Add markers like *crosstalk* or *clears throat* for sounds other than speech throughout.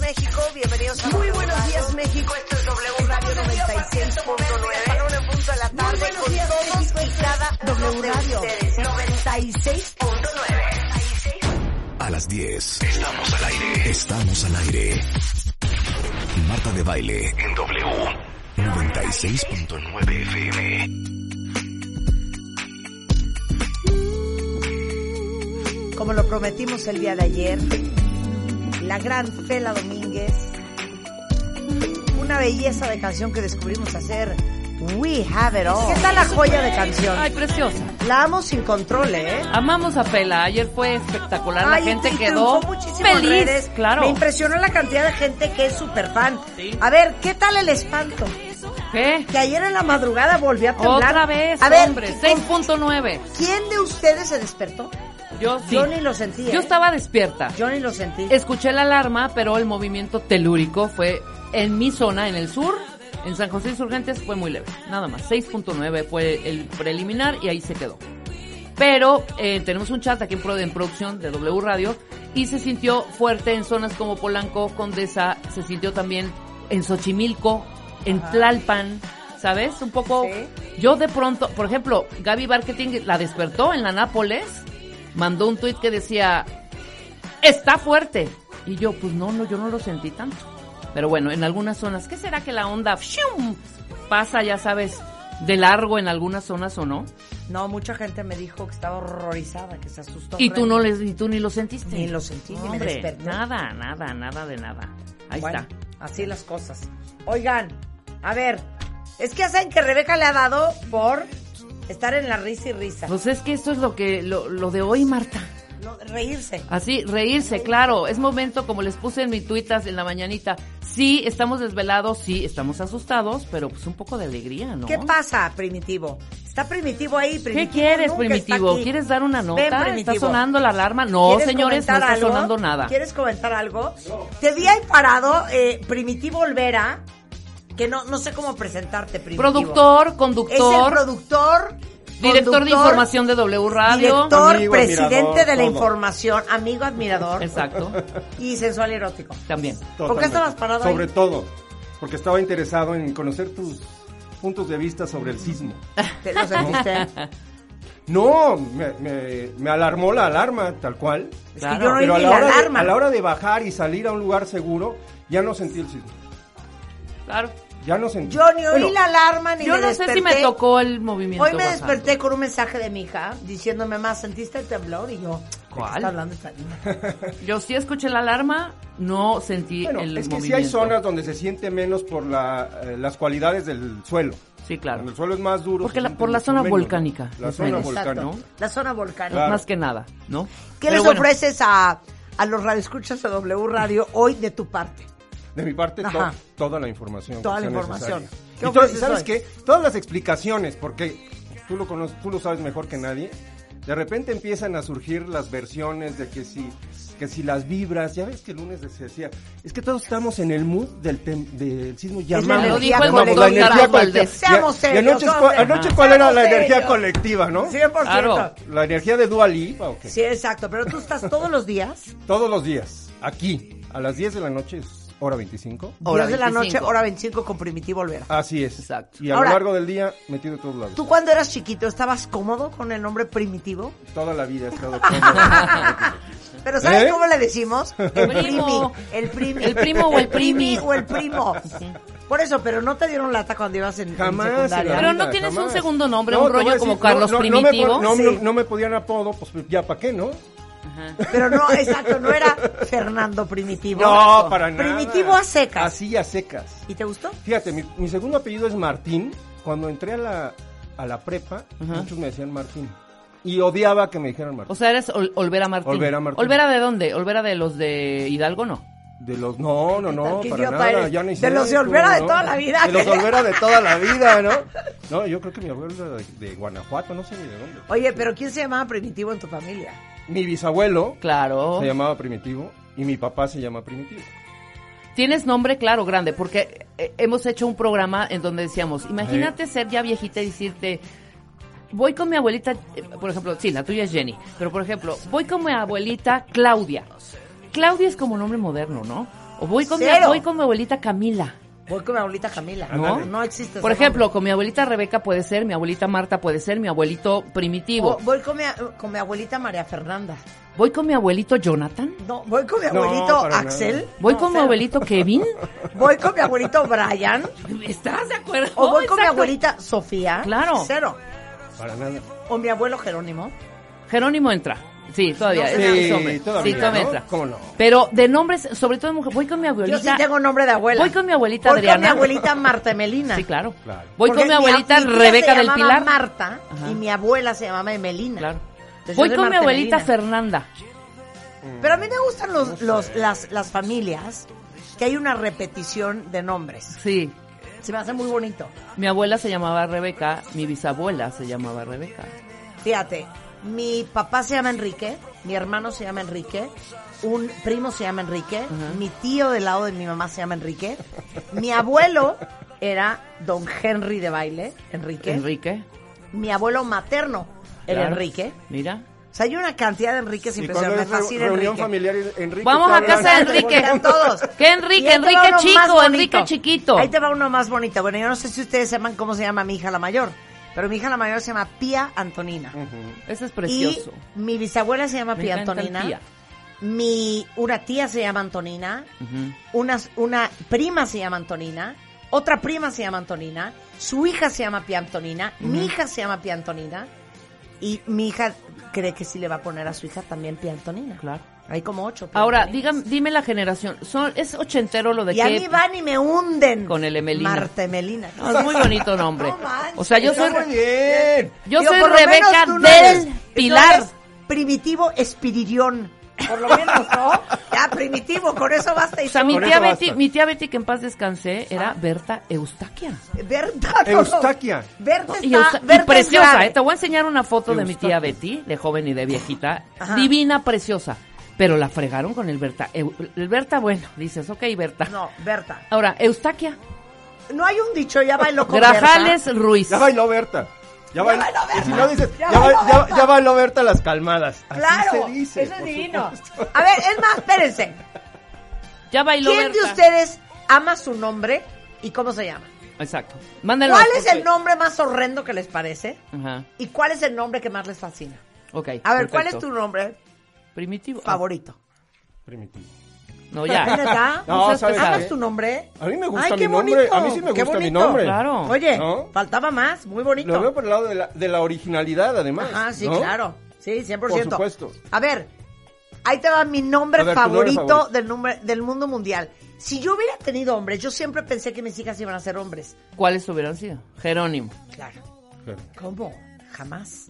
México, bienvenidos a Muy buenos días México, esto es W Radio 96.9. Una punto de la tarde Muy buenos días México, y cada W Radio 96.9. A las 10. Estamos al aire. Estamos al aire. Marta de baile en W 96.9 FM. como lo prometimos el día de ayer, la gran Fela Domínguez, una belleza de canción que descubrimos hacer. We have it all. ¿Qué tal la joya de canción? Ay, preciosa. La amo sin control, ¿eh? Amamos a Fela. Ayer fue espectacular. la Ay, gente y quedó triunfó muchísimo en feliz. redes. Claro. Me impresionó la cantidad de gente que es súper fan. Sí. A ver, ¿qué tal el espanto? ¿Qué? Que ayer en la madrugada volvió a temblar. Otra vez, A ver, hombre. ¿quién- 6.9. ¿quién de ustedes se despertó? Yo sí. Yo ni lo sentí, ¿eh? Yo estaba despierta. Yo ni lo sentí. Escuché la alarma, pero el movimiento telúrico fue en mi zona, en el sur. En San José Insurgentes fue muy leve, nada más. 6.9 fue el preliminar y ahí se quedó. Pero eh, tenemos un chat aquí en, pro- en producción de W Radio y se sintió fuerte en zonas como Polanco, Condesa, se sintió también en Xochimilco, en Tlalpan, ¿sabes? Un poco... Sí. Yo de pronto, por ejemplo, Gaby Barketing la despertó en la Nápoles, mandó un tuit que decía, está fuerte. Y yo, pues no, no, yo no lo sentí tanto. Pero bueno, en algunas zonas, ¿qué será que la onda ¡fium! pasa, ya sabes, de largo en algunas zonas o no? No, mucha gente me dijo que estaba horrorizada, que se asustó. Y tú horrendo. no les, y tú ni lo sentiste. Ni lo sentí, ni me Hombre, desperté. Nada, nada, nada de nada. Ahí Bueno, está. Así las cosas. Oigan, a ver, es que hacen que Rebeca le ha dado por estar en la risa y risa. Pues es que esto es lo que, lo, lo de hoy, Marta. No, reírse. Así, reírse, claro. Es momento, como les puse en mis tuitas en la mañanita. Sí, estamos desvelados, sí, estamos asustados, pero pues un poco de alegría, ¿no? ¿Qué pasa, Primitivo? Está Primitivo ahí, Primitivo. ¿Qué quieres, nunca está Primitivo? aquí. ¿Quieres dar una Ven, nota? ¿Está Primitivo. sonando la alarma? Ah, No, ¿Quieres señores, no comentar está algo? sonando nada. ¿Quieres comentar algo? Te vi ahí parado, eh, Primitivo Olvera, que no, no sé cómo presentarte, Primitivo. Productor, Es el conductor, productor. director de conductor, información de W Radio. Director, Amigo, presidente admirador, de la todo. información, amigo admirador. Exacto, Y sensual y erótico. también. ¿Por qué estabas parado ahí? Sobre todo, porque estaba interesado en conocer tus puntos de vista sobre el sismo. ¿Te *laughs* lo sentiste? No, me, me- me alarmó la alarma, tal cual. Es que Claro. yo no Pero a oí ni la, la hora de- alarma. a la hora de bajar y salir a un lugar seguro, ya no sentí el sismo. Claro. Ya no sentí. Yo ni oí Bueno, la alarma ni Yo me no sé si me desperté. tocó el movimiento. Hoy me bajando. desperté con un mensaje de mi hija diciéndome, mamá, ¿sentiste el temblor? Y yo, ¿Cuál? ¿de qué está hablando esta niña? Yo sí escuché la alarma, no sentí bueno, el es que sí movimiento. hay zonas donde se siente menos por la, eh, las cualidades del suelo. Sí, claro. Cuando el suelo es más duro. Porque se la- siente por la mucho zona menos, ¿no? volcánica, La es zona menos. volcánica. Exacto. La zona volcánica. Claro. Más que nada, ¿no? ¿Qué Pero les bueno, ofreces a, a los radioescuchas de W Radio hoy de tu parte? De mi parte, to- Ajá. toda la información. Toda que la sea información. necesaria. ¿Qué Y to- ofreces ¿Sabes hoy? qué? Todas las explicaciones, porque tú lo, conoces, tú lo sabes mejor que nadie. De repente empiezan a surgir las versiones de que si, que si las vibras, ya ves que el lunes se decía, es que todos estamos en el mood del, tem- del sismo, llamamos, energía llamamos, colectiva. Carlos colectiva. Valdés. Seamos Y a- y serios, anoche, es cua- hombre. anoche Ajá. ¿cuál era Seamos la energía serios. colectiva, no? 100%. Claro. La energía de Dua Lipa, ¿o qué? Sí, exacto. Pero tú estás todos los días, Todos los días, aquí, a las 10 de la noche, es hora 25. Hora 10 de la 25. noche, hora 25 con Primitivo Olvera. Así es. Exacto. Y a Ahora- lo largo del día metido de todos lados. ¿Tú cuando eras chiquito estabas cómodo con el nombre Primitivo? Toda la vida he *laughs* estado cómodo. Pero ¿sabes ¿Eh? cómo le decimos? El Primo. primi, el primi. El primo o el primi. o el primo. Por eso, pero no te dieron lata cuando ibas en, en Jamás. en la secundaria. Pero no vida, tienes un jamás. segundo nombre, un te voy a rollo como Carlos no, no, Primitivo. No me, Sí. no me podían apodo, pues ya para qué, ¿no? Ajá. Pero no, exacto, no era Fernando Primitivo. No, para nada. Primitivo a secas. Así a secas. ¿Y te gustó? Fíjate, mi, mi segundo apellido es Martín. Cuando entré a la, a la prepa, Ajá. muchos me decían Martín. Y odiaba que me dijeran Martín. O sea, eres Ol- Olvera Martín. Olvera Martín. ¿Olvera de dónde? ¿Olvera de los de Hidalgo, no? de los, no, no, no, Qué para idiota nada, eres. ya ni De sé, los de ¿cómo Olvera de no? toda la vida. De los de Olvera de toda la vida, ¿no? No, yo creo que mi abuelo era de, de Guanajuato, no sé ni de dónde. Oye, pero ¿quién se llamaba Primitivo en tu familia? Mi bisabuelo, Claro. se llamaba Primitivo y mi papá se llama Primitivo. Tienes nombre, claro, grande, porque eh, hemos hecho un programa en donde decíamos, imagínate ser ya viejita y decirte, voy con mi abuelita, eh, por ejemplo, sí, la tuya es Jenny, pero por ejemplo, voy con mi abuelita Claudia. Claudia es como nombre moderno, ¿no? O voy con, mi, Cero. voy con mi abuelita Camila. Voy con mi abuelita Camila. ¿No? no existe. Por ese ejemplo, nombre. con mi abuelita Rebeca puede ser, mi abuelita Marta puede ser, mi abuelito Primitivo. O voy con mi, con mi abuelita María Fernanda. Voy con mi abuelito Jonathan. No, voy con mi No, abuelito para Axel. nada. Voy No, con mi cero. abuelito *laughs* Kevin. Voy con mi abuelito Brian. ¿Estás de acuerdo? O voy con mi Exacto. abuelita Sofía. Claro. Cero. Para nada. O mi abuelo Jerónimo. Jerónimo entra. Sí, todavía. No, es sí, mi hombre. todavía, sí, todavía ¿no? entra. ¿Cómo no? Pero de nombres, sobre todo de mujer, voy con mi abuelita. Yo sí tengo nombre de abuela. Voy con mi abuelita Voy Adriana. con mi abuelita Marta Emelina. Sí, claro. Claro. Voy Porque con mi abuelita mi tía Rebeca se del llamaba Pilar. Marta Ajá. y mi abuela se llamaba Emelina. Claro. Entonces, yo Voy soy con mi Marta abuelita Emelina. Fernanda. Pero a mí me gustan los, los, las, las familias que hay una repetición de nombres. Sí. Se me hace muy bonito. Mi abuela se llamaba Rebeca, mi bisabuela se llamaba Rebeca. Fíjate, mi papá se llama Enrique, mi hermano se llama Enrique, un primo se llama Enrique, mi tío del lado de mi mamá se llama Enrique, mi abuelo era don Henry de baile, Enrique, Enrique. mi abuelo materno era claro. Enrique. Mira. O sea, hay una cantidad de Enriques Y cuando impresionante. es Me fascina re- reunión Enrique. familiar, Enrique. Vamos está a casa de hablando. Enrique. Voltean todos. *laughs* ¿Qué Y Enrique? ahí te va Enrique uno más chico, bonito. Enrique chiquito. Ahí te va uno más bonito. Bueno, yo no sé si ustedes sepan cómo se llama mi hija la mayor, pero mi hija la mayor se llama Pía Antonina. Ujú. Ese es precioso. Y mi bisabuela se llama Me Pía encanta el Ah, Pía. Antonina. Mi, una tía se llama Antonina. Ujú. Una, una prima se llama Antonina. Otra prima se llama Antonina. Su hija se llama Pía Antonina. Mi hija se llama Pía Antonina. Y mi hija cree que sí le va a poner a su hija también Pía Antonina. Claro. Hay como ocho. Pía Ahora, Antoninas. dígame, dime la generación. Son, es ochentero lo de Y a Pues que- mí van y me hunden. Con el Emelina. Marta Emelina. No, es muy bonito nombre. No manches. o sea, yo soy, Está muy bien. yo Digo, soy por lo Rebeca menos tú no del eres- tú no Pilar. eres primitivo espiridión. Por lo menos, ¿no? Ya, primitivo, con eso basta. Y O sea, mi Con tía, eso Betty, basta. mi tía Betty, que en paz descansé, Ah. era Berta Eustaquia. Berta. no. Eustaquia. Berta Y, está, Eusta- y Berta es preciosa, grave. ¿eh? Te voy a enseñar una foto de mi tía Eustaquia. Betty, de joven y de viejita. Ajá. Divina, preciosa. Pero la fregaron con el Berta. Eu- el Berta, bueno, dices, ok, Berta. No, Berta. Ahora, Eustaquia. No hay un dicho, ya bailó con Grajales Ruiz. Ya bailó Berta. Ya bailó. bailó Berta. Y si no dices, Ya ya, ba- bailó ya- Berta. ya bailó Berta las calmadas. Así Berta. Claro, se dice. eso es por divino. supuesto. A ver, es más, espérense. Ya bailó ¿Quién de Berta. ustedes ama su nombre y cómo se llama? Exacto. Mándenlo. ¿Cuál es el nombre más horrendo que les parece? Ajá. ¿Y cuál es el nombre que más les fascina? Ok. A ver, ¿cuál es perfecto. tu nombre Primitivo. Ah, *laughs* favorito? Primitivo. No, ¿Es ya. ¿Verdad? No, O sea, ¿sabes ¿Amas qué? tu nombre? A mí me gusta Ay, qué mi nombre, bonito, a mí sí me qué gusta mi bonito. nombre. Claro. Oye, ¿No? faltaba más, muy bonito. Lo veo por el lado de la, de la originalidad, además. Ajá, sí, ¿no? claro. Sí, 100%. Por supuesto. A ver, ahí te va mi nombre A ver, tu nombre favorito favorito. Del, nombre, del mundo mundial. Si yo hubiera tenido hombres, yo siempre pensé que mis hijas iban a ser hombres. ¿Cuáles hubieran sido? Jerónimo, Claro. Claro. ¿Cómo? Jamás.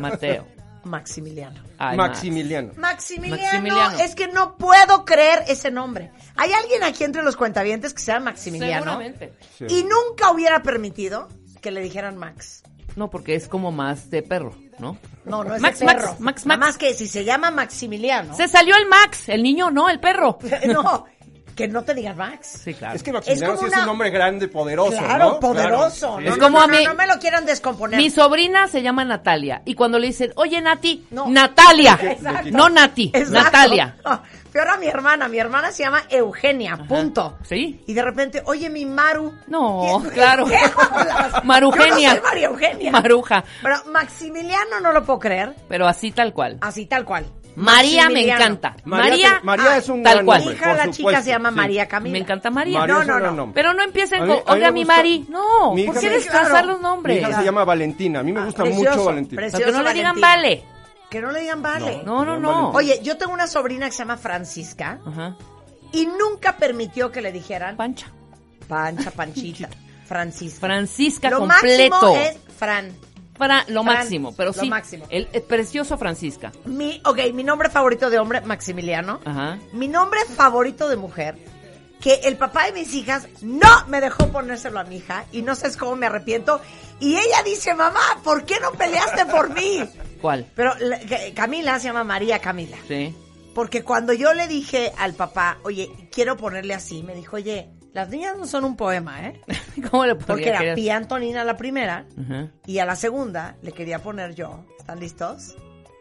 Mateo. *laughs* Maximiliano. Ay, Maximiliano. Maximiliano, Maximiliano. es que no puedo creer ese nombre. Hay alguien aquí entre los cuentavientes que sea Max. Maximiliano Seguramente. Sí. y nunca hubiera permitido que le dijeran Max. No, porque es como más de perro, ¿no? No, no es Max, de Max, perro. Max, Max. Nada más que si se llama Maximiliano, Se salió el Max, el niño, no, el perro. *laughs* no, que no te digan Max. Sí, claro. Es que Maximiliano Es sí como es una- un hombre grande, poderoso. claro, ¿no? poderoso. Claro. No, Es no, como no, a mí- no, no me lo quieran descomponer. Mi sobrina se llama Natalia y cuando le dicen, oye Nati, No. Natalia, *laughs* Exacto. no Nati, Exacto. Natalia. No, *laughs* peor a mi hermana. Mi hermana se llama Eugenia, punto. Sí. Y de repente, oye, mi Maru. No, *laughs* ¿Qué- claro. *laughs* ¿Qué hablas? Marugenia. Yo no soy María Eugenia. Maruja. Pero Maximiliano no lo puedo creer. Pero así tal cual. Así tal cual. María me Maximiliano. encanta. María, María, te- María ah, es un tal gran cual. Mi nombre, hija, por la supuesto, chica, se llama sí. María Camila. me encanta María. María No, es no, un gran no. nombre. Pero no empiecen A mí- con, a mí oiga, me mi gusta- Mari. No, Mi ¿por hija qué se- destrozar Claro. los Mi nombres? hija se llama Valentina. A mí me gusta Ah, precioso, mucho Valentina. precioso. Para que no le digan Valentina. vale. Que no le digan vale. No, no, Gran no. Valentina. Oye, yo tengo una sobrina que se llama Francisca Ajá. y nunca permitió que le dijeran Pancha. Pancha, Panchita, Francisca. *laughs* Francisca lo completo. máximo es Fran. Fra- Ah, lo Fran, máximo, pero lo sí. máximo. El, el precioso Francisca. Mi, ok, mi nombre favorito de hombre, Maximiliano. Ajá. Mi nombre favorito de mujer, que el papá de mis hijas no me dejó ponérselo a mi hija y no sabes cómo me arrepiento. Y ella dice, mamá, ¿por qué no peleaste por mí? *laughs* ¿Cuál? Pero la- que- Camila se llama María Camila. Sí. Porque cuando yo le dije al papá, oye, quiero ponerle así, me dijo, oye, las niñas no son un poema, ¿eh? ¿Cómo le Porque podría era querer? Pía Antonina la primera Ajá. y a la segunda le quería poner yo, ¿están listos?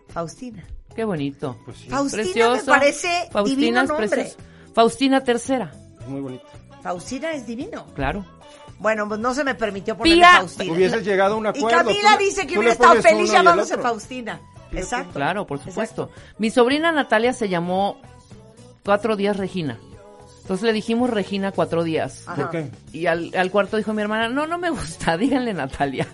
Faustina. Qué bonito. Pues sí. Faustina Precioso. me parece Faustina divino es nombre. precioso. Faustina tercera, Es muy bonito. Faustina es divino. claro. Bueno, pues no se me permitió ponerle Pía- Faustina. Hubieses llegado a un Y acuerdo. Camila tú- dice que tú hubiera le estado pones uno feliz y el llamándose otro. Faustina. Exacto. Claro, por supuesto. Mi sobrina Natalia se llamó cuatro días Regina. Entonces le dijimos Regina cuatro días. Ajá. ¿Por qué? Y al, al cuarto dijo mi hermana, no, no me gusta, *laughs* díganle Natalia.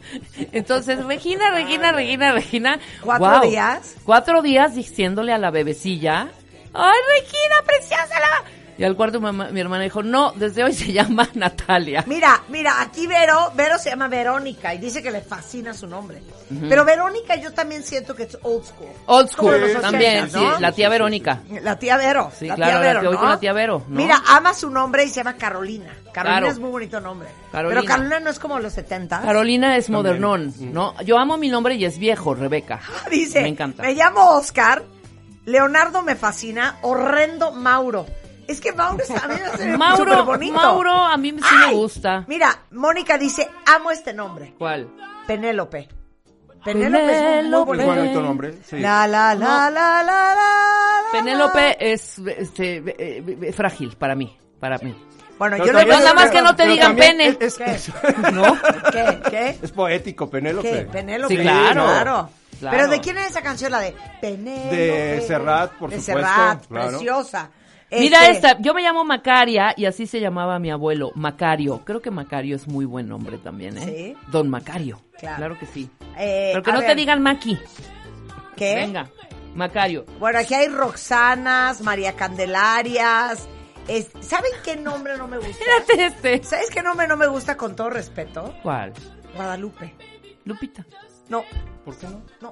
Entonces, Regina, Regina, Regina, Regina. ¿Cuatro Guau. días? Cuatro días diciéndole a la bebecilla, ¡ay, Regina, preciosa! la-". Y al cuarto mamá- mi hermana dijo, no, desde hoy se *laughs* llama Natalia. Mira, mira, aquí Vero, Vero se llama Verónica y dice que le fascina su nombre. Pero Verónica yo también siento que es old school. Old Como school, los ochentas, también, ¿no? sí, la tía Verónica. La tía Vero. Sí, la claro, la tía Vero, que voy ¿no? con la tía Vero, ¿no? Mira, ama su nombre y se llama Carolina. Carolina Claro. es muy bonito nombre. Carolina. Pero Carolina no es como los 70. Carolina es modernón, ¿no? Yo amo mi nombre y es viejo, *laughs* Rebeca. Ah, Dice, Me encanta. me llamo Oscar, Leonardo me fascina, horrendo Mauro. Es que Mauro *laughs* es también es Mauro, bonito. Mauro, a mí sí me gusta. Mira, Mónica dice, amo este nombre, ¿Cuál? Penélope. Penélope es muy Penélope. Es bonito. bonito nombre. Sí. La, la, la, la, la, la, la. Penélope es este, eh, eh, frágil para mí, para mí. Bueno, Pero yo le también- Pero nada más que no te pero digan también pene. Es, es- es- ¿No? ¿Qué? ¿Qué? es poético, Penélope. ¿Qué? Penélope. Sí, claro. claro. Claro. Pero ¿de quién es esa canción? La de Penélope. De Serrat, por de supuesto, Serrat, claro. preciosa. Mira Este, esta, yo me llamo Macaria y así se llamaba mi abuelo, Macario. Creo que Macario es muy buen nombre también, ¿eh? Sí. Don Macario. Claro. Claro, que sí. eh, Pero que a no te ver, digan Maki. ¿Qué? Venga, Macario. Bueno, aquí hay Roxanas, María Candelarias. es- ¿Saben qué nombre no me gusta? Espérate este. ¿Sabes qué nombre no me gusta con todo respeto? ¿Cuál? Guadalupe. Lupita. No, ¿Por qué no? no.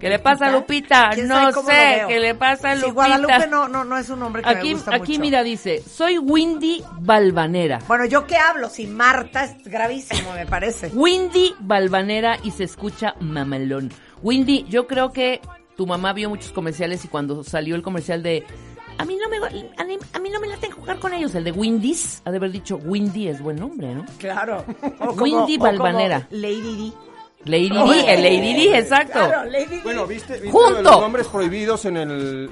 ¿Qué le pasa a Lupita? ¿Quién sabe No cómo lo sé, veo? ¿qué le pasa a Sí, Lupita? Guadalupe no, no, no es un nombre que me Aquí, gusta aquí mucho. mira, dice, soy Windy Balvanera. Bueno, ¿yo qué hablo? Si Marta es gravísimo, me parece. Windy Balvanera y se escucha mamalón. Windy, yo creo que tu mamá vio muchos comerciales y cuando salió el comercial de a mí no me gu- a mí, a mí no me laten jugar con ellos, el de Windy's, ha de haber dicho Windy es buen nombre, ¿no? Claro. *laughs* O Windy o como Balvanera. Lady D. Lady D, el Lady D, exacto. Claro, Lady D. Bueno, viste, viste ¡Junto! lo de los nombres prohibidos en el.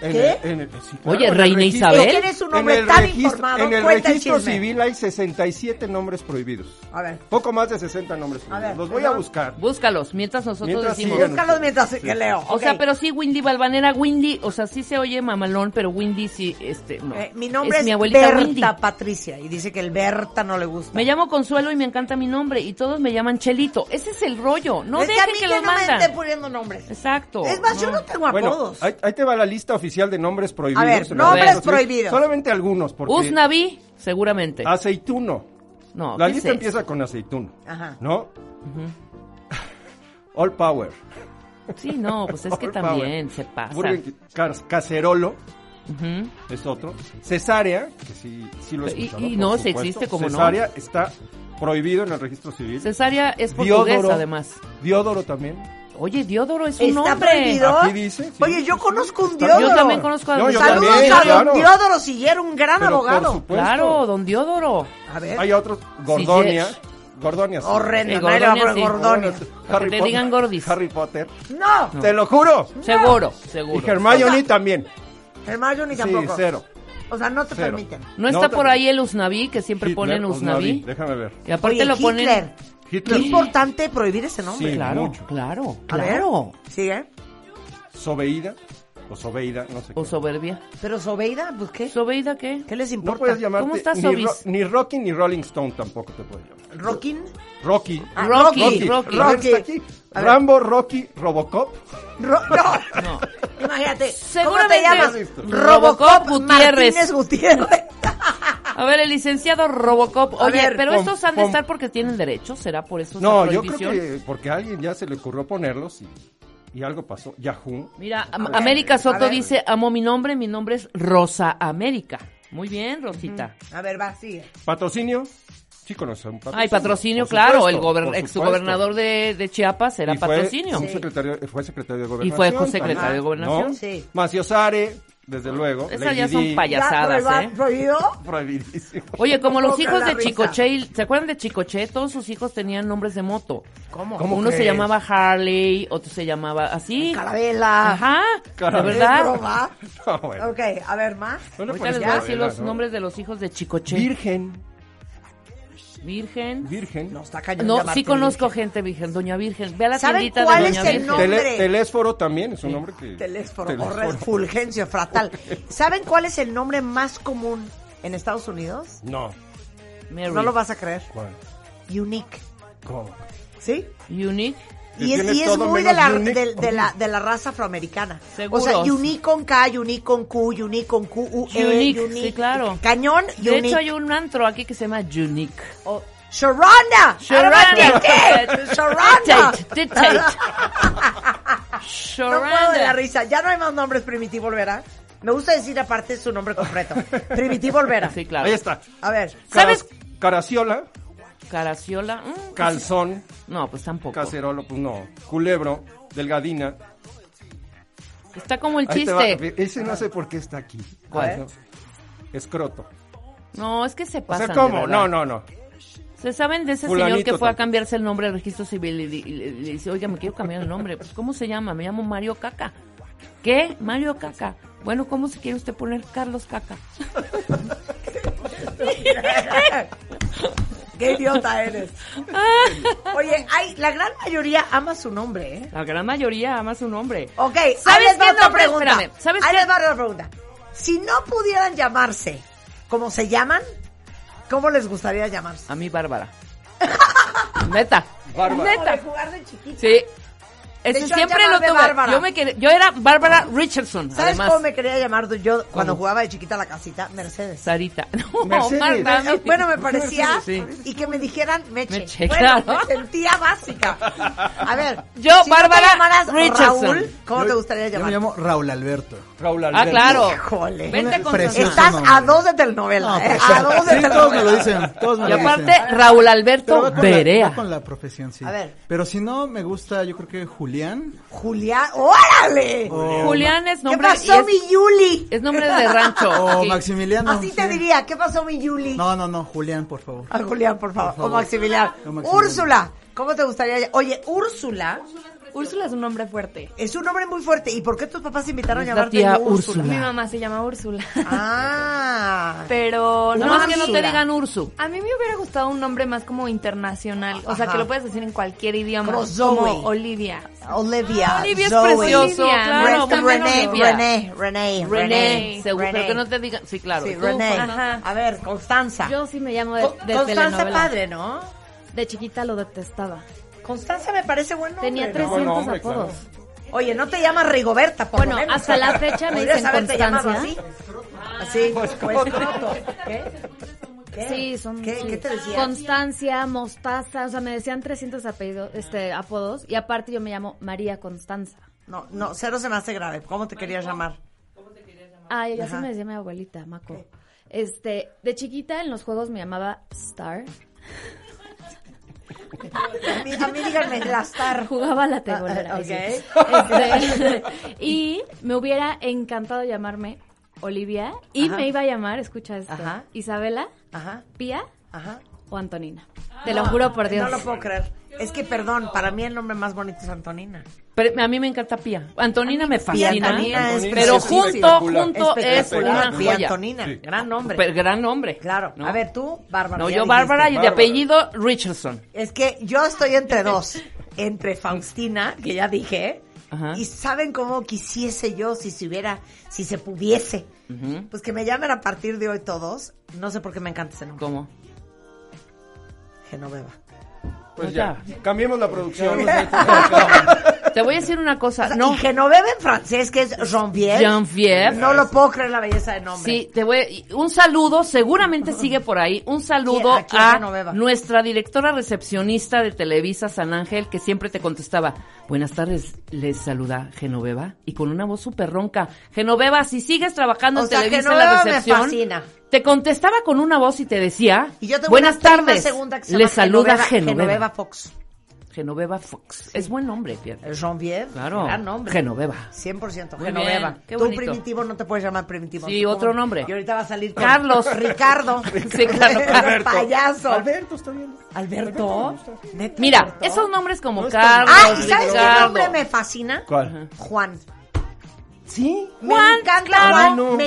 En ¿Qué? el- en el- sí, claro, Oye, en el Reina registro- Tú Isabel. que eres un En hombre el tan registro, informado, en el cuenta el registro chisme. civil hay 67 nombres prohibidos. A ver. Poco más de 60 nombres A prohibidos. ver, Los voy ¿no? a buscar. Búscalos, mientras nosotros Mientras decimos. sigan. Búscalos mientras que leo. O sea, ok. pero sí, Windy Balvanera, Windy, o sea, sí se oye mamalón, pero Windy sí, este, no. Eh, mi nombre es, mi abuelita Berta Windy. Patricia y dice que el Berta no le gusta. Me llamo Consuelo y me encanta mi nombre y todos me llaman Chelito. Ese es el rollo. No es que dejen a que, mí los no me mandan. esté poniendo nombres. Exacto. Es más, no. yo no tengo Bueno, apodos. ahí, ahí te va la lista oficial de nombres prohibidos. ver, en el nombres registro civil. prohibidos. Solamente algunos, porque Usnavi, seguramente. aceituno. no, la ¿qué lista es eso? empieza con aceituno. Ajá. ¿No? *laughs* All Power. Sí, no, pues es que All Power. también se pasa. Burger King. Cas- cacerolo Ujú. es otro. Cesárea, que sí, sí lo he Y- escuchado, y por no, se supuesto. existe, ¿cómo no? Cesárea está prohibido en el registro civil. Cesárea es Diodoro. portuguesa, además. Diodoro también. Oye, Diodoro es un ¿Está nombre. prohibido? Aquí dice, sí, Oye, sí, yo sí. conozco un Está- Diodoro. Yo también conozco a No, yo Saludos también, a claro. don Diodoro Siguiero, un gran Pero por abogado. supuesto. Claro, don Diodoro. A ver. Hay otros. Gordonia. Sí, Gordonia. sí. Horrendo, Sí, nadie le va a Gordonia, poner sí. Gordonia. Para que te digan gordis. Harry Potter. No, Te lo juro. Seguro, seguro. Y Hermione también. hermano, yo ni Sí, tampoco. cero. O sea, no te Cero. permiten. ¿No No, está por también. ahí el Usnavi, que siempre Hitler, ponen Osnaví, Usnavi? Déjame ver. Y aparte Oye, lo ponen... Hitler. Qué Hitler. importante prohibir ese este nombre. ¿eh? Sí, Claro, mucho. claro, A ver. claro. Sigue. Sobeida. O Sobeida, no sé. O qué. soberbia. Pero Sobeida, pues qué. ¿Sobeida qué? ¿Qué les No importa? puedes llamarte ¿Cómo estás, ni, Sobis? Ro- ni Rocky ni Rolling Stone tampoco te puedes llamar. Rockin. Rocky. Ah, Rocky, Rocky. Rocky. A ver, Rocky. está aquí. A ver. Rambo, Rocky, Robocop. Ro- *laughs* no. No. Imagínate. ¿Cómo te Seguramente- llamas? Robocop Gutiérrez. Martínez Gutiérrez. A ver, el licenciado Robocop. A Oye, ver, pero pom- estos han de pom- estar porque tienen derecho, ¿será por eso? esa No, yo creo prohibición? que porque a alguien ya se le ocurrió ponerlos y, y algo pasó. Yahoo. Mira, Am- América Soto ver. dice, amo mi nombre, mi nombre es Rosa América. Muy bien, Rosita. Mm. A ver, va, sigue. Patrocinio. Sí, conoces un patrocinio. Ay, patrocinio, Por claro. supuesto, el gober- por exgobernador supuesto. de, de Chiapas era Y fue patrocinio. un secretario- fue secretario de Y fue gobernación. secretario de también, gobernación. ¿no? Sí. Ah. Macio Sare, Desde luego. Esas ya Lady son Di, payasadas, ¿Ya ¿eh? lo prohibido? Prohibidísimo. Oye, como los Poca hijos la de risa. Chicoche, y- ¿se acuerdan de Chicoche? Todos sus hijos tenían nombres de moto. ¿Cómo? ¿Cómo? Uno se crees? llamaba Harley, otro se llamaba así. Carabela. Ajá, de Carabela. ¿Es verdad. broma? No, bueno. Ok, a ver, más. Bueno, Ahorita pues, les voy ya. a decir los ¿no? nombres de los hijos de Chicoche. Virgen. Virgen. Virgen. No, está cañón. No, llamarte sí conozco virgen. gente virgen, Doña Virgen. Ve a la ¿Saben tiendita cuál de es Doña el Virgen. nombre? telésforo también es un nombre que. Telésforo, Telésforo. corre, *laughs* Fulgencio Fratal. ¿Saben cuál es el nombre más común en Estados Unidos? No. Mary. No lo vas a creer. ¿Cuál? Unique. ¿Cómo? ¿Sí? Unique. Y es, Tienes y es todo muy de menos la, unique. del- de, la, de la raza afroamericana. Seguro. O sea, Unique con K, Unique con Q, Unique con Q, U, E, Unique, sí, claro. Cañón, De Unique. hecho, hay un antro aquí que se llama Unique. O- Sharonda. Sharonda. *laughs* ¿qué? Sharonda. Dictate, dictate. No puedo de la Sharonda. risa. Ya no hay más nombres Primitivo Olvera. Me gusta decir aparte su nombre completo. Primitivo Olvera. Sí, claro. Ahí está. A ver. ¿Sabes? Caras- Caraciola, Caraciola. mm, calzón, No, pues tampoco. cacerolo, pues no. Culebro, delgadina. Está como el Ahí te va. chiste. Ese no sé por qué está aquí. ¿Cuál? Ah, no. Escroto. No, es que se O pasan. sea, de ¿cómo? verdad. No, no, no. ¿Se saben de ese señor Fulanito que fue a tampoco. cambiarse el nombre al registro civil y di- y le, le dice, oiga, me quiero cambiar el nombre? Pues, ¿cómo se llama? Me llamo Mario Caca. ¿Qué? Mario Caca. Bueno, ¿cómo se quiere usted poner Carlos Caca? Qué idiota *laughs* eres. Oye, ay, la gran mayoría ama su nombre, ¿eh? La gran mayoría ama su nombre. Ok, ahí ¿Sabes les va qué otra nombre? pregunta. Espérame, ¿sabes ahí qué? les va otra pregunta. Si no pudieran llamarse como se llaman, ¿cómo les gustaría llamarse? A mí, Bárbara. *laughs* Neta. Bárbara. Como de Neta. jugar de chiquito. Sí. Ese hecho, siempre lo llamarme tuve. Bárbara. Yo, me quedé- yo era Bárbara Richardson. ¿Sabes además. cómo me quería llamar yo cuando ¿Cómo? jugaba de chiquita a la casita? Mercedes. Sarita. *laughs* No, Mercedes. Marta, Eh, mi- Bueno, me parecía. Sí. Y que me dijeran Meche. Meche, bueno, claro. me sentía básica. A ver. Yo, si no te Bárbara llamaras Richardson. Raúl, ¿cómo te Yo- gustaría Yo me llamar? llamo Raúl Alberto. Raúl Ah, Alberto. claro. Híjole. Vente con Precioso. Susana. Estás a nombre. dos de telenovela. No, eh, pues, a dos sí, de todos me lo telenovela. dicen. Todos me Y lo aparte, dicen. Raúl Pero Alberto va con la- Berea. va con la profesión, sí. A ver. Pero si no, me gusta, yo creo que Julián. Julián, órale. o- Julián es ¿Qué nombre, y pasó, es, mi Yuli? es nombre de rancho. O Sí. Maximiliano. Así te sí. diría, ¿qué pasó, mi Yuli? No, no, no, Julián, por favor. A Julián, por favor. O Maximiliano. O Maximiliano. Úrsula, ¿cómo te gustaría? ll- Oye, Úrsula Úrsula es un nombre fuerte. es un nombre muy fuerte. ¿Y por qué tus papás te invitaron a Es la llamarte tía Úrsula? Úrsula. Mi mamá se llama Úrsula. Ah. Pero No no, más que no te Úrsula. digan Ursu. a mí me hubiera gustado un nombre más como internacional. O sea, Ajá. que lo puedes decir en cualquier idioma. Como Zoe. Como Olivia. Olivia. Olivia es Zoe, precioso, Olivia. claro. Ren- también René, Olivia. René, René, René. René, seguro, pero que no te digan. Sí, claro. Sí, ¿Y tú, René. Juan? Ajá. A ver, Constanza. Yo sí me llamo de, Co- de Constanza telenovela. padre, ¿no? De chiquita lo detestaba. Constanza me parece buen nombre. Tenía ¿no? 300 no, hombre, apodos. Oye, no te llamas Rigoberta, por Bueno, lo menos. hasta la fecha me Podrías dicen haberte llamado Constancia. Así, así pues, escroto. ¿Qué? ¿Qué? Sí, son ¿Qué, sí. ¿Qué te decía? Constancia, Mostaza, o sea, me decían 300 apellidos, este, apodos y aparte yo me llamo María Constanza. No, no, cero se me hace grave. ¿Cómo te querías llamar? Ay, ya Ajá. me decía mi abuelita, Maco. Este, de chiquita en los juegos me llamaba Star. A mí, a mí díganme, la Star. Jugaba a la tegolera. Ah, ah, ahí sí. *laughs* ok. Este, *laughs* y me hubiera encantado llamarme Olivia y Ajá. me iba a llamar, escucha esto, Ajá. Isabela, Ajá, Pía ajá. Ah, o Antonina. Te lo juro por Dios. No lo puedo creer. Es que, perdón, para mí el nombre más bonito es Antonina. Pero a mí me encanta Pía. Antonina me Pía fascina. Antonina es Antonina pero preciosa. junto, Espectacular. junto es una Espectacular. Pía joya. Antonina, Sí. gran nombre. Pero gran nombre. claro. ¿no? A ver, tú, Bárbara. No, ya yo dijiste. Bárbara y de Bárbara. apellido Richardson. Es que yo *laughs* estoy entre dos. Entre Faustina, que ya dije, Ajá. y saben cómo quisiese yo si se hubiera, si se pudiese. Ujú. Pues que me llamen a partir de hoy todos. No sé por qué me encanta ese nombre. ¿Cómo? Genoveva. Pues No, ya. Cambiemos la *laughs* producción. Te voy a decir una cosa. No. No, Y Genoveva en francés, que es Jean-Pierre. Jean-Pierre. No lo puedo creer la belleza de nombre. Sí, te voy. y Un saludo, seguramente sigue por ahí. Un saludo ¿A quién? a Ya no beba. nuestra directora recepcionista de Televisa San Ángel, que siempre te contestaba. Buenas tardes, les saluda Genoveva y con una voz súper ronca. Genoveva, si sigues trabajando O en sea, Televisa en la Genoveva me recepción, fascina. Te contestaba con una voz y te decía, Y yo tengo buenas una prima tardes, segunda que se les llama saluda Genoveva Genoveva. Fox. Genoveva Fox. Es buen nombre, fíjate. Jean-Pierre. Claro. Gran nombre. Genoveva. 100% Muy Genoveva. bien, qué Tú bonito. primitivo no te puedes llamar primitivo. Sí, Tú como- otro nombre. Y ahorita va a salir con- Carlos. *laughs* Ricardo. *laughs* Sí, *laughs* claro. Eres payaso. Alberto está bien. Alberto. ¿Neta, Mira, Alberto? esos nombres como No está mal. Carlos, Ay, Ah, ¿sabes qué Ricardo. nombre me fascina? ¿Cuál? Juan. ¿Sí? me Juan, encanta claro. Juan. Bueno. Me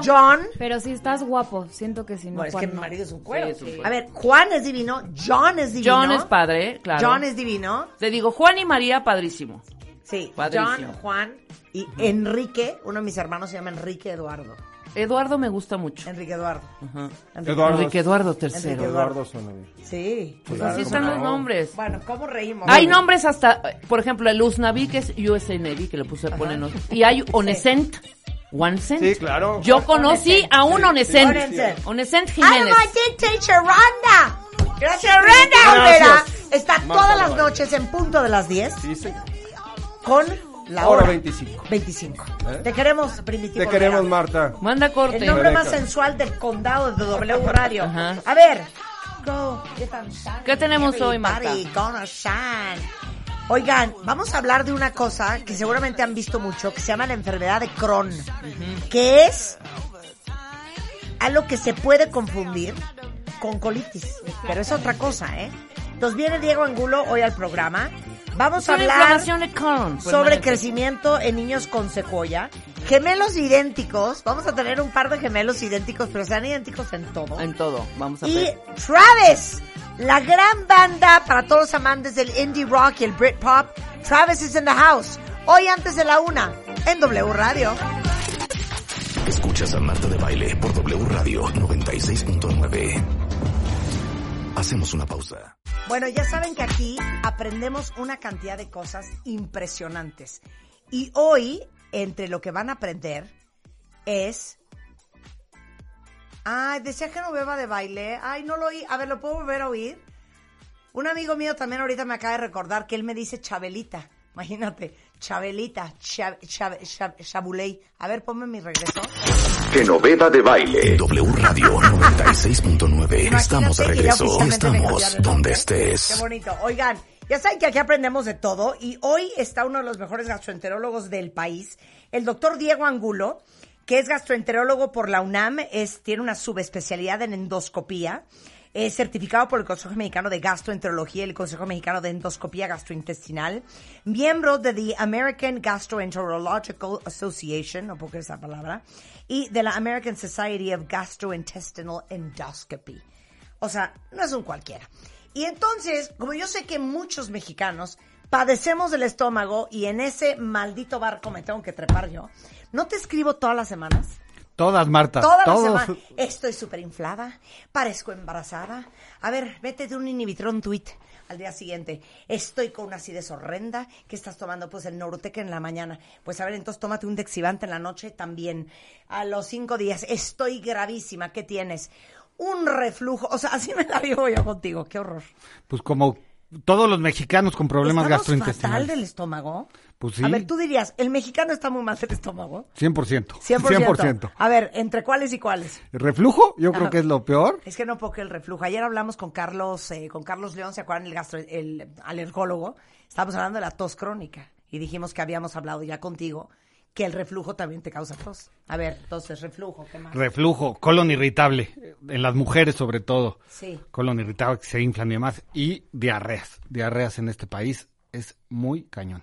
Claro. John. Pero si estás guapo, siento que si no. No, es Juan, que mi no. marido es un cuero. Sí, es un cuero. A ver, Juan es divino, John es divino. John es padre, claro. John es divino. Te digo, Juan y María, padrísimo. Sí, Padrísimo. John, Juan y Enrique, uno de mis hermanos se llama Enrique Eduardo. Eduardo me gusta mucho. Enrique Eduardo. Ajá. Enrique Eduardo. Enrique Eduardo III. Enrique Eduardo suena bien. Sí. Pues así están los nombres. Bueno, ¿cómo reímos? Hay nombres hasta, eh, por ejemplo, el Uznavi, que es USA Navy, que le puse a poner. Y hay Onescent. One cent. Sí, claro. Yo conocí a un Onescent. Onescent. Onescent ¡Ay, Jiménez. Magic Sharonda! Gracias, Sharonda Olvera. Está todas las noches en punto de las 10 Sí, sí. con la Hora hora 25. 25. ¿Eh? Te queremos, Primitivo. Te queremos, Olvera. Marta. Manda corte. El nombre Correcto. más sensual del condado de W Radio. Ajá. A ver. Go, get on shine, ¿Qué tenemos hoy, Marta? everybody gonna shine. Oigan, vamos a hablar de una cosa que seguramente han visto mucho, que se llama la enfermedad de Crohn, que es algo que se puede confundir con colitis, pero es otra cosa, ¿eh? Entonces viene Diego Angulo hoy al programa. Vamos Es a una hablar inflamación de pues, Crohn. sobre permanente. crecimiento en niños con secuoya. Gemelos idénticos. Vamos a tener un par de gemelos idénticos, pero sean idénticos en todo. En todo. Vamos a Y ver. Travis, la gran banda para todos los amantes del indie rock y el Britpop. Travis is in the house. Hoy antes de la una, en W Radio. Escuchas a Marta de Baile por W Radio 96.9. Hacemos una pausa. Bueno, ya saben que aquí aprendemos una cantidad de cosas impresionantes. Y hoy, entre lo que van a aprender, es... Ay, decía que no beba de baile. Ay, no lo oí. A ver, ¿lo puedo volver a oír? Un amigo mío también ahorita me acaba de recordar que él me dice Chabelita. Imagínate, Chabelita, Chab- Chab- Chab- Chabuley. A ver, ponme mi regreso. Genoveva de En baile. W Radio 96.9. Estamos de Imagínate que ya regreso. oficialmente me Estamos cambiaron el nombre. donde estés. Qué bonito. Oigan, ya saben que aquí aprendemos de todo y hoy está uno de los mejores gastroenterólogos del país, el doctor Diego Angulo, que es gastroenterólogo por la UNAM, es, tiene una subespecialidad en endoscopía. Es certificado por el Consejo Mexicano de Gastroenterología y el Consejo Mexicano de Endoscopía Gastrointestinal, miembro de The American Gastroenterological Association, no puedo creer esa palabra, y de la American Society of Gastrointestinal Endoscopy. O sea, no es un cualquiera. Y entonces, como yo sé que muchos mexicanos padecemos del estómago y en ese maldito barco me tengo que trepar yo, ¿no te escribo todas las semanas? Todas, Marta. Todas las todos. *laughs* semanas. Estoy súper inflada, parezco embarazada. A ver, vete de un inhibitrón tweet al día siguiente. Estoy con una acidez horrenda. ¿Qué estás tomando? Pues el Norutec en la mañana. Pues a ver, entonces tómate un Dexivante en la noche también. A los cinco días, estoy gravísima. ¿Qué tienes? Un reflujo. O sea, así me la vivo yo contigo. Qué horror. Pues como todos los mexicanos con problemas ¿Estamos fatal gastrointestinales. del estómago? Pues sí. A ver, tú dirías, el mexicano está muy mal *laughs* del estómago. 100%. 100%. 100%. A ver, ¿entre cuáles y cuáles? ¿Reflujo? Yo Ajá. creo que es lo peor. Es que no puedo que el reflujo. Ayer hablamos con Carlos, eh, con Carlos León, ¿se acuerdan? El, gastro, el alergólogo. Estábamos hablando de la tos crónica y dijimos que habíamos hablado ya contigo que el reflujo también te causa tos. A ver, entonces, reflujo, ¿qué más? Reflujo, colon irritable, en las mujeres sobre todo. Sí. Colon irritable que se inflan y demás. Y diarreas. Diarreas en este país es muy cañón.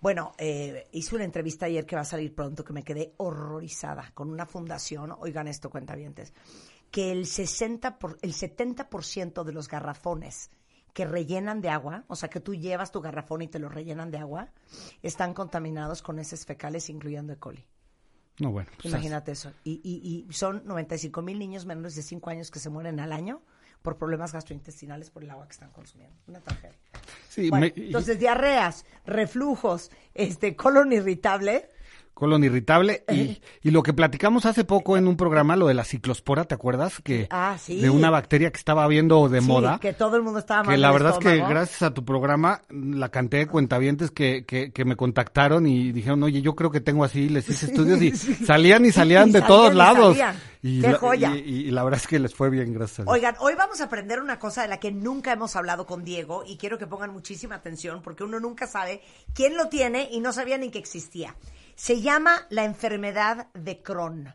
Bueno, eh, hice una entrevista ayer que va a salir pronto que me quedé horrorizada con una fundación, oigan esto, cuentavientes, que el 60 por, el 70% de los garrafones que rellenan de agua, o sea, que tú llevas tu garrafón y te lo rellenan de agua, están contaminados con heces fecales, incluyendo E. coli. No, bueno. pues, Imagínate eso. Y, y, y son 95 mil niños menores de 5 años que se mueren al año por problemas gastrointestinales por el agua que están consumiendo. Una tragedia. sí, Bueno, me- y- entonces, diarreas, reflujos, este, colon irritable. colon irritable. Y, y lo que platicamos hace poco en un programa, lo de la ciclospora, ¿te acuerdas? que Ah, sí. De una bacteria que estaba viendo de Sí, moda. Que todo el mundo estaba mal. Que la del verdad es que estómago. gracias a tu programa, la cantidad de cuentavientes que, que, que me *laughs* contactaron y dijeron, oye, yo creo que tengo así, les hice estudios y salían y salían Y de salían todos y lados. salían. Y ¡Qué la- joya! Y, y- y la verdad es que les fue bien, gracias a Dios. Oigan, hoy vamos a aprender una cosa de la que nunca hemos hablado con Diego y quiero que pongan muchísima atención porque uno nunca sabe quién lo tiene y no sabía ni que existía. Se llama la enfermedad de Crohn.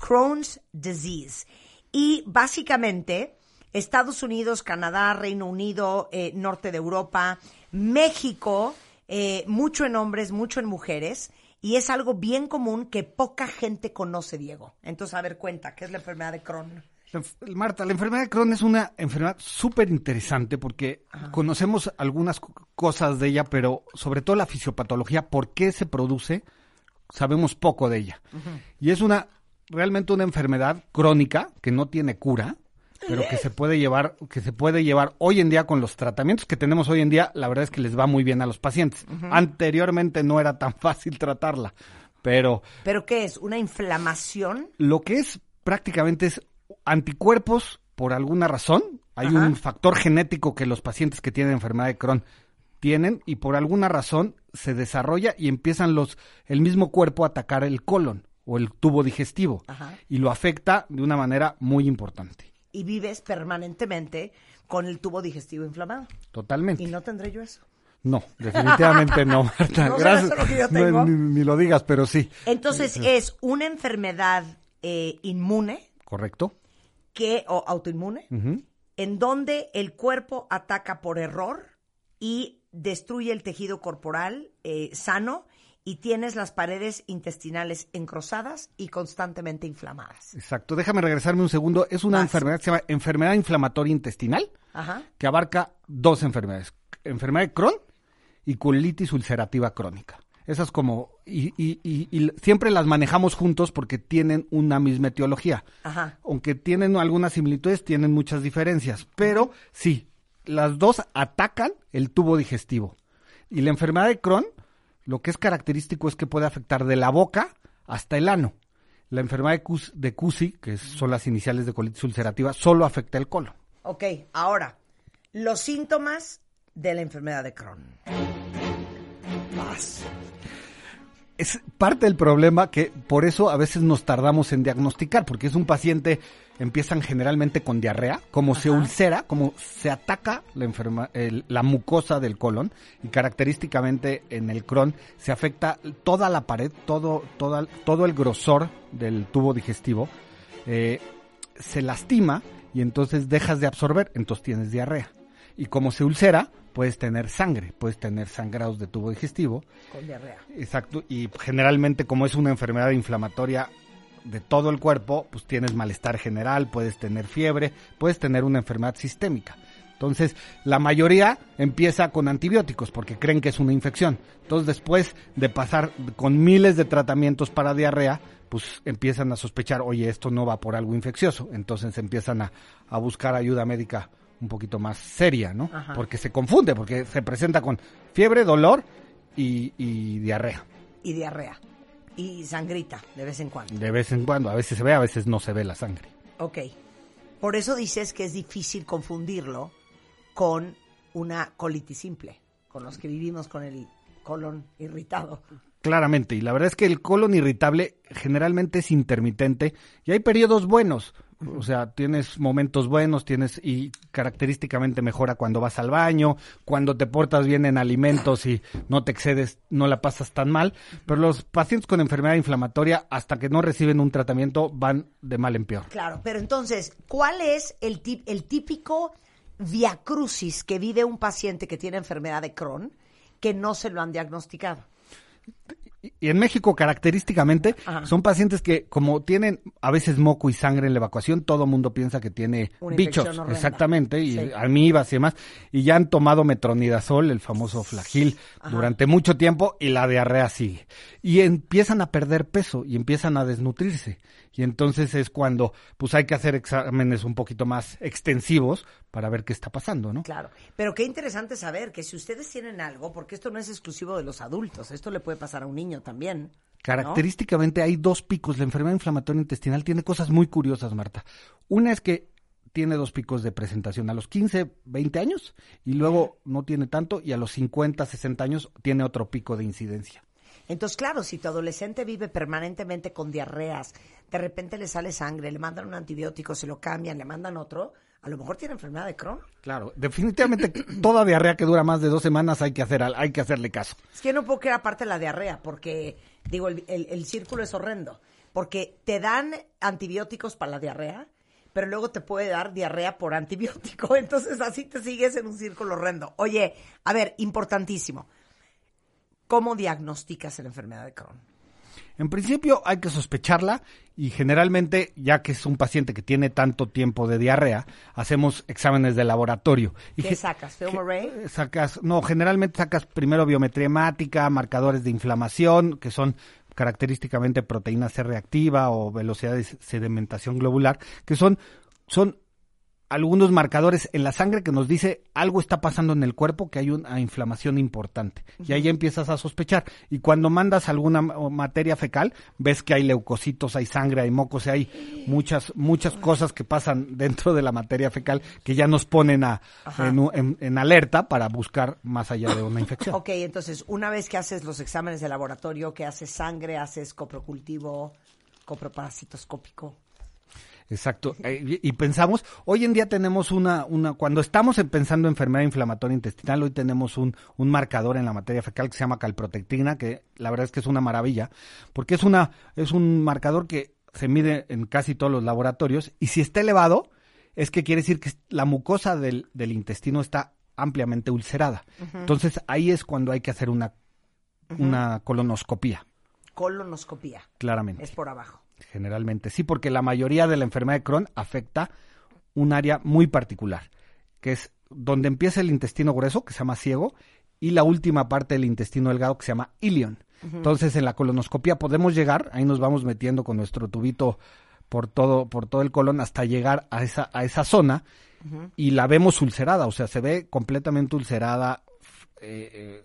Crohn's disease. Y básicamente, Estados Unidos, Canadá, Reino Unido, eh, norte de Europa, México, eh, mucho en hombres, mucho en mujeres. Y es algo bien común que poca gente conoce, Diego. Entonces, a ver, cuenta, ¿qué es la enfermedad de Crohn? La enf- Marta, la enfermedad de Crohn es una enfermedad súper interesante porque conocemos algunas co- cosas de ella, pero sobre todo la fisiopatología, por qué se produce, sabemos poco de ella. Y es una realmente una enfermedad crónica que no tiene cura, pero que se puede llevar que se puede llevar hoy en día con los tratamientos que tenemos hoy en día, la verdad es que les va muy bien a los pacientes. Anteriormente no era tan *laughs* fácil tratarla, pero ¿Pero qué es? ¿Una inflamación? lo que es prácticamente es anticuerpos por alguna razón. Hay Ajá. un factor genético que los pacientes que tienen enfermedad de Crohn tienen y por alguna razón se desarrolla y empiezan los el mismo cuerpo a atacar el colon o el tubo digestivo Ajá. y lo afecta de una manera muy importante. Y vives permanentemente con el tubo digestivo inflamado. Totalmente. Y No... no tendré yo eso. definitivamente *laughs* no, Marta. ¿No será Gracias. eso lo que yo No, tengo? ni, ni lo digas, pero sí. Eh, Entonces, eh, es una enfermedad eh, inmune Correcto. que, o autoinmune Ujú. en donde el cuerpo ataca por error y destruye el tejido corporal eh, sano y tienes las paredes intestinales encrosadas y constantemente inflamadas. Exacto. Déjame regresarme un segundo. Es una Vas. enfermedad que se llama enfermedad inflamatoria intestinal. Ajá. que abarca dos enfermedades, enfermedad de Crohn y colitis ulcerativa crónica. Esas como, y, y- y- y siempre las manejamos juntos porque tienen una misma etiología. Ajá. Aunque tienen algunas similitudes, tienen muchas diferencias. Pero sí, las dos atacan el tubo digestivo. Y la enfermedad de Crohn, lo que es característico es que puede afectar de la boca hasta el ano. La enfermedad de Cus- de CUSI, que son las iniciales de colitis ulcerativa, solo afecta el colon. Ok, ahora, los síntomas de la enfermedad de Crohn. Vas. es parte del problema que por eso a veces nos tardamos en diagnosticar, porque es un paciente, empiezan generalmente con diarrea, como se ulcera, como se ataca la, enferma- el- la mucosa del colon y característicamente en el Crohn se afecta toda la pared, todo, toda- todo el grosor del tubo digestivo, eh, se lastima y entonces dejas de absorber, entonces tienes diarrea. Y como se ulcera, puedes tener sangre, puedes tener sangrados de tubo digestivo, Con diarrea. Exacto, y generalmente como es una enfermedad inflamatoria de todo el cuerpo, pues tienes malestar general, puedes tener fiebre, puedes tener una enfermedad sistémica. Entonces, la mayoría empieza con antibióticos porque creen que es una infección. Entonces, después de pasar con miles de tratamientos para diarrea, pues empiezan a sospechar, oye, esto no va por algo infeccioso. Entonces empiezan a, a buscar ayuda médica un poquito más seria, ¿no? Ajá. Porque se confunde, porque se presenta con fiebre, dolor y, y diarrea. Y diarrea. Y sangrita de vez en cuando. De vez en cuando, a veces se ve, a veces no se ve la sangre. Ok. Por eso dices que es difícil confundirlo con una colitis simple, con los que vivimos con el colon irritado. Claramente, y la verdad es que el colon irritable generalmente es intermitente y hay periodos buenos. O sea, tienes momentos buenos, tienes y característicamente mejora cuando vas al baño, cuando te portas bien en alimentos y no te excedes, no la pasas tan mal. Pero los pacientes con enfermedad inflamatoria, hasta que no reciben un tratamiento, van de mal en peor. Claro, pero entonces, ¿cuál es el, tip- el típico viacrucis que vive un paciente que tiene enfermedad de Crohn que no se lo han diagnosticado? y en México característicamente Ajá. son pacientes que como tienen a veces moco y sangre en la evacuación, todo mundo piensa que tiene Una infección bichos, horrenda. exactamente, y Sí. amibas y demás, y ya han tomado metronidazol, el famoso flagil, durante mucho tiempo y la diarrea sigue. Y empiezan a perder peso y empiezan a desnutrirse. Y entonces es cuando pues hay que hacer exámenes un poquito más extensivos para ver qué está pasando, ¿no? Claro, pero qué interesante saber que si ustedes tienen algo, porque esto no es exclusivo de los adultos, esto le puede pasar a un niño también. ¿no? Característicamente hay dos picos. La enfermedad inflamatoria intestinal tiene cosas muy curiosas, Marta. Una es que tiene dos picos de presentación a los 15, 20 años y luego no tiene tanto y a los 50, 60 años tiene otro pico de incidencia. Entonces, claro, si tu adolescente vive permanentemente con diarreas, de repente le sale sangre, le mandan un antibiótico, se lo cambian, le mandan otro, a lo mejor tiene enfermedad de Crohn. Claro, definitivamente toda diarrea que dura más de dos semanas hay que, hacer, al- hay que hacerle caso. Es que yo no puedo creer aparte la diarrea, porque, digo, el, el- el círculo es horrendo. Porque te dan antibióticos para la diarrea, pero luego te puede dar diarrea por antibiótico. *laughs* Entonces así te sigues en un círculo horrendo. Oye, a ver, importantísimo. ¿Cómo diagnosticas la enfermedad de Crohn? En principio hay que sospecharla y generalmente, ya que es un paciente que tiene tanto tiempo de diarrea, hacemos exámenes de laboratorio. Y ¿Qué ge- sacas? ¿Film array? eh, sacas, no, generalmente sacas primero biometría hemática, marcadores de inflamación, que son característicamente proteína C reactiva o velocidad de sedimentación globular, que son, son algunos marcadores en la sangre que nos dice algo está pasando en el cuerpo, que hay una inflamación importante. Y ahí empiezas a sospechar. Y cuando mandas alguna ma- o materia fecal, ves que hay leucocitos, hay sangre, hay mocos, y hay muchas, muchas cosas que pasan dentro de la materia fecal que ya nos ponen a, en, u- en- en alerta para buscar más allá de una infección. Ok, entonces, una vez que haces los exámenes de laboratorio, que haces sangre, haces coprocultivo, coproparasitoscópico. Exacto. Eh, Y, y pensamos, hoy en día tenemos una, una, cuando estamos en- pensando en enfermedad inflamatoria intestinal, hoy tenemos un, un marcador en la materia fecal que se llama calprotectina, que la verdad es que es una maravilla, porque es una, es un marcador que se mide en casi todos los laboratorios, y si está elevado, es que quiere decir que la mucosa del, del intestino está ampliamente ulcerada. Entonces, ahí es cuando hay que hacer una, una colonoscopía, Colonoscopía. claramente. Es por abajo. Generalmente sí, porque la mayoría de la enfermedad de Crohn afecta un área muy particular, que es donde empieza el intestino grueso, que se llama ciego, y la última parte del intestino delgado, que se llama ilion. Entonces, en la colonoscopia podemos llegar, ahí nos vamos metiendo con nuestro tubito por todo, por todo el colon hasta llegar a esa, a esa zona y la vemos ulcerada, o sea, se ve completamente ulcerada, f- eh, eh,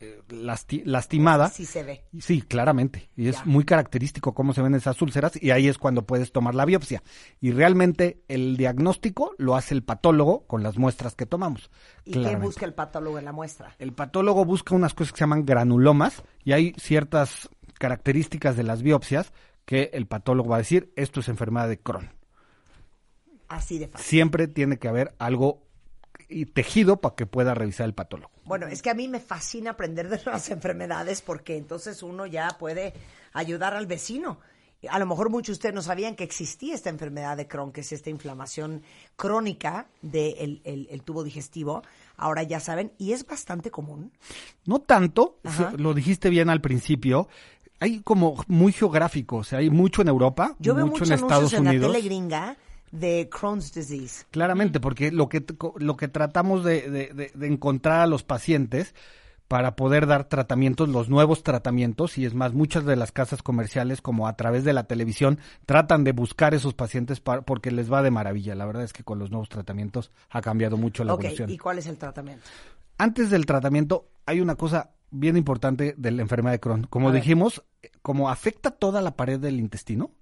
eh, lasti- lastimada. Sí se ve. Sí, claramente. Y es Ya. muy característico cómo se ven esas úlceras y ahí es cuando puedes tomar la biopsia. Y realmente el diagnóstico lo hace el patólogo con las muestras que tomamos. ¿Y qué claramente. busca el patólogo en la muestra? El patólogo busca unas cosas que se llaman granulomas y hay ciertas características de las biopsias que el patólogo va a decir, esto es enfermedad de Crohn. Así de fácil. Siempre tiene que haber algo y tejido para que pueda revisar el patólogo. Bueno, es que a mí me fascina aprender de las *laughs* enfermedades porque entonces uno ya puede ayudar al vecino. A lo mejor muchos de ustedes no sabían que existía esta enfermedad de Crohn, que es esta inflamación crónica del tubo digestivo. Ahora ya saben, y es bastante común. No tanto, Ajá. se- lo dijiste bien al principio. Hay como muy geográfico, o sea, hay mucho en Europa, Yo veo mucho muchos en Estados anuncios en la Unidos. tele Mm. gringa de Crohn's disease. Claramente, porque lo que, t- co- lo que tratamos de, de- de- de encontrar a los pacientes para poder dar tratamientos, los nuevos tratamientos, y es más, muchas de las casas comerciales, como a través de la televisión, tratan de buscar esos pacientes pa- porque les va de maravilla. La verdad es que con los nuevos tratamientos ha cambiado mucho la Ok, evolución. ¿y cuál es el tratamiento? antes del tratamiento hay una cosa bien importante de la enfermedad de Crohn. Como A ver. dijimos, eh, como afecta toda la pared del intestino,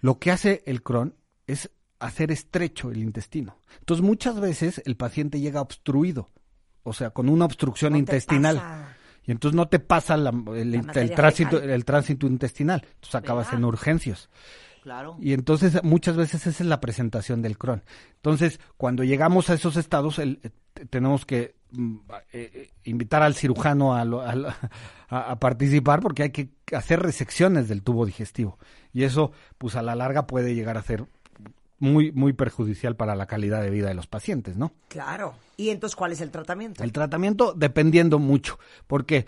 lo que hace el Crohn es hacer estrecho el intestino. Entonces muchas veces el paciente llega obstruido, o sea, con una obstrucción No te intestinal. pasa. Y entonces no te pasa la- el, La el materia tránsito, fecal. el tránsito intestinal. Entonces acabas ¿Verdad? en urgencias. Claro. Y entonces muchas veces esa es la presentación del Crohn. Entonces, cuando llegamos a esos estados, el- eh, te- tenemos que mm, a- eh, eh, invitar al cirujano a, lo- a la- *laughs* a- a participar porque hay que hacer resecciones del tubo digestivo. Y eso, pues a la larga puede llegar a ser muy, muy perjudicial para la calidad de vida de los pacientes, ¿no? Claro. ¿Y entonces cuál es el tratamiento? El tratamiento dependiendo mucho, porque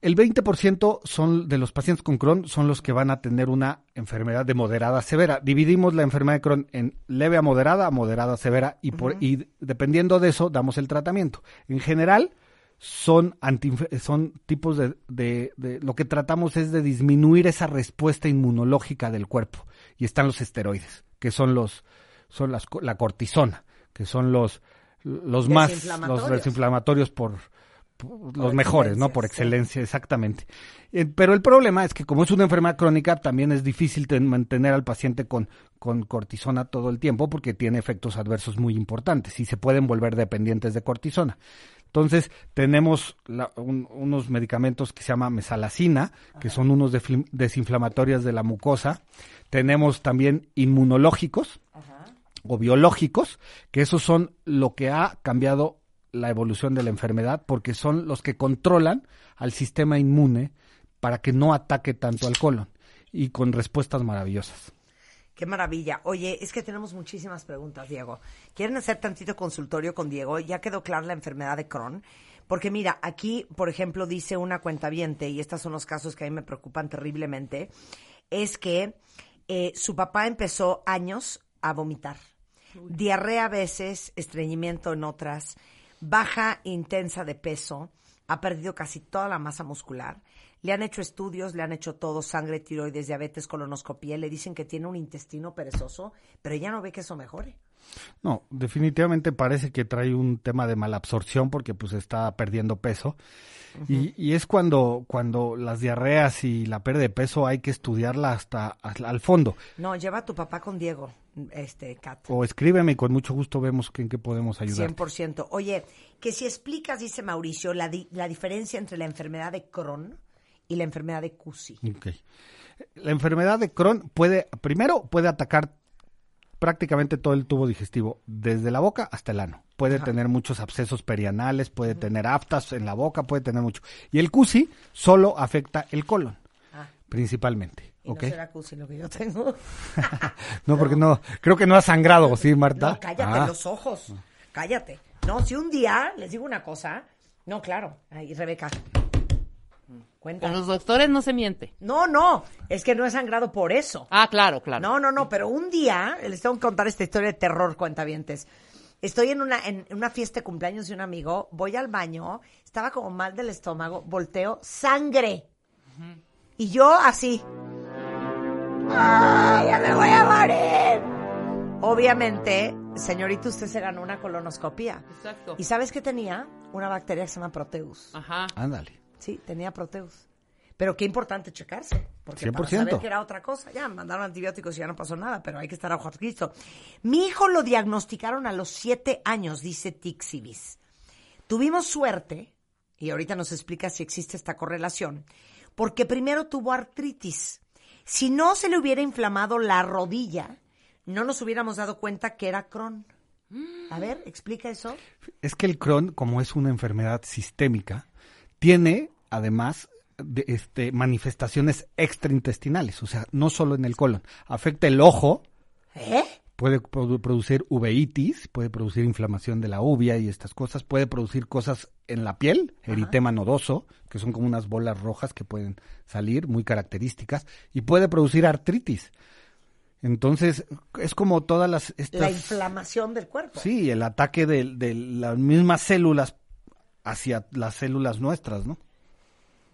el 20% son de los pacientes con Crohn son los que van a tener una enfermedad de moderada a severa. Dividimos la enfermedad de Crohn en leve a moderada, a moderada a severa y por y dependiendo de eso damos el tratamiento. En general son antiinf- son tipos de, de- de- lo que tratamos es de disminuir esa respuesta inmunológica del cuerpo y están los esteroides, que son los son las co- la cortisona, que son los los más los Desinflamatorios. desinflamatorios por, por- los Por mejores, ¿no? Por excelencia, sí. excelencia, exactamente. Eh, Pero el problema es que como es una enfermedad crónica, también es difícil ten- mantener al paciente con, con cortisona todo el tiempo porque tiene efectos adversos muy importantes y se pueden volver dependientes de cortisona. Entonces, tenemos la- un- unos medicamentos que se llama mesalacina, que son unos deflim- desinflamatorias de la mucosa. Tenemos también inmunológicos o biológicos, que esos son lo que ha cambiado la evolución de la enfermedad, porque son los que controlan al sistema inmune para que no ataque tanto al colon y con respuestas maravillosas. Qué maravilla. Oye, es que tenemos muchísimas preguntas, Diego. ¿Quieren hacer tantito consultorio con Diego? Ya quedó clara la enfermedad de Crohn. Porque mira, aquí, por ejemplo, dice una cuentaviente, y estos son los casos que a mí me preocupan terriblemente, es que eh, su papá empezó años a vomitar. Diarrea a veces, estreñimiento en otras, baja intensa de peso, ha perdido casi toda la masa muscular. Le han hecho estudios, le han hecho todo, sangre, tiroides, diabetes, colonoscopía, y le dicen que tiene un intestino perezoso, pero ella no ve que eso mejore. No, definitivamente parece que trae un tema de malabsorción porque pues está perdiendo peso. y, y es cuando, cuando las diarreas y la pérdida de peso hay que estudiarla hasta, hasta al fondo. No, lleva a tu papá con Diego, este, Kat. O escríbeme y con mucho gusto vemos que- en qué podemos ayudar. 100%. Oye, que si explicas, dice Mauricio, la, di- la diferencia entre la enfermedad de Crohn y la enfermedad de Cusi. Ok. La enfermedad de Crohn puede, primero, puede atacar prácticamente todo el tubo digestivo, desde la boca hasta el ano. Puede tener muchos abscesos perianales, puede tener aftas en la boca, puede tener mucho. Y el CUSI solo afecta el colon, Ah. principalmente. Y ¿Ok? no será Cusi lo que yo tengo. No, porque no, creo que no ha sangrado, ¿sí, Marta? No, cállate Ah, los ojos. Cállate. No, si un día les digo una cosa. No, claro. Ay, Rebeca. Cuenta. Con los doctores no se miente. No, no. Es que no he sangrado por eso. Ah, claro, claro. No, no, no. Pero un día, les tengo que contar esta historia de terror, cuentavientes. Estoy en una, en una fiesta de cumpleaños de un amigo, voy al baño, estaba como mal del estómago, volteo, sangre. Y yo así. ¡Ah, ya me voy a morir! Obviamente, señorita, usted se ganó una colonoscopía. Exacto. ¿Y sabes qué tenía? Una bacteria que se llama Proteus. Ajá. Ándale. Sí, tenía Proteus. Pero qué importante checarse, porque para 100%. saber que era otra cosa, ya mandaron antibióticos y ya no pasó nada, pero hay que estar ojo Cristo. Mi hijo lo diagnosticaron a los siete años, dice Tixibis. Tuvimos suerte, y ahorita nos explica si existe esta correlación, porque primero tuvo artritis. Si no se le hubiera inflamado la rodilla, no nos hubiéramos dado cuenta que era Crohn. A ver, explica eso. Es que el Crohn, como es una enfermedad sistémica, tiene además de, este, manifestaciones extraintestinales, o sea, no solo en el colon. Afecta el ojo, ¿Eh? puede produ- producir uveitis, puede producir inflamación de la uvea y estas cosas, puede producir cosas en la piel, eritema nodoso, que son como unas bolas rojas que pueden salir, muy características, y puede producir artritis. Entonces, es como todas las... Estas... La inflamación del cuerpo. Sí, el ataque de, de las mismas células hacia las células nuestras, ¿no?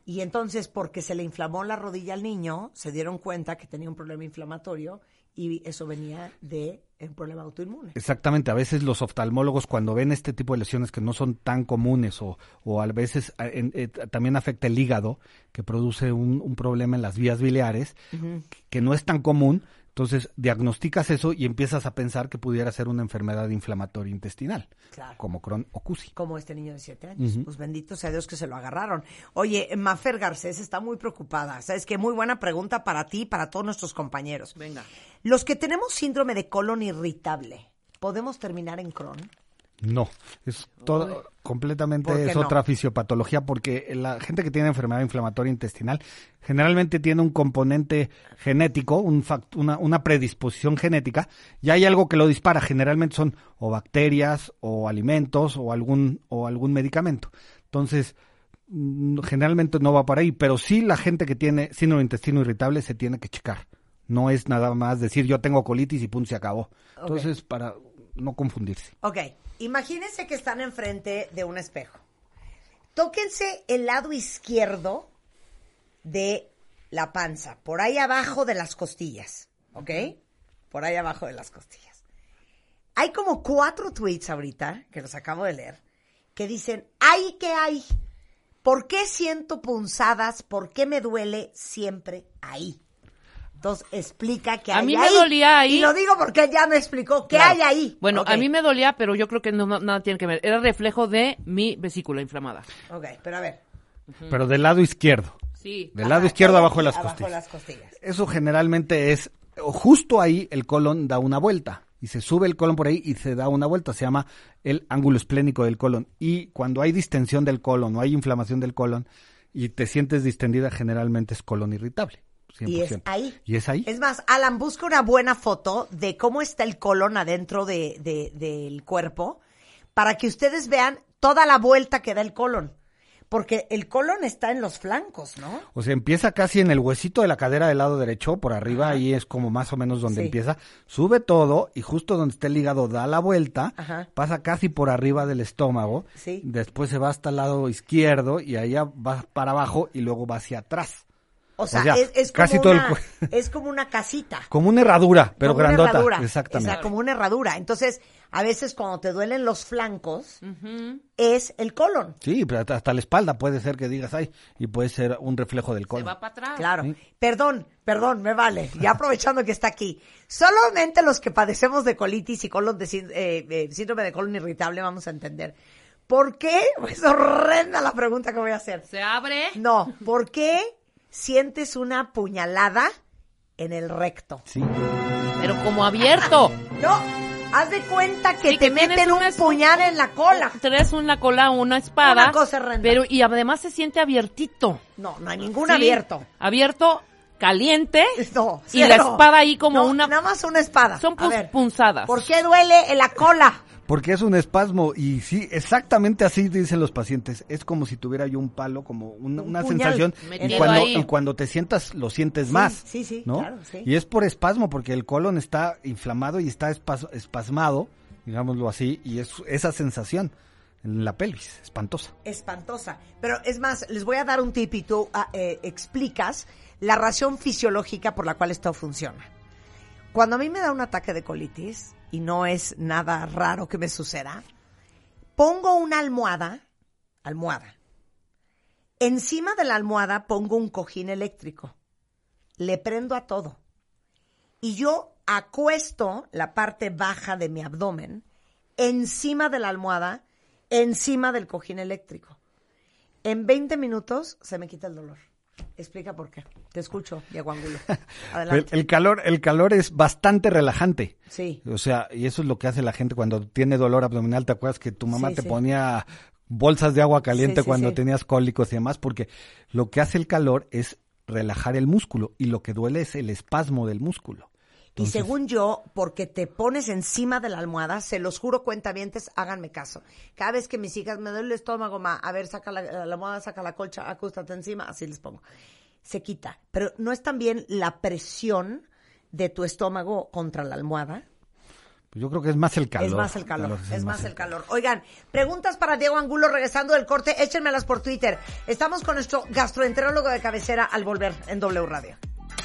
Y entonces, porque se le inflamó la rodilla al niño, se dieron cuenta que tenía un problema inflamatorio y eso venía de un problema autoinmune. Exactamente, a veces los oftalmólogos cuando ven este tipo de lesiones que no son tan comunes o, o a veces a- en- eh, también afecta el hígado, que produce un, un problema en las vías biliares, que no es tan común, entonces diagnosticas eso y empiezas a pensar que pudiera ser una enfermedad inflamatoria intestinal, Claro. como Crohn o CUSI. Como este niño de siete años. Pues bendito sea Dios que se lo agarraron. Oye, Mafer Garcés está muy preocupada. Sabes que muy buena pregunta para ti y para todos nuestros compañeros. Venga. Los que tenemos síndrome de colon irritable, ¿podemos terminar en Crohn? No, es todo ¿Por qué completamente es no? otra fisiopatología porque la gente que tiene enfermedad inflamatoria intestinal generalmente tiene un componente genético, un fact- una, una predisposición genética y hay algo que lo dispara. Generalmente son o bacterias o alimentos o algún o algún medicamento. Entonces mm, generalmente no va para ahí, pero sí la gente que tiene síndrome de intestino irritable se tiene que checar. No es nada más decir yo tengo colitis y punto se acabó. Entonces para no confundirse. Ok, imagínense que están enfrente de un espejo. Tóquense el lado izquierdo de la panza, por ahí abajo de las costillas, ¿ok? Por ahí abajo de las costillas. Hay como cuatro tweets ahorita, que los acabo de leer, que dicen, ¡ay, que hay! ¿Por qué siento punzadas? ¿Por qué me duele siempre ahí? Entonces, explica qué A hay mí me ahí. dolía ahí. Y lo digo porque ya me explicó qué hay ahí. Bueno, Ok, a mí me dolía, pero yo creo que no, no- nada tiene que ver. Era reflejo de mi vesícula inflamada. Ok, pero a ver. Pero del lado izquierdo. Sí. Del Ajá, lado izquierdo todo abajo de aquí, las abajo costillas. las costillas. Eso generalmente es o justo ahí el colon da una vuelta y se sube el colon por ahí y se da una vuelta, se llama el ángulo esplénico del colon y cuando hay distensión del colon o hay inflamación del colon y te sientes distendida generalmente es colon irritable. 100%. Y es ahí. Y es ahí. Es más, Alan, busca una buena foto de cómo está el colon adentro de, de- del cuerpo para que ustedes vean toda la vuelta que da el colon. Porque el colon está en los flancos, ¿no? O sea, empieza casi en el huesito de la cadera del lado derecho, por arriba, ahí es como más o menos donde Sí. empieza. Sube todo y justo donde está el hígado da la vuelta, Ajá. pasa casi por arriba del estómago, Sí. después se va hasta el lado izquierdo y allá va para abajo y luego va hacia atrás. O sea, O sea, es, es como casi todo el una, cue- *laughs* es como una casita. Como una herradura, *laughs* pero como una grandota. herradura. Exactamente. O sea, como una herradura. Entonces, a veces cuando te duelen los flancos, es el colon. Sí, pero hasta hasta la espalda puede ser que digas, ay, y puede ser un reflejo del Se colon. va para atrás. Claro. Perdón, perdón, me vale. Ya aprovechando que está aquí. Solamente los que padecemos de colitis y colon de, sín- eh, eh, síndrome de colon irritable vamos a entender. ¿Por qué? *laughs* Es horrenda la pregunta que voy a hacer. Se abre. No, ¿por qué sientes una puñalada en el recto? Sí. Pero como abierto. No, haz de cuenta que Sí, te que tienes meten un una- puñal en la cola. Tres, una cola, una espada. Una cosa horrenda. Pero, y además se siente abiertito. No, no hay ningún Sí, abierto. Abierto, caliente. No, Y la cero. espada ahí como No, una- Nada más una espada. Son A pun- ver, punzadas. ¿Por qué duele en la cola? Porque es un espasmo y sí, exactamente así dicen los pacientes. Es como si tuviera yo un palo, como una, Un una puñal sensación. metido Y cuando, ahí. y cuando te sientas, lo sientes Sí, más. sí, sí, ¿no? claro, sí. Y es por espasmo, porque el colon está inflamado y está espas- espasmado, digámoslo así, y es esa sensación en la pelvis, espantosa. Espantosa. Pero es más, les voy a dar un tip y tú ah, eh, explicas la razón fisiológica por la cual esto funciona. Cuando a mí me da un ataque de colitis, y no es nada raro que me suceda, pongo una almohada, almohada. Encima de la almohada pongo un cojín eléctrico. Le prendo a todo. Y yo acuesto la parte baja de mi abdomen encima de la almohada, encima del cojín eléctrico. En 20 minutos se me quita el dolor. Explica por qué. Te escucho, Diego Angulo. El, Adelante. el calor, el calor es bastante relajante. Sí. O sea, y eso es lo que hace la gente cuando tiene dolor abdominal. ¿Te acuerdas que tu mamá Sí, te sí. ponía bolsas de agua caliente Sí, sí, cuando sí. tenías cólicos y demás? Porque lo que hace el calor es relajar el músculo y lo que duele es el espasmo del músculo. Y según yo, porque te pones encima de la almohada, se los juro, cuentavientes, háganme caso. Cada vez que mis hijas me duele el estómago, ma, a ver, saca la, la almohada, saca la colcha, acústate encima, así les pongo. Se quita. Pero ¿no es también la presión de tu estómago contra la almohada? Pues yo creo que es más el calor. es más el calor, sí, es más el calor. Oigan, preguntas para Diego Angulo regresando del corte, échenmelas por Twitter. Estamos con nuestro gastroenterólogo de cabecera al volver en W Radio.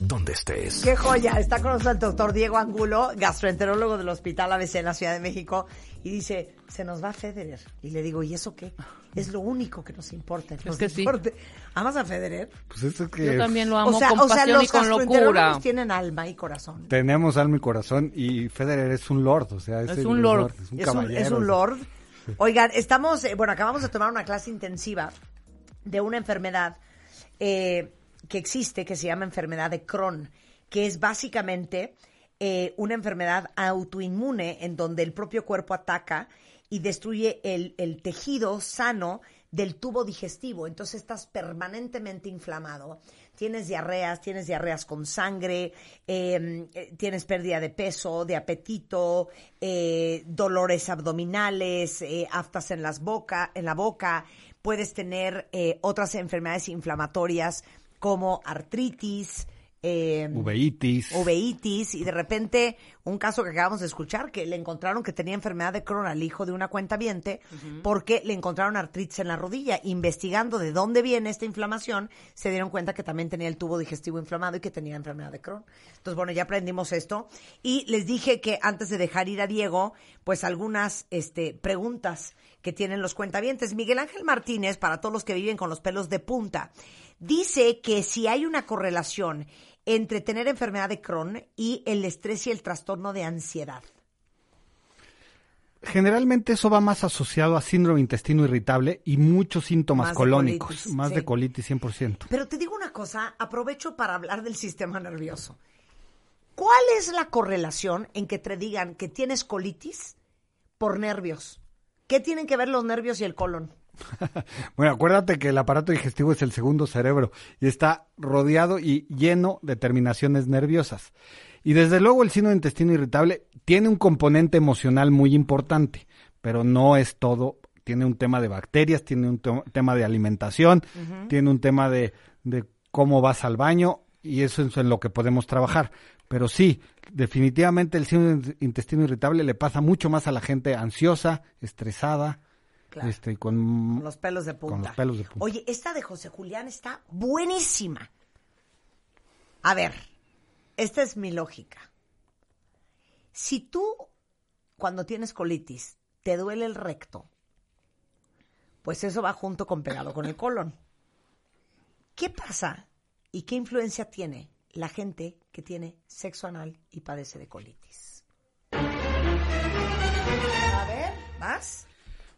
donde estés. Qué joya, está con nosotros el doctor Diego Angulo, gastroenterólogo del Hospital ABC en la Ciudad de México, y dice, se nos va Federer. Y le digo, ¿y eso qué? Es lo único que nos importa. nos que sí. importa. ¿Amas a Federer? Pues eso es que Yo también lo amo O sea, con o sea, pasión y los con gastroenterólogos locura. tienen alma y corazón. tenemos alma y corazón y Federer es un lord, o sea, es, Es el un lord. es un es, un, caballero. es un lord. Oigan, estamos, eh, bueno, acabamos de tomar una clase intensiva de una enfermedad eh, que existe, que se llama enfermedad de Crohn, que es básicamente eh, una enfermedad autoinmune en donde el propio cuerpo ataca y destruye el, el tejido sano del tubo digestivo. Entonces estás permanentemente inflamado. Tienes diarreas, tienes diarreas con sangre, eh, eh, tienes pérdida de peso, de apetito, eh, dolores abdominales, eh, aftas en, las boca, en la boca. Puedes tener eh, otras enfermedades inflamatorias como artritis, eh, Uveitis. uveitis y de repente un caso que acabamos de escuchar que le encontraron que tenía enfermedad de Crohn al hijo de una cuentaviente porque le encontraron artritis en la rodilla. Investigando de dónde viene esta inflamación, se dieron cuenta que también tenía el tubo digestivo inflamado y que tenía enfermedad de Crohn. Entonces, bueno, ya aprendimos esto y les dije que antes de dejar ir a Diego, pues algunas este preguntas que tienen los cuentavientes. Miguel Ángel Martínez, para todos los que viven con los pelos de punta, dice que si hay una correlación entre tener enfermedad de Crohn y el estrés y el trastorno de ansiedad. Generalmente eso va más asociado a síndrome intestino irritable y muchos síntomas Más de colónicos, colitis, más sí. de colitis 100%. Pero te digo una cosa, aprovecho para hablar del sistema nervioso. ¿Cuál es la correlación en que te digan que tienes colitis por nervios? ¿Qué tienen que ver los nervios y el colon? Bueno, acuérdate que el aparato digestivo es el segundo cerebro y está rodeado y lleno de terminaciones nerviosas. Y desde luego el síndrome de intestino irritable tiene un componente emocional muy importante, pero no es todo. Tiene un tema de bacterias, tiene un to- tema de alimentación, tiene un tema de, de cómo vas al baño y eso es en lo que podemos trabajar. Pero sí, definitivamente el síndrome de intestino irritable le pasa mucho más a la gente ansiosa, estresada, Claro. este, y con Con los pelos de punta. Con los pelos de punta. Oye, esta de José Julián está buenísima. A ver, esta es mi lógica. Si tú, cuando tienes colitis, te duele el recto, pues eso va junto con pegado con el colon. ¿Qué pasa y qué influencia tiene la gente que tiene sexo anal y padece de colitis? A ver, ¿vas?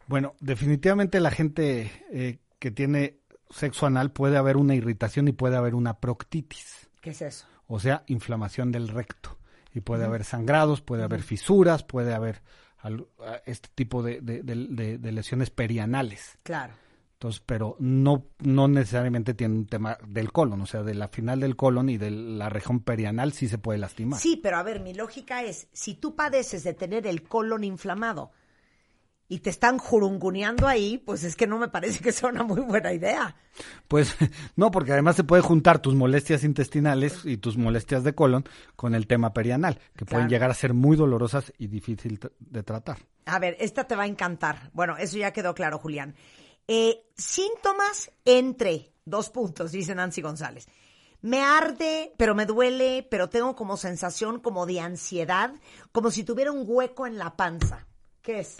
Bueno, definitivamente la gente eh, que tiene sexo anal puede haber una irritación y puede haber una proctitis, ¿Qué es eso? o sea, inflamación del recto. Y puede haber sangrados, puede haber fisuras, puede haber al- a- este tipo de, de- de- de- de lesiones perianales. Claro. Entonces, pero no, no necesariamente tiene un tema del colon, o sea, de la final del colon y de la región perianal sí se puede lastimar. Sí, pero a ver, mi lógica es, si tú padeces de tener el colon inflamado y te están jurunguneando ahí, pues es que no me parece que sea una muy buena idea. Pues *laughs* no, porque además se puede juntar tus molestias intestinales y tus molestias de colon con el tema perianal, que Claro. pueden llegar a ser muy dolorosas y difícil t- de tratar. A ver, esta te va a encantar. Bueno, eso ya quedó claro, Julián. Eh, síntomas entre, dos puntos, dice Nancy González. Me arde, pero me duele, pero tengo como sensación como de ansiedad, como si tuviera un hueco en la panza. ¿Qué es?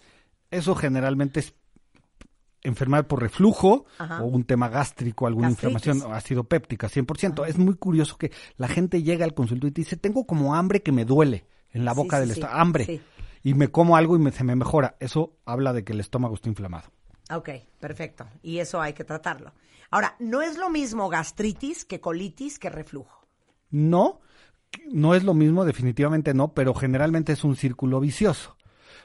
Eso generalmente es enfermedad por reflujo Ajá. o un tema gástrico, alguna Gastritis. Ah. inflamación ácido péptica, 100%. Es muy curioso que la gente llega al consultorio y te dice, tengo como hambre que me duele en la Sí, boca sí, del sí, estómago, hambre. sí. Y me como algo y me- se me mejora. Eso habla de que el estómago está inflamado. Ok, perfecto. Y eso hay que tratarlo. Ahora, no es lo mismo gastritis que colitis que reflujo. No, no es lo mismo, definitivamente no, pero generalmente es un círculo vicioso.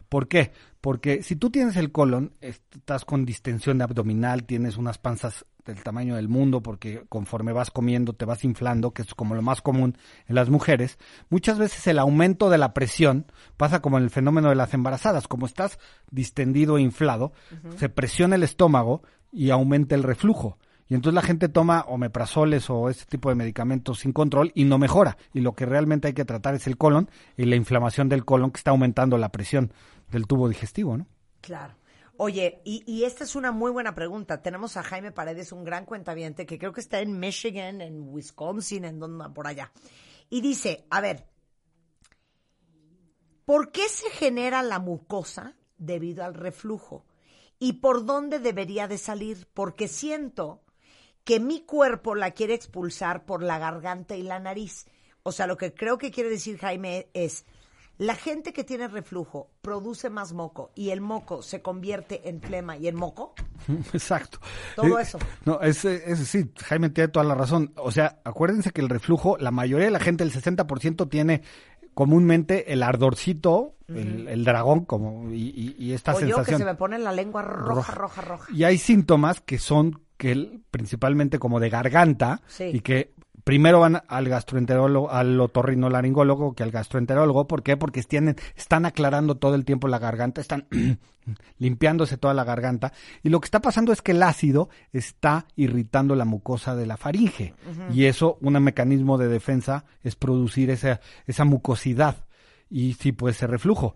¿Por qué? Porque si tú tienes el colon, estás con distensión abdominal, tienes unas panzas del tamaño del mundo, porque conforme vas comiendo te vas inflando, que es como lo más común en las mujeres, muchas veces el aumento de la presión pasa como en el fenómeno de las embarazadas, como estás distendido e inflado, se presiona el estómago y aumenta el reflujo. Y entonces la gente toma omeprazoles o este tipo de medicamentos sin control y no mejora. Y lo que realmente hay que tratar es el colon y la inflamación del colon que está aumentando la presión del tubo digestivo, ¿no? *laughs* Claro. Oye, y, y esta es una muy buena pregunta. Tenemos a Jaime Paredes, un gran cuentaviente que creo que está en Michigan, en Wisconsin, en donde, por allá. Y dice, a ver, ¿por qué se genera la mucosa debido al reflujo? ¿Y por dónde debería de salir? Porque siento que mi cuerpo la quiere expulsar por la garganta y la nariz. O sea, lo que creo que quiere decir Jaime es, la gente que tiene reflujo produce más moco y el moco se convierte en flema y en moco. Exacto. Todo Eh, eso. No, es, eh, es- sí, Jaime tiene toda la razón. O sea, acuérdense que el reflujo, la mayoría de la gente, el 60%, tiene comúnmente el ardorcito, el, el dragón, como, y, y- y esta o yo sensación. que se me pone la lengua roja, roja, roja. Y hay síntomas que son que el- principalmente como de garganta Sí. y que primero van al gastroenterólogo, al otorrinolaringólogo que al gastroenterólogo. ¿Por qué? Porque tienen, están aclarando todo el tiempo la garganta, están *clears throat* limpiándose toda la garganta. Y lo que está pasando es que el ácido está irritando la mucosa de la faringe. Y eso, un mecanismo de defensa es producir esa, esa mucosidad. Y sí puede ser reflujo.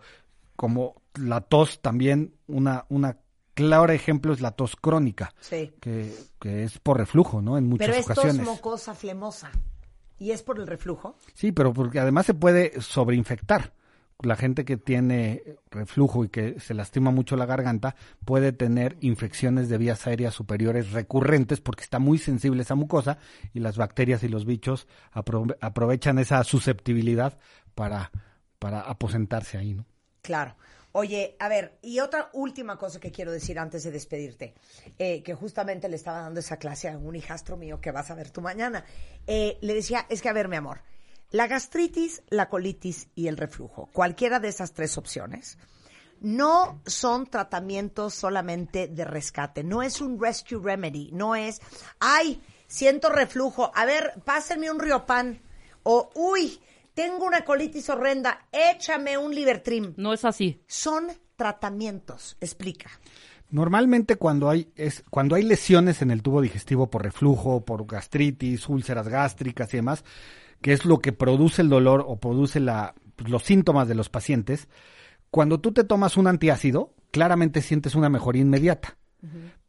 Como la tos también, una, una clara ejemplo es la tos crónica Sí. que, que es por reflujo, ¿no? En muchas Pero esto es ocasiones. mocosa flemosa. ¿Y es por el reflujo? Sí, pero porque además se puede sobreinfectar. La gente que tiene reflujo y que se lastima mucho la garganta puede tener infecciones de vías aéreas superiores recurrentes porque está muy sensible esa mucosa y las bacterias y los bichos aprove- aprovechan esa susceptibilidad para, para aposentarse ahí, ¿no? Claro. Oye, a ver, y otra última cosa que quiero decir antes de despedirte, eh, que justamente le estaba dando esa clase a un hijastro mío que vas a ver tú mañana. Eh, le decía, es que a ver, mi amor, la gastritis, la colitis y el reflujo, cualquiera de esas tres opciones, no son tratamientos solamente de rescate, no es un rescue remedy, no es, ay, siento reflujo, a ver, pásenme un riopan, o uy, tengo una colitis horrenda, échame un libertrim No es así. son tratamientos. Explica. Normalmente cuando hay es cuando hay lesiones en el tubo digestivo por reflujo, por gastritis, úlceras gástricas y demás, que es lo que produce el dolor o produce la- pues, los síntomas de los pacientes, cuando tú te tomas un antiácido, claramente sientes una mejoría inmediata.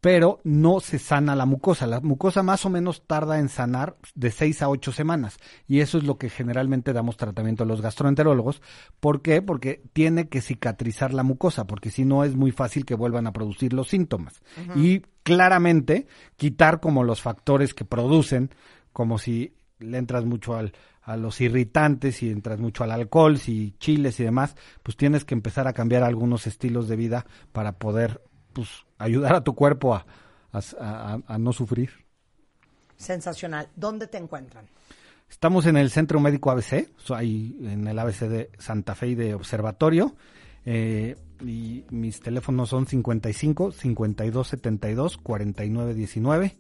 Pero no se sana la mucosa. La mucosa más o menos tarda en sanar de seis a ocho semanas. Y eso es lo que generalmente damos tratamiento a los gastroenterólogos. ¿Por qué? Porque tiene que cicatrizar la mucosa, porque si no es muy fácil que vuelvan a producir los síntomas. Y claramente quitar como los factores que producen, como si le entras mucho al, a los irritantes, si entras mucho al alcohol, si chiles y demás, pues tienes que empezar a cambiar algunos estilos de vida para poder pues, ayudar a tu cuerpo a, a- a- a no sufrir. Sensacional. ¿Dónde te encuentran? Estamos en el Centro Médico ABC, so- ahí en el ABC de Santa Fe y de Observatorio. eh, y mis teléfonos son 55 52 72 49 19.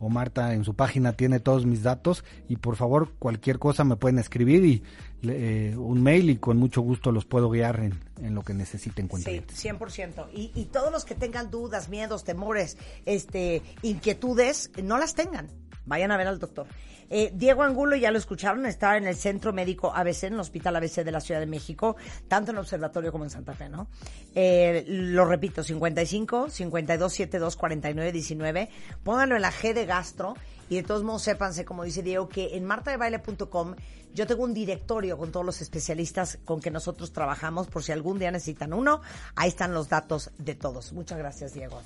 O Marta en su página tiene todos mis datos. Y por favor, cualquier cosa me pueden escribir y le- eh, un mail y con mucho gusto los puedo guiar en, en lo que necesiten. Sí, cuentavientes. 100%. Y, y todos los que tengan dudas, miedos, temores, este, inquietudes, no las tengan. Vayan a ver al doctor. Eh, Diego Angulo, ya lo escucharon, está en el Centro Médico ABC, en el Hospital ABC de la Ciudad de México, tanto en Observatorio como en Santa Fe, ¿no? Eh, lo repito, 55 52 72 49 19. Pónganlo en la G de Gastro y de todos modos sépanse, como dice Diego, que en martadebaile.com yo tengo un directorio con todos los especialistas con que nosotros trabajamos, por si algún día necesitan uno, ahí están los datos de todos. Muchas gracias, Diego.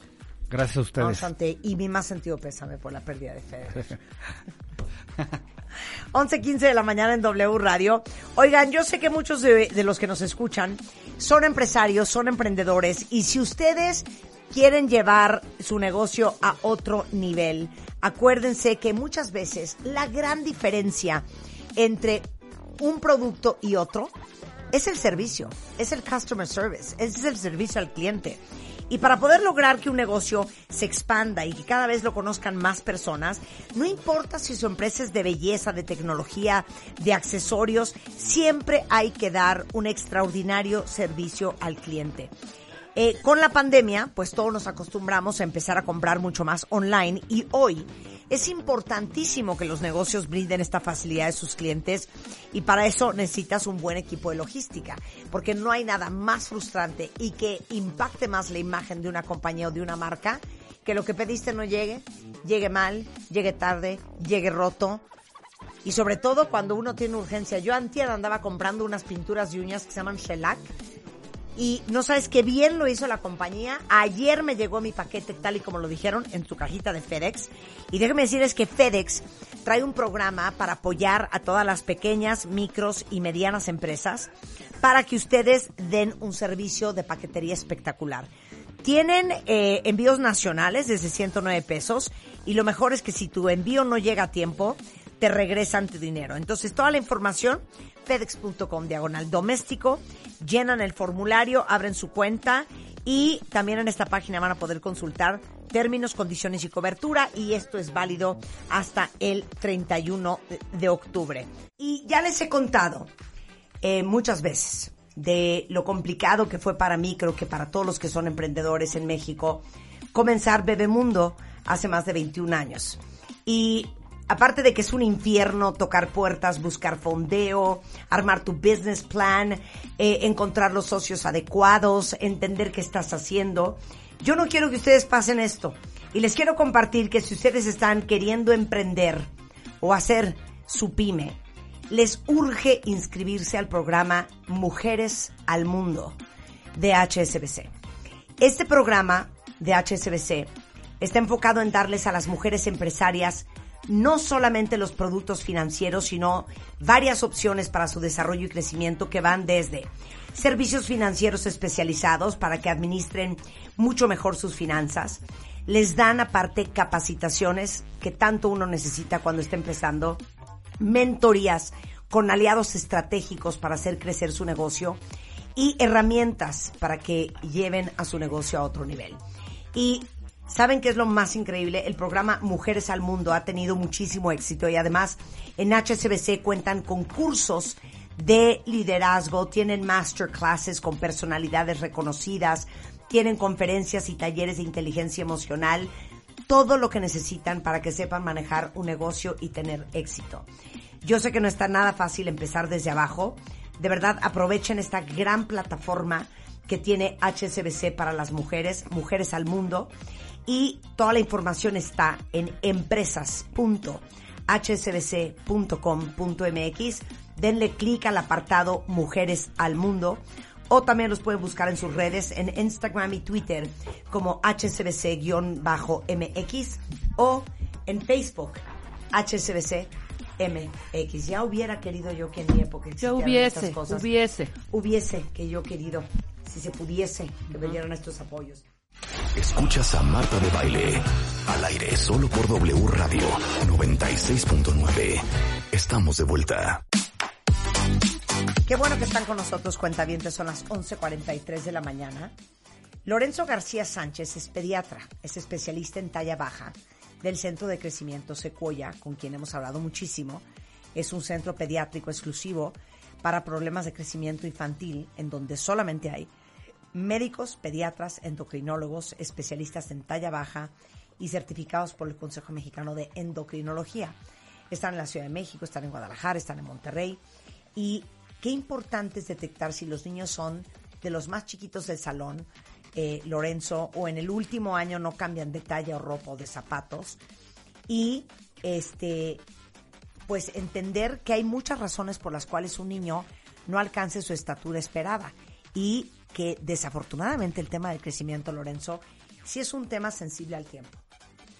Gracias a No ustedes. obstante, y mi más sentido pésame por la pérdida de Federer. 11.15 de la mañana en W Radio. Oigan, yo sé que muchos de, de los que nos escuchan son empresarios, son emprendedores, y si ustedes quieren llevar su negocio a otro nivel, acuérdense que muchas veces la gran diferencia entre un producto y otro es el servicio, es el customer service, es el servicio al cliente. Y para poder lograr que un negocio se expanda y que cada vez lo conozcan más personas, no importa si su empresa es de belleza, de tecnología, de accesorios, siempre hay que dar un extraordinario servicio al cliente. Eh, con la pandemia, pues todos nos acostumbramos a empezar a comprar mucho más online y hoy es importantísimo que los negocios brinden esta facilidad a sus clientes y para eso necesitas un buen equipo de logística, porque no hay nada más frustrante y que impacte más la imagen de una compañía o de una marca que lo que pediste no llegue, llegue mal, llegue tarde, llegue roto. Y sobre todo cuando uno tiene urgencia. Yo antier andaba comprando unas pinturas de uñas que se llaman shellac y no sabes qué bien lo hizo la compañía. Ayer me llegó mi paquete tal y como lo dijeron en su cajita de FedEx. Y déjenme decirles que FedEx trae un programa para apoyar a todas las pequeñas, micros y medianas empresas para que ustedes den un servicio de paquetería espectacular. Tienen eh, envíos nacionales desde 109 pesos y lo mejor es que si tu envío no llega a tiempo, te regresan tu dinero. Entonces, toda la información, fedex.com diagonal doméstico, llenan el formulario, abren su cuenta y también en esta página van a poder consultar términos, condiciones y cobertura y esto es válido hasta el 31 de octubre. Y ya les he contado eh, muchas veces de lo complicado que fue para mí, creo que para todos los que son emprendedores en México, comenzar Bebemundo hace más de 21 años. Y aparte de que es un infierno tocar puertas, buscar fondeo, armar tu business plan, eh, encontrar los socios adecuados, entender qué estás haciendo, yo no quiero que ustedes pasen esto. Y les quiero compartir que si ustedes están queriendo emprender o hacer su pyme, les urge inscribirse al programa Mujeres al Mundo de HSBC. Este programa de HSBC está enfocado en darles a las mujeres empresarias no solamente los productos financieros, sino varias opciones para su desarrollo y crecimiento que van desde servicios financieros especializados para que administren mucho mejor sus finanzas. Les dan aparte capacitaciones que tanto uno necesita cuando está empezando mentorías con aliados estratégicos para hacer crecer su negocio y herramientas para que lleven a su negocio a otro nivel. Y saben qué es lo más increíble, el programa Mujeres al Mundo ha tenido muchísimo éxito y además en HSBC cuentan con cursos de liderazgo, tienen masterclasses con personalidades reconocidas, tienen conferencias y talleres de inteligencia emocional, todo lo que necesitan para que sepan manejar un negocio y tener éxito. Yo sé que no está nada fácil empezar desde abajo. De verdad, aprovechen esta gran plataforma que tiene HSBC para las mujeres, Mujeres al Mundo. Y toda la información está en empresas.hsbc.com.mx. Denle clic al apartado Mujeres al Mundo o también los pueden buscar en sus redes en Instagram y Twitter como hsbc-mx o en Facebook hsbc MX. Ya hubiera querido yo que en mi época Ya existieran hubiese, estas cosas. hubiese. Hubiese que yo querido, si se pudiese, que me dieran estos apoyos. Escuchas a Marta de Baile al aire solo por W Radio 96.9. Estamos de vuelta. Qué bueno que están con nosotros, cuentavientes, son las 11.43 de la mañana. Lorenzo García Sánchez es pediatra, es especialista en talla baja del Centro de Crecimiento Secuoya, con quien hemos hablado muchísimo. Es un centro pediátrico exclusivo para problemas de crecimiento infantil, en donde solamente hay médicos, pediatras, endocrinólogos, especialistas en talla baja y certificados por el Consejo Mexicano de Endocrinología. Están en la Ciudad de México, están en Guadalajara, están en Monterrey. Y qué importante es detectar si los niños son de los más chiquitos del salón, eh, Lorenzo, o en el último año no cambian de talla o ropa o de zapatos. Y este, pues entender que hay muchas razones por las cuales un niño no alcance su estatura esperada y que desafortunadamente el tema del crecimiento, Lorenzo, sí es un tema sensible al tiempo.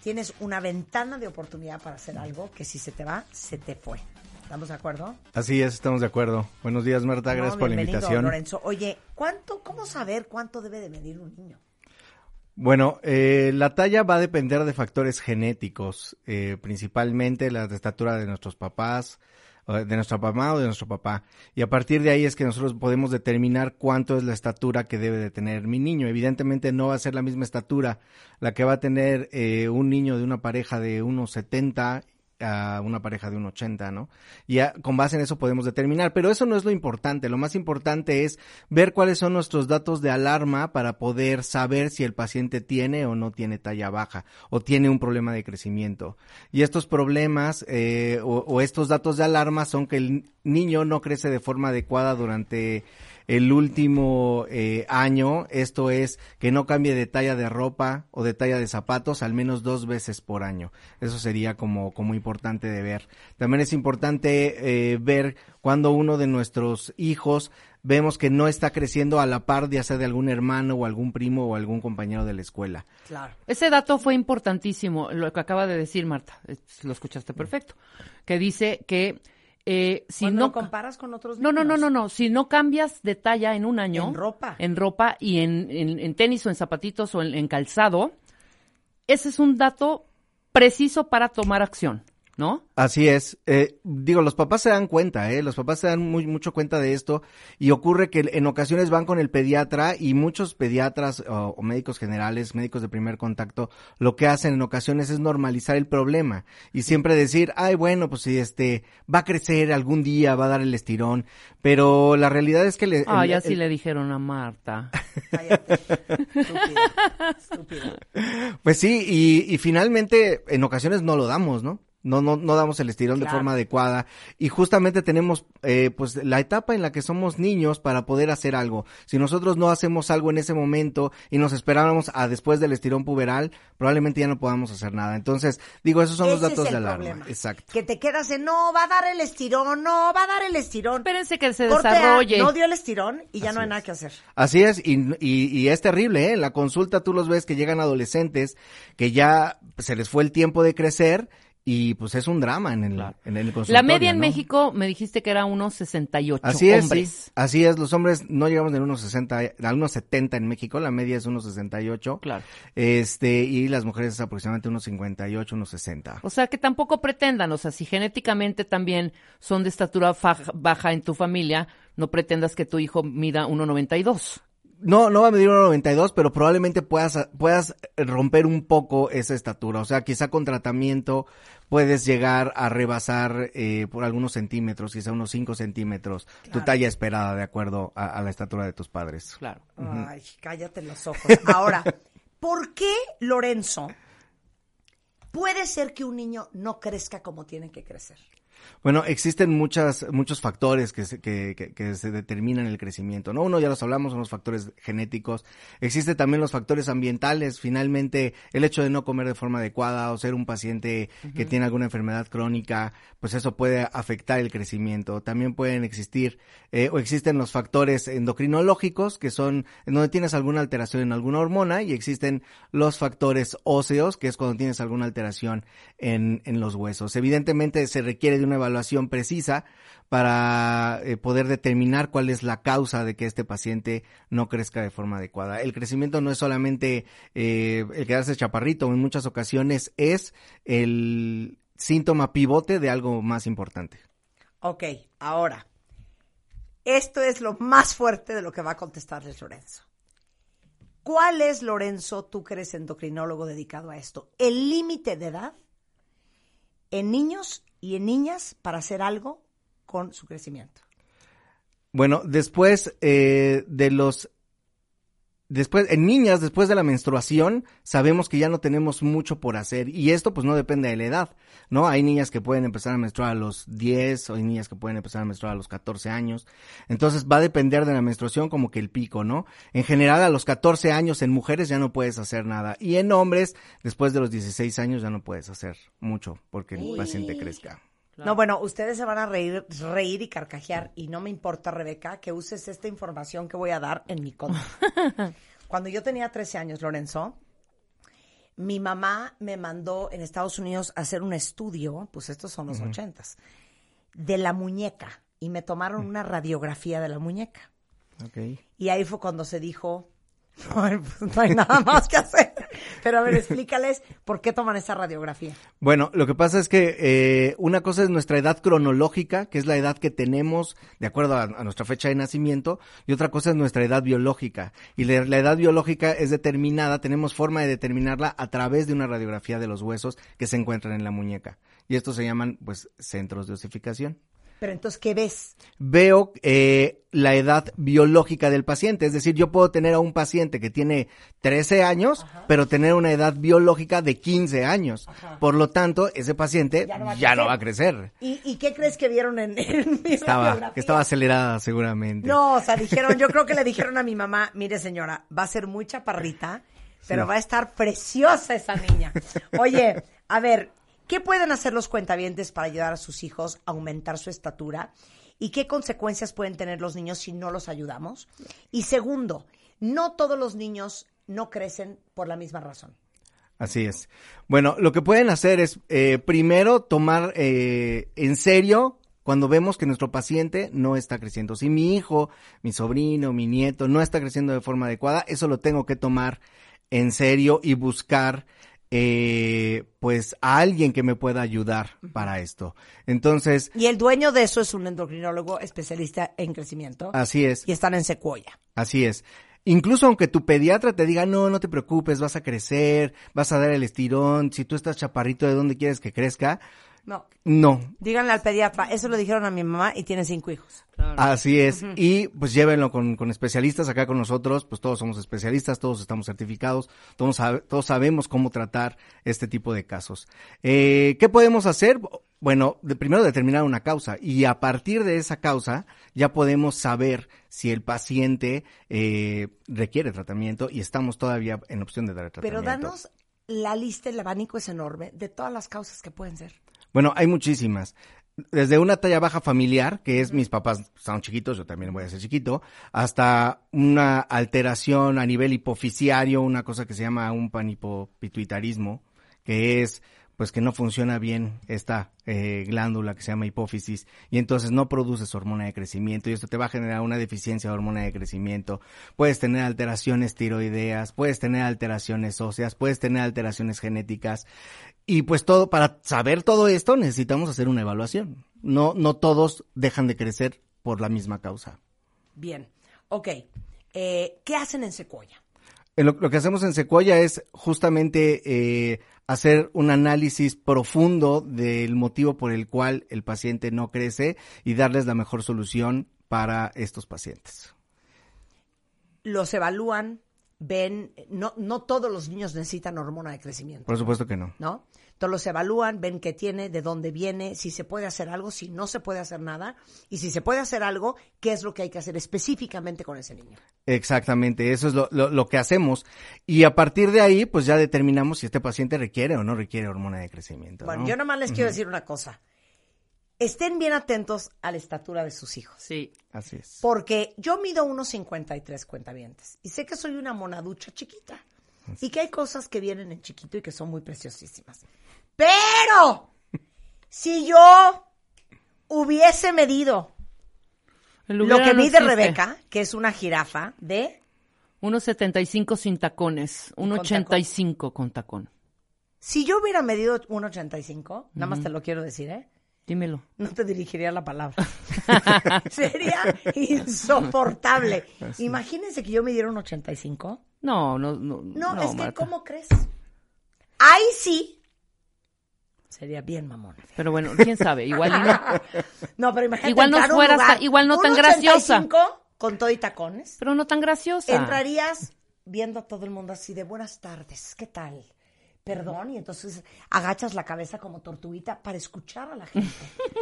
Tienes una ventana de oportunidad para hacer algo que si se te va, se te fue. ¿Estamos de acuerdo? Así es, estamos de acuerdo. Buenos días, Marta. Gracias No, por la bienvenido, invitación. Lorenzo. Oye, ¿cuánto, ¿cómo saber cuánto debe de medir un niño? Bueno, eh, la talla va a depender de factores genéticos, eh, principalmente la de estatura de nuestros papás, o de nuestra mamá o de nuestro papá. Y a partir de ahí es que nosotros podemos determinar cuánto es la estatura que debe de tener mi niño. Evidentemente no va a ser la misma estatura la que va a tener eh, un niño de una pareja de unos 70 a una pareja de un 80, ¿no? Y ya con base en eso podemos determinar, pero eso no es lo importante, lo más importante es ver cuáles son nuestros datos de alarma para poder saber si el paciente tiene o no tiene talla baja o tiene un problema de crecimiento. Y estos problemas eh, o, o estos datos de alarma son que el niño no crece de forma adecuada durante el último eh, año, esto es que no cambie de talla de ropa o de talla de zapatos al menos dos veces por año. Eso sería como, como importante de ver. También es importante eh, ver cuando uno de nuestros hijos vemos que no está creciendo a la par de hacer de algún hermano o algún primo o algún compañero de la escuela. Claro. Ese dato fue importantísimo, lo que acaba de decir Marta, eh, lo escuchaste perfecto, que dice que eh, si Cuando no... lo comparas con otros No, niños. no, no, no, no. Si no cambias de talla en un año. En ropa. En ropa y en, en- en tenis o en zapatitos o en, en calzado. Ese es un dato preciso para tomar acción. ¿no? Así es. Eh, digo, los papás se dan cuenta, ¿eh? Los papás se dan muy, mucho cuenta de esto y ocurre que en ocasiones van con el pediatra y muchos pediatras o, o médicos generales, médicos de primer contacto, lo que hacen en ocasiones es normalizar el problema y siempre decir, ay, bueno, pues si este va a crecer algún día, va a dar el estirón, pero la realidad es que le... Eh, Ah, el- ya el- sí le dijeron a Marta. Pues sí, y, y finalmente en ocasiones no lo damos, ¿no? No, no, no damos el estirón de Claro. forma adecuada y justamente tenemos eh, pues la etapa en la que somos niños para poder hacer algo. Si nosotros no hacemos algo en ese momento y nos esperáramos a después del estirón puberal, probablemente ya no podamos hacer nada. Entonces, digo, esos son los Ese es datos el de alarma. problema. Exacto. Que te quedas en, no, va a dar el estirón, no, va a dar el estirón. Espérense que se Corte A, desarrolle. no dio el estirón y ya no hay nada que hacer. Así es, y, y, y es terrible, ¿eh? En la consulta tú los ves que llegan adolescentes que ya se les fue el tiempo de crecer y pues es un drama en el, en el consultorio. La media en Pues ¿no? México me dijiste que era unos 68 Así es, hombres. sí. así es, los hombres no llegamos de unos 60, a unos 70 en México, la media es unos 68. Claro. Este, y las mujeres es aproximadamente unos 58, unos 60. O sea, que tampoco pretendan, o sea, si genéticamente también son de estatura faj- baja en tu familia, no pretendas que tu hijo mida 1.92. No, no va a medir 1.92, pero probablemente puedas, puedas romper un poco esa estatura. O sea, quizá con tratamiento puedes llegar a rebasar eh, por algunos centímetros, quizá unos 5 centímetros, tu talla esperada de acuerdo a, a la estatura de tus padres. Claro. Ay, cállate los ojos. *laughs* Ahora, ¿por qué Lorenzo puede ser que un niño no crezca como tiene que crecer? Bueno, existen muchas, muchos factores que se, que, que- que se determinan el crecimiento, ¿no? Uno ya los hablamos, son los factores genéticos. Existen también los factores ambientales. Finalmente, el hecho de no comer de forma adecuada o ser un paciente que tiene alguna enfermedad crónica, pues eso puede afectar el crecimiento. También pueden existir eh, o existen los factores endocrinológicos, que son en donde tienes alguna alteración en alguna hormona, y existen los factores óseos, que es cuando tienes alguna alteración en, en los huesos. Evidentemente se requiere de una evaluación precisa para eh, poder determinar cuál es la causa de que este paciente no crezca de forma adecuada. El crecimiento no es solamente eh, el quedarse chaparrito, en muchas ocasiones es el síntoma pivote de algo más importante. Ok, ahora, esto es lo más fuerte de lo que va a contestarles Lorenzo. ¿Cuál es, Lorenzo, tú que eres endocrinólogo dedicado a esto, el límite de edad en niños y en niñas para hacer algo con su crecimiento? Bueno, después eh, de los... Después, en niñas, después de la menstruación, sabemos que ya no tenemos mucho por hacer. Y esto, pues, no depende de la edad, ¿no? Hay niñas que pueden empezar a menstruar a los 10, o hay niñas que pueden empezar a menstruar a los 14 años. Entonces, va a depender de la menstruación como que el pico, ¿no? En general, a los 14 años en mujeres ya no puedes hacer nada. Y en hombres, después de los 16 años ya no puedes hacer mucho porque el Uy. paciente crezca. No, bueno, ustedes se van a reír, reír y carcajear y no me importa, Rebeca, que uses esta información que voy a dar en mi contra. Cuando yo tenía 13 años, Lorenzo, mi mamá me mandó en Estados Unidos a hacer un estudio, pues estos son los ochentas, de la muñeca y me tomaron una radiografía de la muñeca. Ok. Y ahí fue cuando se dijo, "Ay, pues, no hay nada más que hacer. Pero a ver, explícales por qué toman esa radiografía. Bueno, lo que pasa es que eh, una cosa es nuestra edad cronológica, que es la edad que tenemos de acuerdo a, a nuestra fecha de nacimiento, y otra cosa es nuestra edad biológica. Y la, la edad biológica es determinada, tenemos forma de determinarla a través de una radiografía de los huesos que se encuentran en la muñeca. Y estos se llaman, pues, centros de osificación Pero entonces, ¿qué ves? veo eh, la edad biológica del paciente. Es decir, yo puedo tener a un paciente que tiene 13 años, pero tener una edad biológica de 15 años. Por lo tanto, ese paciente Ya ya no no va a va, crecer. a crecer. ¿Y, y qué crees que vieron en, en mi Estaba, radiografía? que estaba acelerada seguramente. No, o sea, dijeron, yo creo que le dijeron a mi mamá, mire señora, va a ser muy chaparrita, pero Sí. va a estar preciosa esa niña. Oye, a ver, ¿qué pueden hacer los cuentavientes para ayudar a sus hijos a aumentar su estatura? ¿Y qué consecuencias pueden tener los niños si no los ayudamos? Y segundo, no todos los niños no crecen por la misma razón. Así es. Bueno, lo que pueden hacer es eh, primero tomar eh, en serio cuando vemos que nuestro paciente no está creciendo. Si mi hijo, mi sobrino, mi nieto no está creciendo de forma adecuada, eso lo tengo que tomar en serio y buscar eh, pues a alguien que me pueda ayudar para esto. Entonces, Y el dueño de eso es un endocrinólogo especialista en crecimiento. así es. Y están en Secuoya. Así es. Incluso aunque tu pediatra te diga, no, no te preocupes, vas a crecer, vas a dar el estirón, si tú estás chaparrito, ¿de dónde quieres que crezca? No, No, díganle al pediatra. Eso lo dijeron a mi mamá y tiene cinco hijos. así es. Y pues llévenlo con, con especialistas acá con nosotros, pues todos somos especialistas, todos estamos certificados, todos, sab- todos sabemos cómo tratar este tipo de casos. Eh, ¿Qué podemos hacer? Bueno, de- primero determinar una causa y a partir de esa causa ya podemos saber si el paciente eh, requiere tratamiento y estamos todavía en opción de dar Pero tratamiento. danos la lista, el abanico es enorme de todas las causas que pueden ser. Bueno, hay muchísimas. Desde una talla baja familiar, que es mis papás son chiquitos, yo también voy a ser chiquito, hasta una alteración a nivel hipoficiario, una cosa que se llama un panhipopituitarismo, que es pues que no funciona bien esta eh, glándula que se llama hipófisis y entonces no produces hormona de crecimiento y esto te va a generar una deficiencia de hormona de crecimiento. Puedes tener alteraciones tiroideas, puedes tener alteraciones óseas, puedes tener alteraciones genéticas, y pues todo, para saber todo esto necesitamos hacer una evaluación. No, no todos dejan de crecer por la misma causa. Bien, ok. Eh, ¿Qué hacen en Secuoya? Eh, Lo, lo que hacemos en Secuoya es justamente eh, hacer un análisis profundo del motivo por el cual el paciente no crece y darles la mejor solución para estos pacientes. Los evalúan, ven, no, no todos los niños necesitan hormona de crecimiento, Por supuesto que no. ¿no? Entonces los evalúan, ven qué tiene, de dónde viene, si se puede hacer algo, si no se puede hacer nada, y si se puede hacer algo, qué es lo que hay que hacer específicamente con ese niño. Exactamente, eso es lo, lo- lo que hacemos. Y a partir de ahí, pues ya determinamos si este paciente requiere o no requiere hormona de crecimiento. Bueno, ¿no? yo nomás les quiero decir una cosa. Estén bien atentos a la estatura de sus hijos. Sí. Así es. Porque yo mido unos 53 cuentavientes y sé que soy una monaducha chiquita y que hay cosas que vienen en chiquito y que son muy preciosísimas. Pero si yo hubiese medido lo que mide mide Rebeca, que es una jirafa de 1.75 sin tacones, tacón. 1.85 con tacón. si yo hubiera medido 1.85, nada más te lo quiero decir, ¿eh? Dímelo. no te dirigiría la *laughs* palabra. *laughs* Sería insoportable. Imagínense que yo me diera un 85. No, no, no. No, es que Marta. ¿cómo crees? Ahí sí. Sería bien mamón. Pero bueno, quién sabe, igual y no. *laughs* No, pero imagínate. Igual no entrar a un fueras lugar, tan- igual no un tan graciosa. 85 Con todo y tacones. Pero no tan graciosa. Entrarías viendo a todo el mundo así de buenas tardes, ¿qué tal? Perdón, y entonces agachas la cabeza como tortuguita para escuchar a la gente.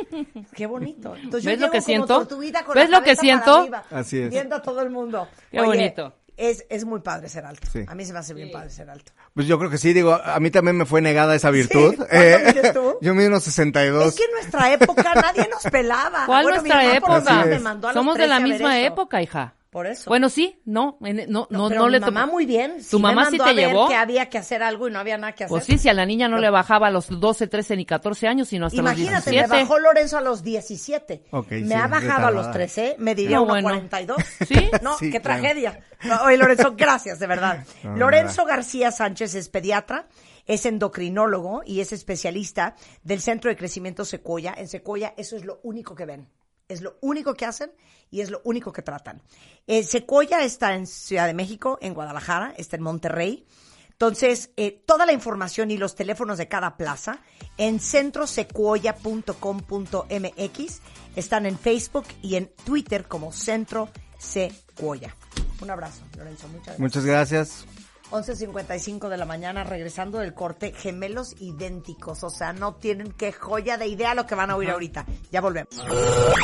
*laughs* Qué bonito. Entonces yo ¿Ves lo llego que como siento? tortuguita con ¿Ves la lo que cabeza para siento? arriba, Así es. Viendo a todo el mundo. Qué Oye, bonito. Es, es muy padre ser alto. Sí. A mí se me hace bien padre ser alto. Pues yo creo que sí, digo, a a mí también me fue negada esa *laughs* virtud. Eh, ¿cuánto mides tú? *laughs* Yo mido unos 62. Es que en nuestra época nadie nos pelaba. ¿Cuál Bueno, mi nuestra mamá por lo época? menos me mandó a los Somos de 13 la a ver misma eso. época, hija. Por eso. Bueno, sí, no, en- no, no, pero no mi le mamá tocó. muy bien. ¿Tu mamá me sí mandó te a ver llevó? Que había que hacer algo y no había nada que hacer. Pues sí, si a la niña no le bajaba a los 12, 13 ni 14 años, sino hasta los Imagínate, 17. me bajó Lorenzo a los 17. Ok, me sí, ha bajado a los retardada. 13, me diría No, uno bueno. 42. ¿Sí? *laughs* No, Sí, qué claro. tragedia. No, Oye, Lorenzo, gracias, de verdad. *laughs* No, de Lorenzo García Sánchez es pediatra, es endocrinólogo y es especialista del Centro de Crecimiento Secuoya. En Secuoya eso es lo único que ven. Es lo único que hacen y es lo único que tratan. Eh, Secuoya está en Ciudad de México, en Guadalajara, está en Monterrey. Entonces, eh, toda la información y los teléfonos de cada plaza en centrosecuoya.com.mx están en Facebook y en Twitter como Centro Secuoya. Un abrazo, Lorenzo. Muchas gracias. Muchas gracias. 11.55 de la mañana, regresando del corte, gemelos idénticos. O sea, no tienen qué joya de idea lo que van a oír ahorita. Ya volvemos.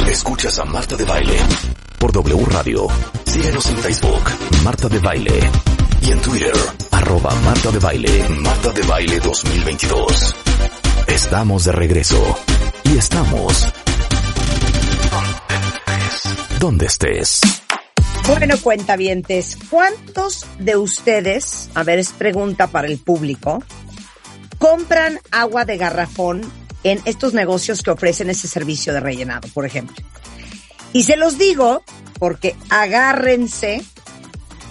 Escuchas a Marta de Baile por W Radio. Síguenos en Facebook, Marta de Baile. Y en Twitter, arroba Marta de Baile, Marta de Baile 2022. Estamos de regreso. Y estamos... ¿Dónde estés? Bueno, cuentavientes, ¿cuántos de ustedes, a ver, es pregunta para el público, compran agua de garrafón en estos negocios que ofrecen ese servicio de rellenado, por ejemplo? Y se los digo porque agárrense,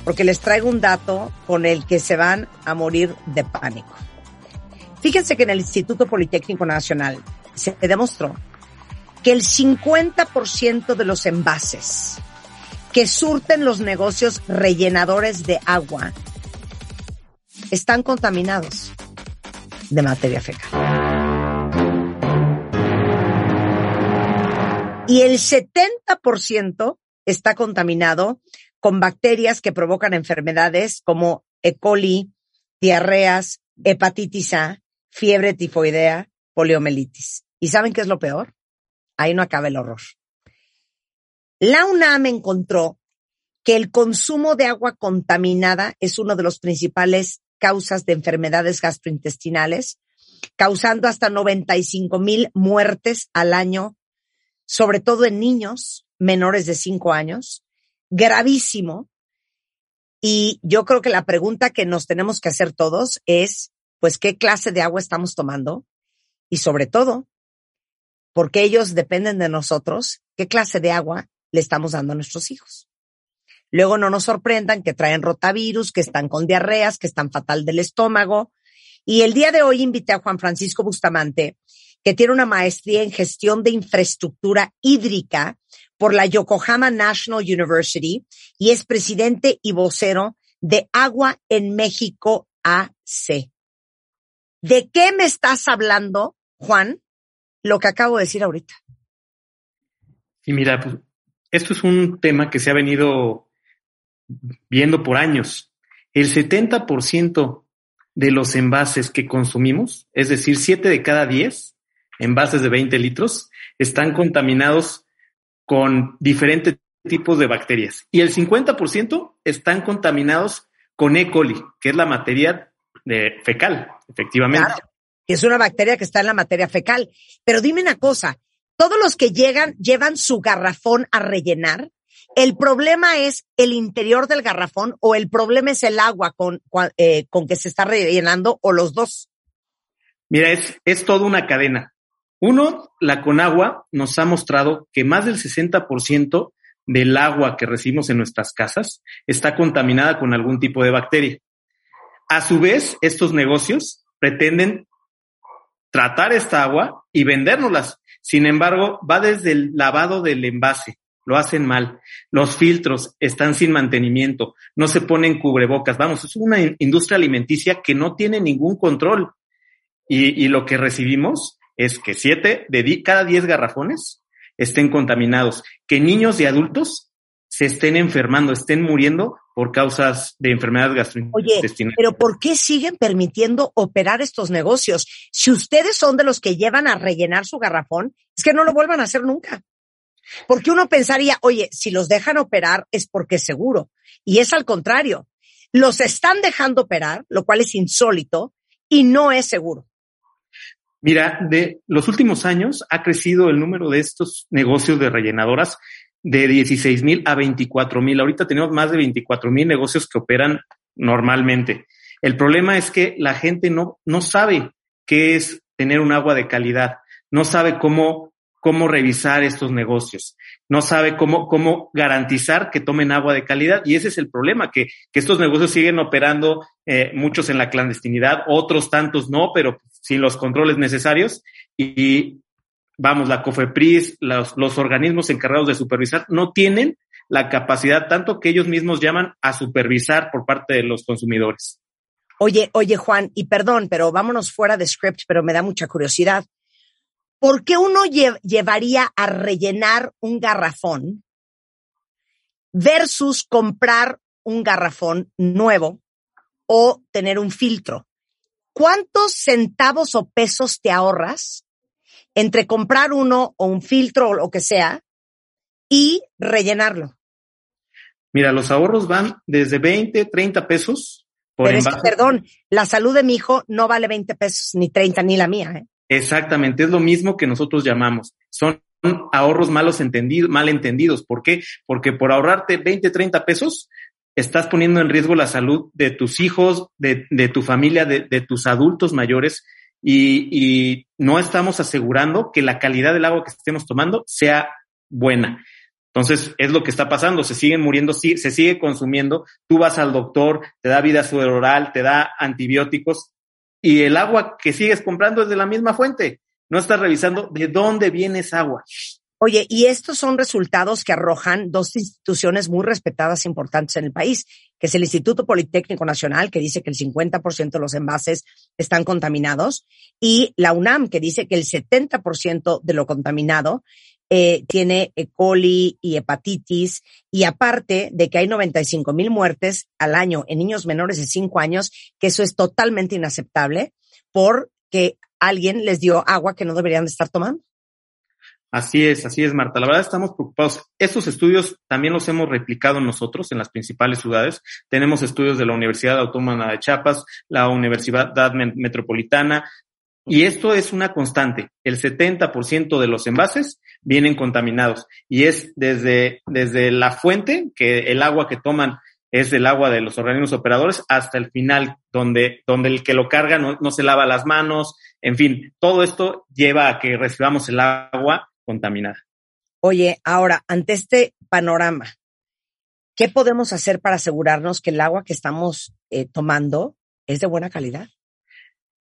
porque les traigo un dato con el que se van a morir de pánico. Fíjense que en el Instituto Politécnico Nacional se demostró que el 50% de los envases que surten los negocios rellenadores de agua están contaminados de materia fecal. Y el 70% está contaminado con bacterias que provocan enfermedades como E. coli, diarreas, hepatitis A, fiebre tifoidea, poliomielitis. ¿Y saben qué es lo peor? Ahí no acaba el horror. La UNAM encontró que el consumo de agua contaminada es uno de los principales causas de enfermedades gastrointestinales, causando hasta 95 mil muertes al año, sobre todo en niños menores de 5 años, gravísimo. Y yo creo que la pregunta que nos tenemos que hacer todos es, pues, ¿qué clase de agua estamos tomando? Y sobre todo, porque ellos dependen de nosotros, ¿qué clase de agua le estamos dando a nuestros hijos? Luego no nos sorprendan que traen rotavirus, que están con diarreas, que están fatal del estómago. Y el día de hoy invité a Juan Francisco Bustamante, que tiene una maestría en gestión de infraestructura hídrica por la Yokohama National University y es presidente y vocero de Agua en México AC. ¿De qué me estás hablando, Juan? Lo que acabo de decir ahorita. Y mira, pues, esto es un tema que se ha venido viendo por años. El 70% de los envases que consumimos, es decir, 7 de cada 10 envases de 20 litros, están contaminados con diferentes tipos de bacterias. Y el 50% están contaminados con E. coli, que es la materia de fecal, efectivamente. Claro, es una bacteria que está en la materia fecal. Pero dime una cosa, todos los que llegan llevan su garrafón a rellenar. El problema es el interior del garrafón o el problema es el agua con, cua- eh, con que se está rellenando o los dos. Mira, es, es toda una cadena. Uno, la Conagua nos ha mostrado que más del 60% del agua que recibimos en nuestras casas está contaminada con algún tipo de bacteria. A su vez, estos negocios pretenden tratar esta agua y vendérnoslas. Sin embargo, va desde el lavado del envase, lo hacen mal. Los filtros están sin mantenimiento, no se ponen cubrebocas. Vamos, es una in- industria alimenticia que no tiene ningún control. Y, y lo que recibimos es que siete de di- cada diez garrafones estén contaminados, que niños y adultos se estén enfermando, estén muriendo por causas de enfermedades Oye, gastrointestinales. pero ¿por qué siguen permitiendo operar estos negocios? Si ustedes son de los que llevan a rellenar su garrafón, es que no lo vuelvan a hacer nunca. Porque uno pensaría, oye, si los dejan operar es porque es seguro. Y es al contrario. Los están dejando operar, lo cual es insólito y no es seguro. Mira, de los últimos años ha crecido el número de estos negocios de rellenadoras de 16 mil a 24 mil. Ahorita tenemos más de 24 mil negocios que operan normalmente. El problema es que la gente no, no sabe qué es tener un agua de calidad, no sabe cómo, cómo revisar estos negocios, no sabe cómo, cómo garantizar que tomen agua de calidad. Y ese es el problema, que, que estos negocios siguen operando, eh, muchos en la clandestinidad, otros tantos no, pero sin los controles necesarios. Y, vamos, la COFEPRIS, los, los organismos encargados de supervisar, no tienen la capacidad tanto que ellos mismos llaman a supervisar por parte de los consumidores. Oye, oye, Juan, y perdón, pero vámonos fuera de script, pero me da mucha curiosidad. ¿Por qué uno lle- llevaría a rellenar un garrafón versus comprar un garrafón nuevo o tener un filtro? ¿Cuántos centavos o pesos te ahorras entre comprar uno o un filtro o lo que sea y rellenarlo? Mira, los ahorros van desde 20, 30 pesos por Pero es que, envase. perdón, la salud de mi hijo no vale 20 pesos, ni 30, ni la mía. ¿eh? Exactamente, es lo mismo que nosotros llamamos. Son ahorros malos entendidos, malentendidos. ¿Por qué? Porque por ahorrarte 20, 30 pesos, estás poniendo en riesgo la salud de tus hijos, de, de tu familia, de, de tus adultos mayores. Y, y no estamos asegurando que la calidad del agua que estemos tomando sea buena. Entonces, es lo que está pasando. Se siguen muriendo, sí, se sigue consumiendo. Tú vas al doctor, te da vida sudoral, te da antibióticos y el agua que sigues comprando es de la misma fuente. No estás revisando de dónde viene esa agua. Oye, y estos son resultados que arrojan dos instituciones muy respetadas e importantes en el país, que es el Instituto Politécnico Nacional, que dice que el 50% de los envases están contaminados, y la UNAM, que dice que el 70% de lo contaminado eh, tiene E. coli y hepatitis, y aparte de que hay 95 mil muertes al año en niños menores de 5 años, que eso es totalmente inaceptable porque alguien les dio agua que no deberían de estar tomando. Así es, así es, Marta. La verdad estamos preocupados. Estos estudios también los hemos replicado nosotros en las principales ciudades. Tenemos estudios de la Universidad Autónoma de Chiapas, la Universidad Men- Metropolitana, y esto es una constante. El 70% de los envases vienen contaminados y es desde, desde la fuente, que el agua que toman es el agua de los organismos operadores, hasta el final, donde, donde el que lo carga no, no se lava las manos. En fin, todo esto lleva a que recibamos el agua contaminada. Oye, ahora, ante este panorama, ¿qué podemos hacer para asegurarnos que el agua que estamos eh, tomando es de buena calidad?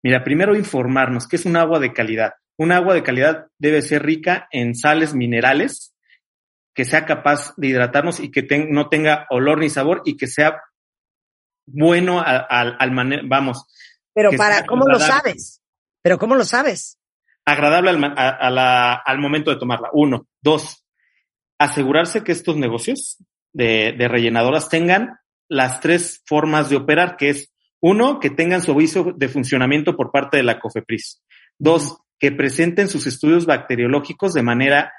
Mira, primero informarnos que es un agua de calidad. Un agua de calidad debe ser rica en sales minerales, que sea capaz de hidratarnos y que ten- no tenga olor ni sabor y que sea bueno al, al, al mane- vamos. Pero que para, sea ¿cómo lo agradable- sabes? Pero ¿cómo lo sabes? Agradable al, ma- a- a la- al momento de tomarla. Uno. Dos. Asegurarse que estos negocios de, de rellenadoras tengan las tres formas de operar, que es uno, que tengan su aviso de funcionamiento por parte de la COFEPRIS. Dos, que presenten sus estudios bacteriológicos de manera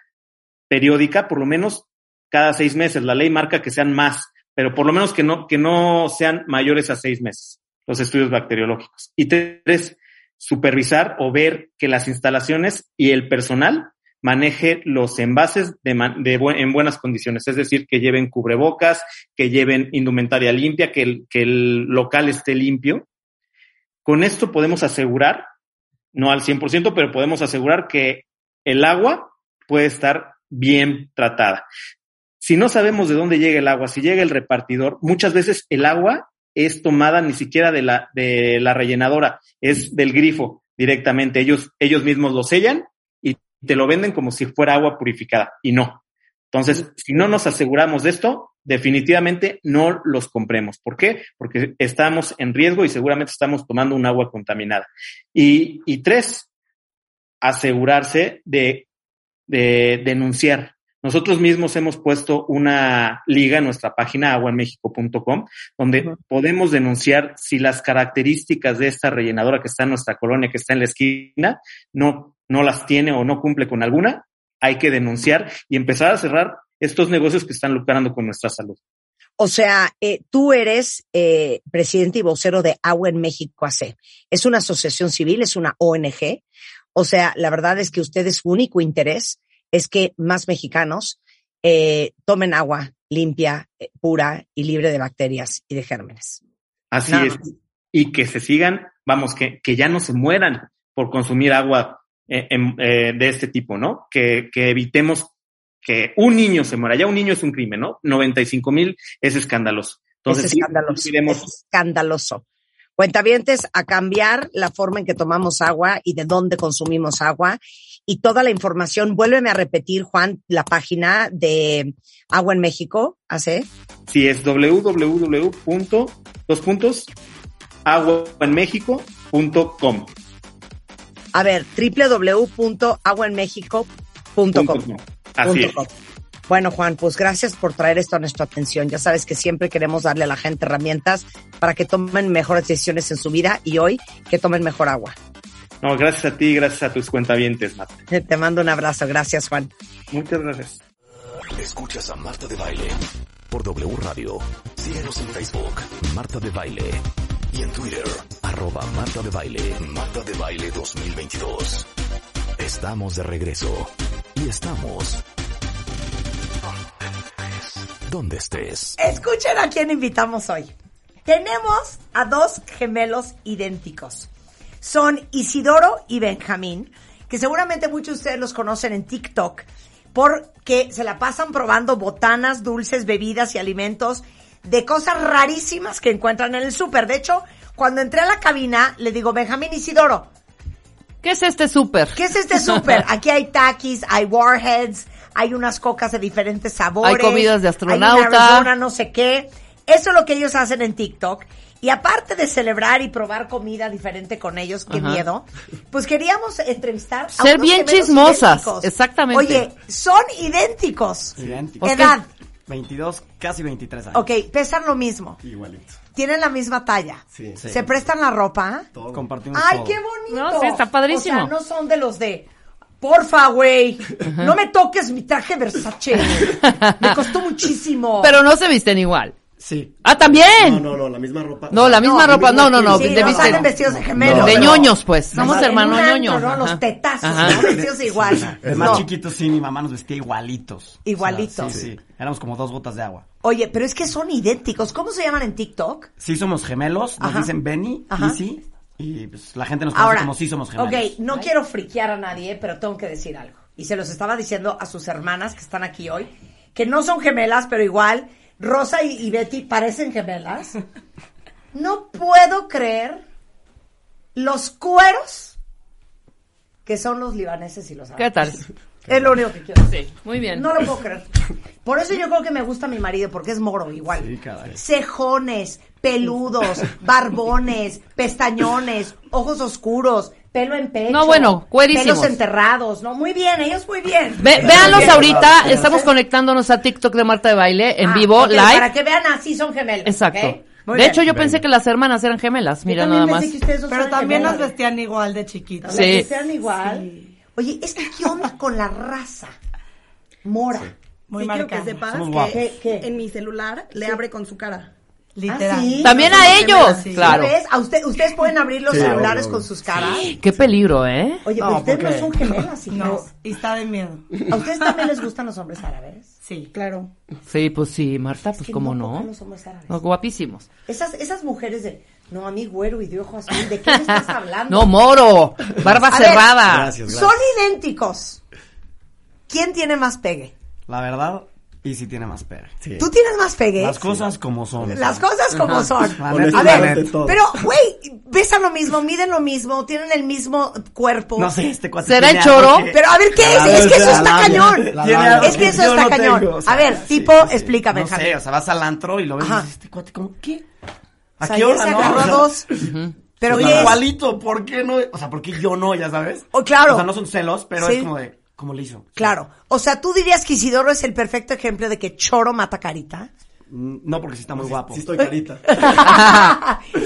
periódica, por lo menos cada seis meses. La ley marca que sean más, pero por lo menos que no, que no sean mayores a seis meses los estudios bacteriológicos. Y tres, supervisar o ver que las instalaciones y el personal maneje los envases de man- de bu- en buenas condiciones, es decir, que lleven cubrebocas, que lleven indumentaria limpia, que el, que el local esté limpio. Con esto podemos asegurar, no al 100%, pero podemos asegurar que el agua puede estar bien tratada. Si no sabemos de dónde llega el agua, si llega el repartidor, muchas veces el agua es tomada ni siquiera de la, de la rellenadora, es del grifo directamente. Ellos, ellos mismos lo sellan y te lo venden como si fuera agua purificada y no. Entonces, si no nos aseguramos de esto, definitivamente no los compremos. ¿Por qué? Porque estamos en riesgo y seguramente estamos tomando un agua contaminada. Y, y tres, asegurarse de, de denunciar. Nosotros mismos hemos puesto una liga en nuestra página aguaenmexico.com donde podemos denunciar si las características de esta rellenadora que está en nuestra colonia, que está en la esquina, no, no las tiene o no cumple con alguna, hay que denunciar y empezar a cerrar estos negocios que están lucrando con nuestra salud. O sea, eh, tú eres eh, presidente y vocero de Agua en México AC. Es una asociación civil, es una ONG. O sea, la verdad es que ustedes su único interés es que más mexicanos eh, tomen agua limpia, eh, pura y libre de bacterias y de gérmenes. Así Nada es. Y que se sigan, vamos, que, que ya no se mueran por consumir agua eh, em, eh, de este tipo, ¿no? Que, que evitemos que un niño se muera. Ya un niño es un crimen, ¿no? 95 mil es escandaloso. Entonces, es sí, escandaloso. queremos- Es escandaloso. Cuentavientes, a cambiar la forma en que tomamos agua y de dónde consumimos agua. Y toda la información, vuélveme a repetir, Juan, la página de Agua en México, AC. Si es www.aguaenmexico.com. A ver, www.aguaenmexico.com. Así es. Punto com. Bueno, Juan, pues gracias por traer esto a nuestra atención. Ya sabes que siempre queremos darle a la gente herramientas para que tomen mejores decisiones en su vida y hoy que tomen mejor agua. *laughs* No, gracias a ti, gracias a tus cuentavientes, Marta. Te mando un abrazo. Gracias, Juan. Muchas gracias. Escuchas a Marta de Baile por W Radio. Síguenos en Facebook, Marta de Baile. Y en Twitter, arroba Marta de Baile, Marta de Baile 2022. Estamos de regreso. Y estamos... ¿Dónde estés? Escuchen a quién invitamos hoy. Tenemos a dos gemelos idénticos. Son Isidoro y Benjamín, que seguramente muchos de ustedes los conocen en TikTok, porque se la pasan probando botanas, dulces, bebidas y alimentos de cosas rarísimas que encuentran en el súper. De hecho, Cuando entré a la cabina, le digo, Benjamín Isidoro. ¿Qué es este súper? ¿Qué es *laughs* este súper? Aquí hay taquis, hay warheads, hay unas cocas de diferentes sabores. Hay comidas de astronauta. Hay una Arizona, no sé qué. Eso es lo que ellos hacen en TikTok. Y aparte de celebrar y probar comida diferente con ellos, qué Ajá. miedo, pues queríamos entrevistar a Ser unos bien gemelos chismosas, idénticos. exactamente. Oye, son idénticos. Idénticos. Edad, 22, casi 23 años. ok, pesan lo mismo. Igualito. Tienen la misma talla. Sí. ¿Se prestan la ropa? Compartimos ¡Ay, todo. qué bonito! No, sí, está padrísimo. O sea, no son de los de, porfa, güey, no me toques mi traje Versace. *laughs* me costó muchísimo. Pero no se visten igual. Sí. Ah, también. No, no, no, la misma ropa. No, la misma ropa, no, no, no, Sí, de no visten- salen vestidos de gemelos. de pero- ñoños, pues. No, Somos en hermanos un antro, ñoños. ¿no? Ajá. Los tetazos, Ajá. ¿no? Vestidos igual. Es No. más chiquito, sí, mi mamá nos vestía igualitos. O sea, Igualitos. sí, sí. Éramos como dos gotas de agua. Oye, pero es que son idénticos. ¿Cómo se llaman en TikTok? Sí somos gemelos, nos Ajá. dicen Benny, Ajá. y sí. Y pues la gente nos conoce Ahora, como sí somos gemelos. ok, no quiero friquear a nadie, pero tengo que decir algo. Y se los estaba diciendo a sus hermanas que están aquí hoy, que no son gemelas, pero igual, Rosa y, y Betty *laughs* parecen gemelas. No puedo creer los cueros que son los libaneses y los ¿Qué árabes. tal? Es lo único que quiero decir. Sí, muy bien. No lo puedo creer. Por eso yo creo que me gusta mi marido, porque es moro igual. Cejones, *laughs* peludos, barbones, pestañones, ojos oscuros, pelo en pecho. No, bueno, cuerísimos. Pelos enterrados, ¿no? Muy bien, ellos muy bien. Ve- véanlos Bien, ahorita, bien. estamos conectándonos a TikTok de Marta de Baile en ¿eh? Ah, vivo, ok, live. Para que vean así son gemelos. Exacto. ¿ok? De Muy bien. hecho, yo pensé que las hermanas eran gemelas, mira nada más. Pero también las vestían igual de chiquitas. Las Sí. desean igual. Oye, es que ¿qué onda con la raza? Mora. Muy Sí, quiero que marcada. sepas Somos que guapos. en mi celular le abre con su cara. Literal. Ah, ¿sí? También a Son ellos, gemelas, sí. claro. ¿Ya ves? ¿A usted, ustedes pueden abrir los Sí, celulares obvio, con sus caras. Qué peligro, ¿eh? Oye, pero ustedes no son gemelas, *laughs* hijas. No, y está de miedo. ¿A ustedes también les gustan los hombres árabes? Sí. Claro. Sí, pues sí, Marta, pues que cómo no, ¿por no. qué los hombres árabes? No, guapísimos. Esas, esas mujeres de, no, a mí güero y de ojo azul, ¿de qué me estás hablando? No, moro, Oh, barba A ver, cerrada. Son idénticos. ¿Quién tiene más pegue? La verdad, y sí tiene más pegue. ¿Tú tienes más pegue? Las cosas como son. Las cosas como Ajá. *laughs* son. La neta, a la ver, neta. pero, güey, besan lo mismo, miden lo mismo, tienen el mismo cuerpo. No sé, este cuate ¿Será el tiene choro? algo que- Pero a ver, ¿qué es? La Es que labia, eso la está labia. cañón. La labia. Es que eso Yo está no cañón. tengo, o sea, a ver, sí, tipo, explícame, No sé, o sea, vas al antro y lo ves y dices, este cuate, como, ¿qué? ¿A O sea, qué ayer hora, se no? agarró O sea, dos. Pero Pero ¿qué es? igualito, ¿por qué no? O sea, ¿por qué yo no? Ya sabes. Oh, claro. O sea, no son celos, pero Sí. es como de, ¿cómo le hizo? Claro. O sea, ¿tú dirías que Isidoro es el perfecto ejemplo de que choro mata carita? Mm, No, porque sí está muy guapo. Sí, estoy carita. *laughs*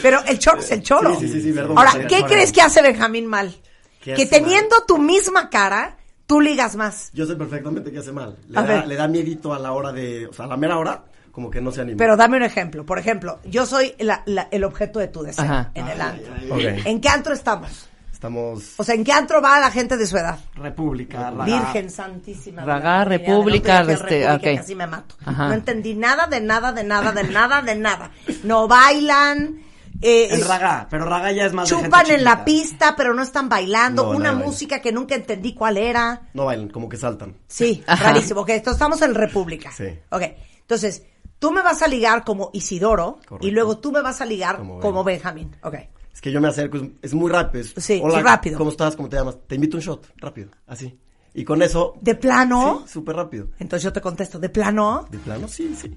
Pero el choro es el choro. Sí, sí, sí, sí, perdón. Ahora, Pues Sí, ¿qué perdón. crees que hace Benjamín mal? ¿Qué Que hace mal? teniendo tu misma cara, tú ligas más. Yo sé perfectamente que hace mal. Le, A da, ver. le da miedito a la hora de, o sea, a la mera hora, como que no se anima. Pero dame un ejemplo. Por ejemplo, yo soy la- la- el objeto de tu deseo Ajá. en el Ah, Ay, antro. ay, ay. Ok. ¿En qué antro estamos? Estamos O sea, ¿en qué antro va la gente de su edad? República. Virgen Santísima. de la Ragá, Trinidad, República, no te dije este, República, ok. que así me mato. Ajá. No entendí nada de nada, de nada, de nada, de nada. No bailan. eh, El es- raga, pero raga ya es más de gente Chupan en chiquita. la pista, pero no están bailando. No, una nada. música que nunca entendí cuál era. No bailan, como que saltan. Sí, rarísimo. Ok, esto- estamos en República. Sí. Ok, entonces, tú me vas a ligar como Isidoro y luego tú me vas a ligar Como Ben. como Benjamín. Ok. Es que yo me acerco, es, es muy rápido. es, Sí, "Hola, sí, rápido. ¿Cómo estás? ¿Cómo te llamas? Te invito un shot, rápido, así. Y con eso, ¿De plano? sí, súper rápido. Entonces yo te contesto, ¿de plano? De plano, sí, sí.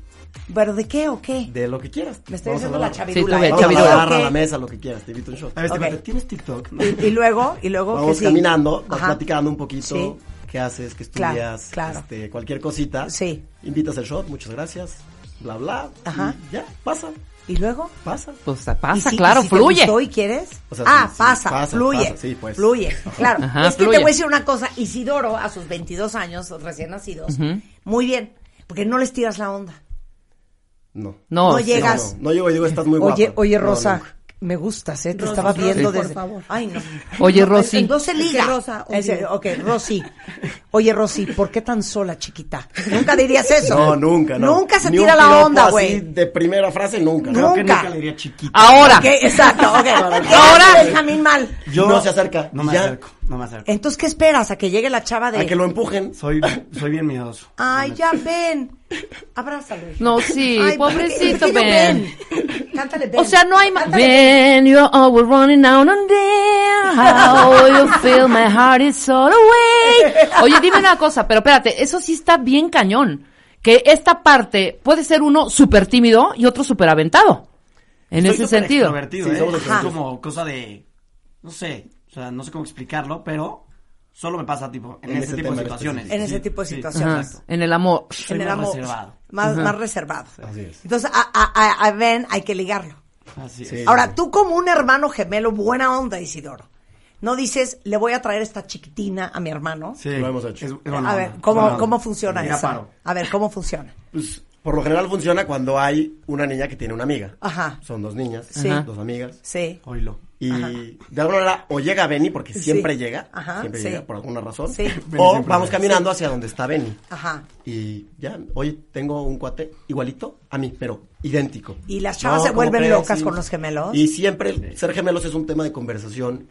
¿Pero de qué o qué? De lo que quieras. Me estoy Vamos a haciendo la hablar. chavirula, Sí, tú ve, Vamos a chavirula. hablar, agarra Ok. la mesa, lo que quieras, te invito un shot. A ver, este Ok. cuate, ¿tienes TikTok? Y, y luego, y luego Vamos que sí. caminando, vas Ajá. platicando un poquito. Sí. ¿Qué haces? ¿Qué Claro, estudias? claro. Este, cualquier cosita. Sí. Invitas el shot, muchas gracias. Bla, bla. Ajá. y ya, pasa. ¿Y luego? Pasa. Pues ¿Y pasa, si- claro, y si te fluye. gustó y quieres? O sea, ah, sí, sí, pasa, pasa, fluye. pasa, sí, pues. Fluye, claro. Ajá, es que fluye. te voy a decir una cosa. Isidoro, a sus 22 años, recién nacidos, Ujú. muy bien, porque no les tiras la onda. No. No, No sí, llegas. No, no, llego y digo, estás muy guapa. Oye, oye, No, Rosa, nunca. me gustas, ¿eh? Te Rosa, estaba Rosa, viendo sí. desde... por favor. Ay, no. Oye, No, en- Rosy. Entonces Es que liga. Rosa, Es- obvio. ok, Rosy. Oye, Rosy, ¿por qué tan sola, chiquita? Nunca dirías eso. No, nunca, no. Nunca se Ni un tira la piropo onda, así güey. de primera frase, nunca. Creo que Nunca. nunca le diría chiquita. Ahora. Ok, exacto, *laughs* ok. Ahora. Ahora. Benjamín mal. Yo no se acerca. No me Ya. acerco, no me acerco. Entonces, ¿qué esperas? ¿A que llegue la chava de...? empujen. Soy, soy bien miedoso. Ay, ya ven. Abrázalo. hija. No, sí, Ay, pobrecito pequeño Ben. Ben. cántale O sea, no hay más. When you're always running out on there, how you feel my heart is all away. Oye, dime una cosa, pero espérate, eso sí está bien cañón. Que esta parte puede ser uno súper tímido y otro súper aventado. En Soy ese súper sentido. extrovertido, ¿eh? Es como cosa de. No sé, o sea, no sé cómo explicarlo, pero solo me pasa tipo en, En ese ese tipo tema de situaciones. específico. En ese Sí, tipo de sí, situaciones. exacto. En el amor. Soy En el más amor. reservado. Más, Ajá. más reservado. Así es. Entonces, a, a- a- a Ben hay que ligarlo. Así es. Ahora, tú como un hermano gemelo, buena onda, Isidoro. No dices, le voy a traer esta chiquitina a mi hermano. Sí. Lo hemos hecho. Es- es buena a onda. ver, ¿cómo, Buena onda. cómo funciona Mira, eso? paro. A ver, ¿cómo funciona? Pues, por lo general funciona cuando hay una niña que tiene una amiga. Ajá. Son dos niñas, Sí. dos amigas. Sí. Oilo. Y de alguna manera o llega Benny porque siempre Sí. llega, Ajá, siempre sí. llega por alguna razón. Sí. Benny O siempre vamos llega. caminando Sí. hacia donde está Benny. Ajá. Y ya, oye, tengo un cuate igualito a mí, pero idéntico. ¿Y las chavas se ¿cómo vuelven crees? locas con los gemelos? Y siempre el- ser gemelos es un tema de conversación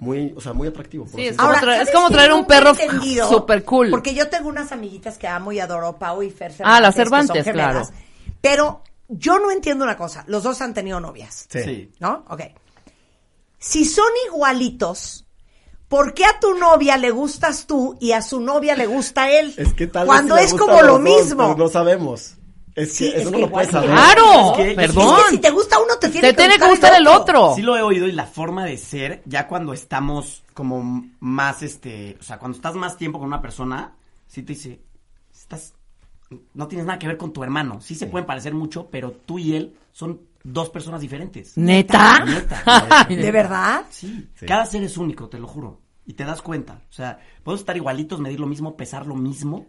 muy, o sea, muy atractivo. por así Sí, es como decirlo. traer- ¿sabes es como qué? traer un Nunca he perro *laughs* entendido, super cool. Porque yo tengo unas amiguitas que amo y adoro, Pau y Fer Cervantes. Ah, las que son Cervantes, gemelas. claro. Pero yo no entiendo una cosa. Los dos han tenido novias. Sí. ¿No? Ok. Si son igualitos, ¿por qué a tu novia le gustas tú y a su novia le gusta él? *laughs* Es que tal vez Cuando sí le es gusta como a lo los dos, mismo. pero no sabemos. Es que eso no lo puedes saber. ¡Claro! Es que- Perdón. Es que si te gusta uno, te tiene, que, gustar Sí lo he oído y la forma de ser, ya cuando estamos como más, este, o sea, cuando estás más tiempo con una persona, sí te dice, estás, no tienes nada que ver con tu hermano. Sí se pueden parecer mucho, pero tú y él son dos personas diferentes. ¿Neta? Neta. ¿De verdad? Sí. Cada ser es único, te lo juro. Y te das cuenta. O sea, podemos estar igualitos, medir lo mismo, pesar lo mismo,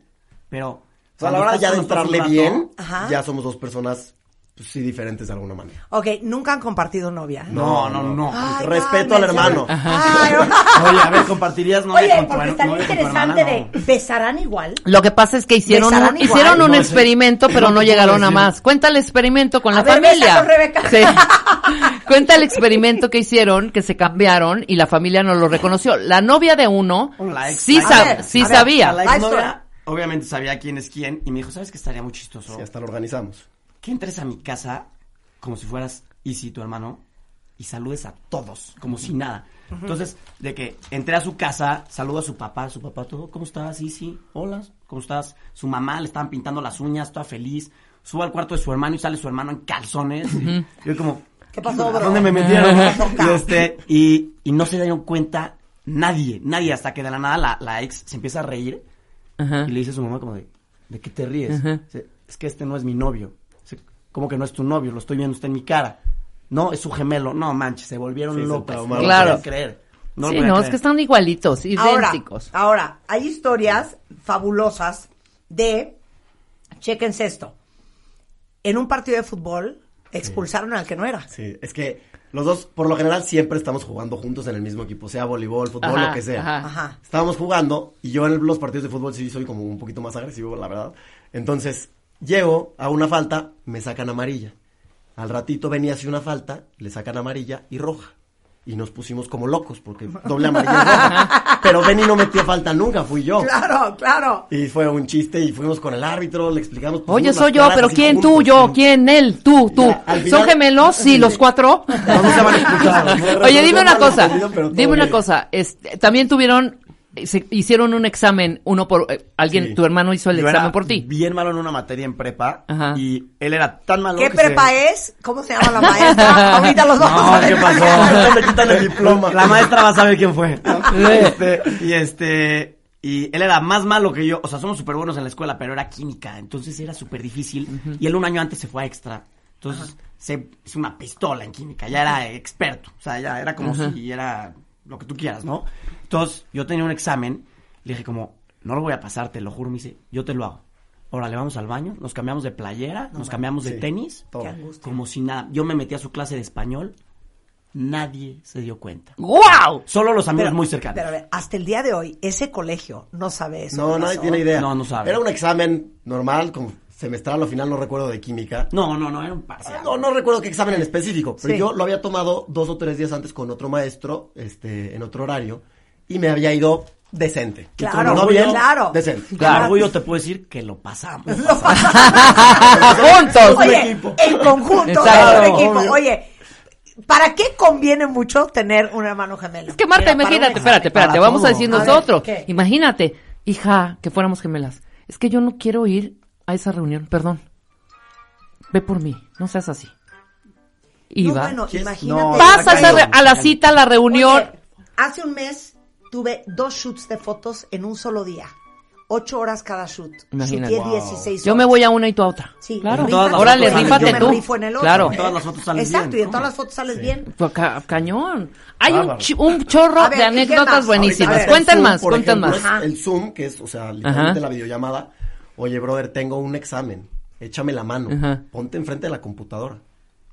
pero... O sea, a la hora ya de entrarle bien, Ajá. ya somos dos personas, pues, sí, diferentes de alguna manera. Ok, nunca han compartido novia. ¿eh? No, no, no. Ah, Ay, Respeto al mames, hermano. Ay, Oye, a ver, compartirías novia *laughs* con Oye, tu porque her- está bien novia con tu interesante hermana, de ¿besarán igual? Lo que pasa es que hicieron ¿Besarán un, igual? hicieron un No, sí. experimento, pero no llegaron a más. Cuenta el experimento con la A ver, familia. besa con Rebeca. *laughs* Sí. Cuenta el experimento que hicieron, que se cambiaron y la familia no lo reconoció. La novia de uno La ex- sí, la sab- ex- sí a ver, sabía. La exnovia, obviamente sabía quién es quién y me dijo, ¿sabes qué estaría muy chistoso? Sí, hasta lo organizamos. Que entres a mi casa como si fueras Easy, tu hermano, y saludes a todos, como si nada. Ujú. Entonces, de que entré a su casa, saludo a su papá, su papá todo, ¿cómo estás, Easy? Hola, ¿cómo estás? Su mamá le estaban pintando las uñas, toda feliz. Subo al cuarto de su hermano y sale su hermano en calzones. y yo como, ¿Qué pasó, ¿A bro? dónde me metieron? ¿Qué pasó, y, cabrón? este, y, y no se dieron cuenta nadie, nadie, hasta que de la nada la, la ex se empieza a reír y le dice a su mamá como de, ¿de qué te ríes? Ajá. Dice, Es que este no es mi novio. Dice, ¿Cómo que no es tu novio? Lo estoy viendo usted en mi cara. No, es su gemelo. No, manches, se volvieron Sí, se locas. No traumaron. lo Claro. podían creer. No lo sí, podían no, es creer. que están igualitos, idénticos. Ahora, ahora, hay historias fabulosas de, chéquense esto, en un partido de fútbol expulsaron al que no era. Sí, es que los dos, por lo general, siempre estamos jugando juntos en el mismo equipo, sea voleibol, fútbol, Ajá, lo que sea. ajá. Ajá. Estábamos jugando y yo en el- los partidos de fútbol sí soy como un poquito más agresivo, la verdad. Entonces, llego a una falta, me sacan amarilla. Al ratito venía hacia una falta, le sacan amarilla y roja. Y nos pusimos como locos porque doble amarilla y *laughs* roja. Pero Benny no metió falta nunca, fui yo. Claro, claro. Y fue un chiste y fuimos con el árbitro, le explicamos. pues, pusimos Oye, las soy yo, caras pero así ¿quién? juntos. Tú, yo, ¿quién? Él, tú, tú. al final- ¿Son gemelos? Sí, los cuatro. Oye, dime una cosa. Dime una cosa. este, También tuvieron, se hicieron un examen, uno por, eh, alguien, Sí. tu hermano hizo el Yo examen era por ti. Bien malo en una materia en prepa. Y él era tan malo. ¿Qué que se- prepa es? ¿Cómo se *laughs* llama la maestra? *laughs* Ahorita los vamos No, a ¿qué *laughs* ver. pasó? Me quitan el diploma. La maestra va a saber quién fue. ¿no? *laughs* Este, y este. Y él era más malo que yo. O sea, somos súper buenos en la escuela, pero era química. Entonces era súper difícil. Y él un año antes se fue a extra. Entonces se hizo una pistola en química. Ya era experto. O sea, ya era como Ajá. si era lo que tú quieras, ¿no? Entonces yo tenía un examen. Le dije, como, no lo voy a pasar, te lo juro. Me dice, yo te lo hago. Órale, vamos al baño. Nos cambiamos de playera. nos cambiamos de sí. tenis. Todo. Qué angustia. Como si nada. Yo me metí a su clase de español. Nadie se dio cuenta. ¡Wow! Solo los amigos Pero- muy cercanos. Pero a ver, hasta el día de hoy, ese colegio no sabe eso. No, ¿qué nadie pasó? tiene idea. No, no sabe. *laughs* Era un examen normal, como semestral, al final no recuerdo de química. No, no, no, era un parcial. No, no recuerdo qué examen en específico, pero Sí. yo lo había tomado dos o tres días antes con otro maestro, este, en otro horario, y me había ido decente. Y tu Claro, novio, claro. Decente. Claro. Orgullo te puedo decir que lo pasamos. *laughs* ¡Ah, *laughs* Juntos. Un Oye, equipo. en conjunto, Exacto, es un equipo. obvio. Oye, ¿para qué conviene mucho tener un hermano gemelo? Es que Marta, imagínate, espérate, espérate, vamos a decir nosotros. ¿qué? imagínate, hija, que fuéramos gemelas. Es que yo no quiero ir a esa reunión, perdón. Ve por mí, no seas así. Y No, va. bueno, ¿Qué es? imagínate. No, Vas a, esa re- a la cita, a la reunión. Oye, hace un mes tuve dos shoots de fotos en un solo día. Ocho horas cada shoot. Imagínate. Shooté 16 Yo me voy a una y tú a otra. Sí, claro. En todas las Ahora le fotos rífate salen bien. tú. Yo me rifo en el otro. Claro. En todas las fotos salen Exacto, bien. y en todas las fotos sales bien. Pues, ca- cañón. Hay un, Bárbaro. chi- un chorro A ver, de ¿y qué anécdotas más? buenísimas. Ahorita, Cuenten el Zoom, más, por cuenten ejemplo, más. es El Zoom, que es, o sea, Ajá. literalmente la videollamada. Oye, brother, tengo un examen. Échame la mano. Ajá. Ponte enfrente de la computadora.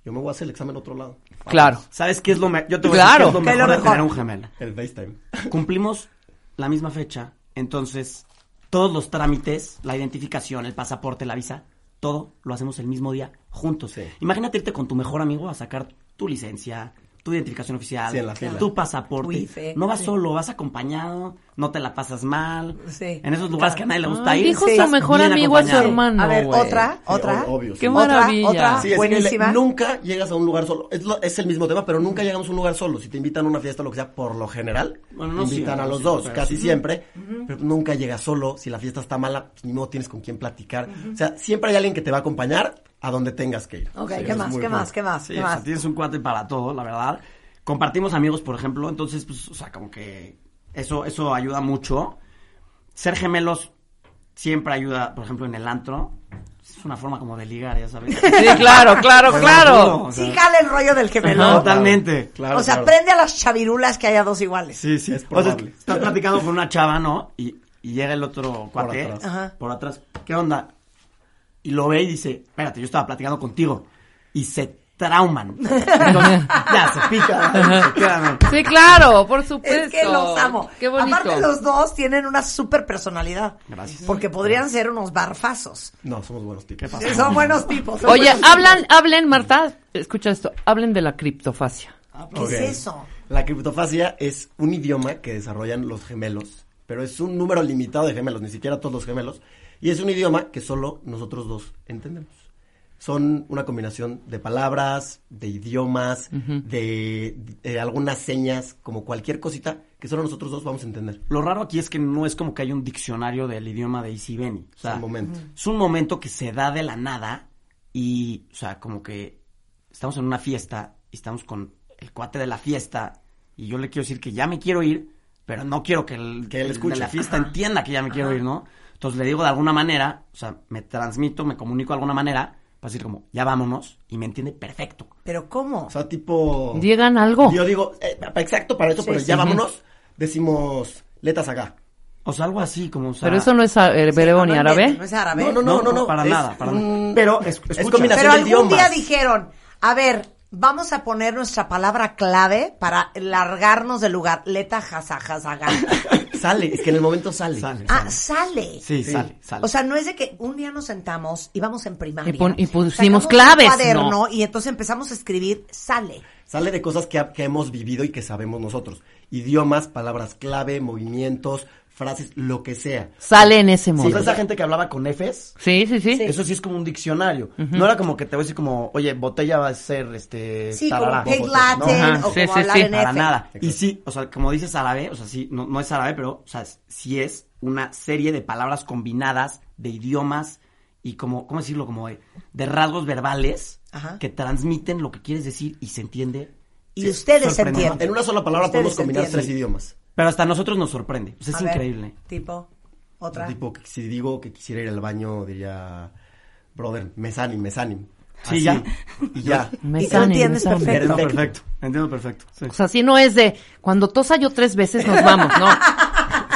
Yo me voy a hacer el examen a otro lado. Claro. ¿Sabes qué es lo mejor? Yo te voy Claro. a decir qué ¿Qué es es lo lo mejor de mejor? tener un gemelo. El FaceTime. *laughs* Cumplimos la misma fecha, entonces todos los trámites, la identificación, el pasaporte, la visa, todo lo hacemos el mismo día juntos. Imagínate irte con tu mejor amigo a sacar tu licencia, tu identificación oficial, Sí, en la fila. tu pasaporte. Tu E, IFE, no vas sí. solo, vas acompañado, no te la pasas mal. Sí. En esos lugares que a nadie le gusta Ay, ir. dijo estás su mejor bien amigo a su acompañado. hermano. A ver, güey. otra, otra. ob- obvio, sí. Qué maravilla. Otra, Sí, es que buenísima. le- nunca llegas a un lugar solo. Es, lo- es el mismo tema, pero nunca llegamos a un lugar solo. Si te invitan a una fiesta, lo que sea, por lo general, Bueno, no invitan siempre, a los sí, dos, pero casi sí. siempre. Ujú. Pero nunca llegas solo. Si la fiesta está mala, pues, ni modo tienes con quién platicar. O sea, siempre hay alguien que te va a acompañar a donde tengas que ir. Ok, Sí, ¿qué es más? muy ¿Qué bueno. más? ¿Qué más? Sí, ¿Qué o sea, más? tienes un cuate para todo, la verdad. Compartimos amigos, por ejemplo, entonces, pues, o sea, como que eso, eso ayuda mucho. Ser gemelos siempre ayuda, por ejemplo, en el antro. Es una forma como de ligar, ya *laughs* sabes. *laughs* Sí, claro, claro, Pero claro. no, o sea, Sí, jala el rollo del gemelo. Ajá, Totalmente. o sea, prende a las chavirulas que haya dos iguales. Sí, sí. O sea, estás platicando con una chava, ¿no? Y, y llega el otro cuate atrás. Ajá. por atrás. ¿Qué onda? Y lo ve y dice, espérate, yo estaba platicando contigo. Y se *laughs* trauman. Entonces, ya, se pica. se quedan. Sí, claro, por supuesto. Es que los amo. Qué bonito. Aparte, los dos tienen una super personalidad. Gracias. Porque podrían ser unos barfazos. No, somos buenos tipos. Sí, Son buenos tipos. son Oye, buenos tipos. hablan, hablen, Marta, escucha esto, hablen de la criptofasia. ¿Qué Ah, pues, Ok. es eso? La criptofasia es un idioma que desarrollan los gemelos, pero es un número limitado de gemelos, ni siquiera todos los gemelos, y es un idioma que solo nosotros dos entendemos. Son una combinación de palabras, de idiomas, de, de algunas señas, como cualquier cosita que solo nosotros dos vamos a entender. Lo raro aquí es que no es como que hay un diccionario del idioma de Isibeni. O sea, Es un momento. Es un momento que se da de la nada y, o sea, como que estamos en una fiesta y estamos con el cuate de la fiesta y yo le quiero decir que ya me quiero ir, pero no quiero que el, Que él el escuche. de la fiesta entienda que ya me quiero ir, ¿no? Entonces le digo de alguna manera, o sea, me transmito, me comunico de alguna manera para decir como, ya vámonos y me entiende perfecto. ¿Pero cómo? O sea, tipo... ¿Llegan algo? Yo digo, eh, pa- exacto para eso, Sí, pero sí. ya Ujú. vámonos, decimos letas acá. O sea, algo así, como, o sea, Pero eso no es a- eh, hebreo ni árabe. No es árabe. No, no, no, no, no, para es nada, para un- nada. Pero es, es escucha. combinación Pero de algún día idiomas. dijeron, a ver, vamos a poner nuestra palabra clave para largarnos del lugar. Leta, jasa, jasa, ga. *laughs* Sale, es que en el momento sale. Ah, sale. Sí, sale, sale. O sea, no es de que un día nos sentamos y vamos en primaria. Y pon- y pusimos sacamos un claves, cuaderno no. y entonces empezamos a escribir, sale. Sale de cosas que, ha- que hemos vivido y que sabemos nosotros. Idiomas, palabras clave, movimientos, frases, lo que sea. Sale en ese Sí, momento. esa gente que hablaba con Fs. Sí, sí, sí. Eso sí es como un diccionario. No era como que te voy a decir como, oye, botella va a ser este. Sí, como tarara. Pig Latin Ajá, o como hablar en este. Para F. nada. Y sí, o sea, como dices árabe, o sea, sí, no, no es árabe, pero, o sea, es- sí es una serie de palabras combinadas, de idiomas y como, ¿cómo decirlo? Como de, de rasgos verbales Ajá. que transmiten lo que quieres decir y se entiende. Y Sí, ustedes se sorprendente. entienden. En una sola palabra Ustedes podemos combinar entienden. tres idiomas. Pero hasta a nosotros nos sorprende. O sea, Pues es A ver, increíble. tipo, otra. Tipo, que si digo que quisiera ir al baño, diría, brother, mesanim, mesanim. Sí, ya. Y ya. Mesanim, Y tú entiendes mesanim. perfecto. Entiendo perfecto. Entiendo perfecto. sí. O sea, si no es de cuando tosa yo tres veces nos vamos, no.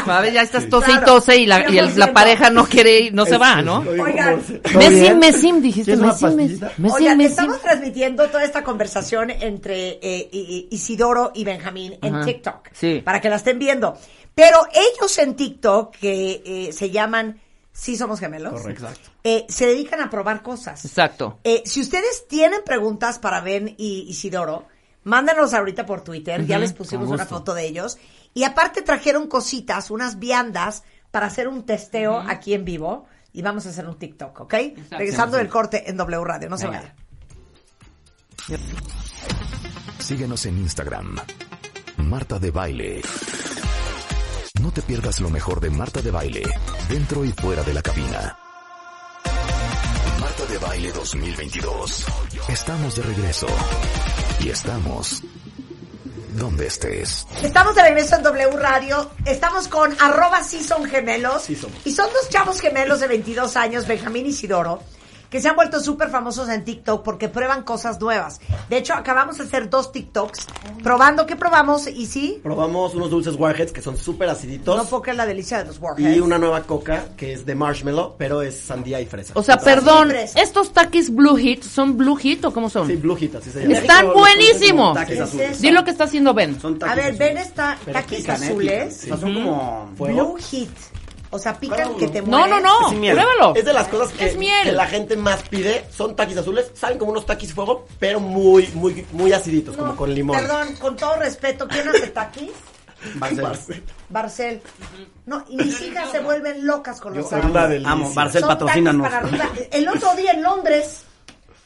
¿Sabes? Ya estás tose y Claro. tose y la, y el- la 100%. pareja no quiere ir, no se Es- va, ¿no? Oigan, Oigan, Mesim, Mesim, dijiste, ¿Quieres una Mesim, Mesim, pastillita? Mesim, Mesim. estamos transmitiendo toda esta conversación entre eh, I- I- Isidoro y Benjamín en Ajá. TikTok. Sí. Para que la estén viendo. Pero ellos en TikTok, que eh, se llaman Sí Somos Gemelos, Correcto. Exacto. eh, se dedican a probar cosas. Exacto. Eh, si ustedes tienen preguntas para Ben y Isidoro, mándanos ahorita por Twitter. Ya Ujú, les pusimos con una gusto. foto de ellos. Y aparte trajeron cositas, unas viandas para hacer un testeo aquí en vivo. Y vamos a hacer un TikTok, ¿ok? Regresando del corte en W Radio. No se Venga. vaya. Síguenos en Instagram. Marta de Baile. No te pierdas lo mejor de Marta de Baile, dentro y fuera de la cabina. Marta de Baile 2022. Estamos de regreso. Y estamos donde estés. Estamos de regreso en W Radio. Estamos con arroba sí son gemelos. Y son dos chavos gemelos de 22 años, Benjamín y Isidoro, que se han vuelto súper famosos en TikTok porque prueban cosas nuevas. De hecho, acabamos de hacer dos TikToks probando qué probamos y sí, Probamos unos dulces Warheads que son súper aciditos. no poca es la delicia de los Warheads. y una nueva coca que es de marshmallow, pero es sandía y fresa. O sea, Entonces, perdón, estos taquis Blue Hit, ¿son Blue Hit o cómo son? Sí, Blue Hit, así se llama. Están Los buenísimos. taquis ¿Qué es azules. eso? Di lo que está haciendo Ben. A ver, ven esta taquis pican, ¿eh? azules. Pican, sí. O sea, son como fuego. Blue Hit. O sea, pican que te No, mueres. no, no. Sin miel. Pruébalo. Es de las cosas que, Es miel. que la gente más pide. Son taquis azules. Saben como unos taquis fuego, pero muy, muy, muy aciditos, pues, como con limón. Perdón, con todo respeto, ¿quién hace taquis? Marcelo. Barcel. No, y mis hijas se vuelven locas con Yo los soy tacos. una delicia. Amo, Barcel, Son taquis patrocínanos. para arriba. El otro día en Londres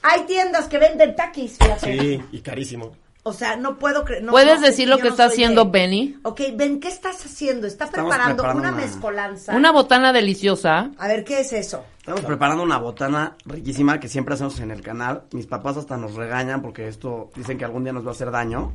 hay tiendas que venden taquis, fíjate. Sí, y carísimo. O sea, no puedo creer. no, ¿Puedes no, decir yo lo que no está soy haciendo de- Benny? Ok, Ben, ¿qué estás haciendo? Está Estamos preparando, preparando una, una- mezcolanza. Una botana deliciosa. A ver, ¿qué es eso? Estamos preparando una botana riquísima que siempre hacemos en el canal. Mis papás hasta nos regañan porque esto dicen que algún día nos va a hacer daño.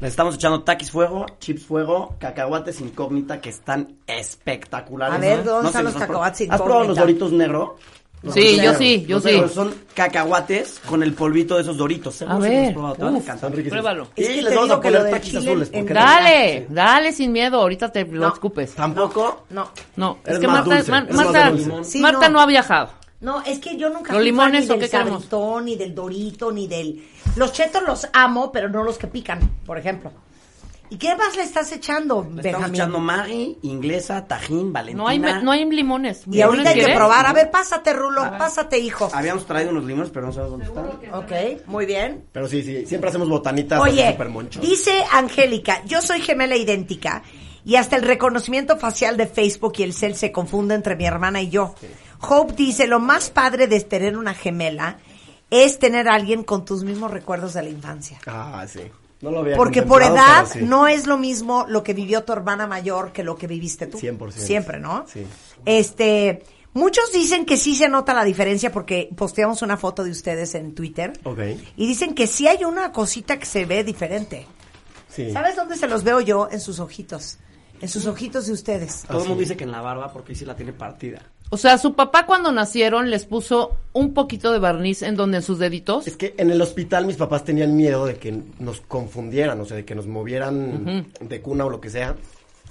Les estamos echando taquis fuego, chips fuego, cacahuates incógnita que están espectaculares. A ver, ¿dónde sé están si los has probado. cacahuates ¿Has probado incógnita? los doritos negro? Los Sí, Doritos yo negros. sí, yo Los sí. negros son cacahuates con el polvito de esos doritos. ¿eh? Seguro A sí que los has ver, probado, te van a uf, encantar. riquísimos. pruébalo. Y Es les que te vamos a digo que lo poner del taquis chile azules. en- porque Dale, dale sin miedo, ahorita te lo escupes. Tampoco. No. No, es Eres que más Marta, dulce, Mar- eres más Marta, de limón. Sí, Marta no. no. ha viajado. No, es que yo nunca ¿Los fui fan limones ni o del qué queremos? Sabritoón, ni del dorito, ni del... Los chetos los amo, pero no los que pican, por ejemplo. ¿Y qué más le estás echando, Le estamos Benjamín? echando Maggi, inglesa, tajín, valentina. No hay, me- no hay limones. Ah. Y ahorita hay que ¿Quieres? probar. A ver, pásate, Rulo, pásate, hijo. Habíamos traído unos limones, pero no sabemos dónde están. Ok, muy bien. Pero sí, sí, siempre hacemos botanitas así Oye, súper monchos. dice Angélica, yo soy gemela idéntica y hasta el reconocimiento facial de Facebook y el cel se confunde entre mi hermana y yo. Hope dice, lo más padre de tener una gemela es tener a alguien con tus mismos recuerdos de la infancia. Ah, sí. No lo había Porque por contemplado, edad pero sí. no es lo mismo lo que vivió tu hermana mayor que lo que viviste tú. 100%. Siempre, ¿no? Sí. Este, muchos dicen que sí se nota la diferencia porque posteamos una foto de ustedes en Twitter Ok. y dicen que sí hay una cosita que se ve diferente. Sí. ¿Sabes dónde se los veo yo? En sus ojitos. En sus ojitos de ustedes. Todo el mundo dice que en la barba porque sí la tiene partida. O sea, su papá cuando nacieron les puso un poquito de barniz en donde en sus deditos. Es que en el hospital mis papás tenían miedo de que nos confundieran, o sea, de que nos movieran de cuna o lo que sea.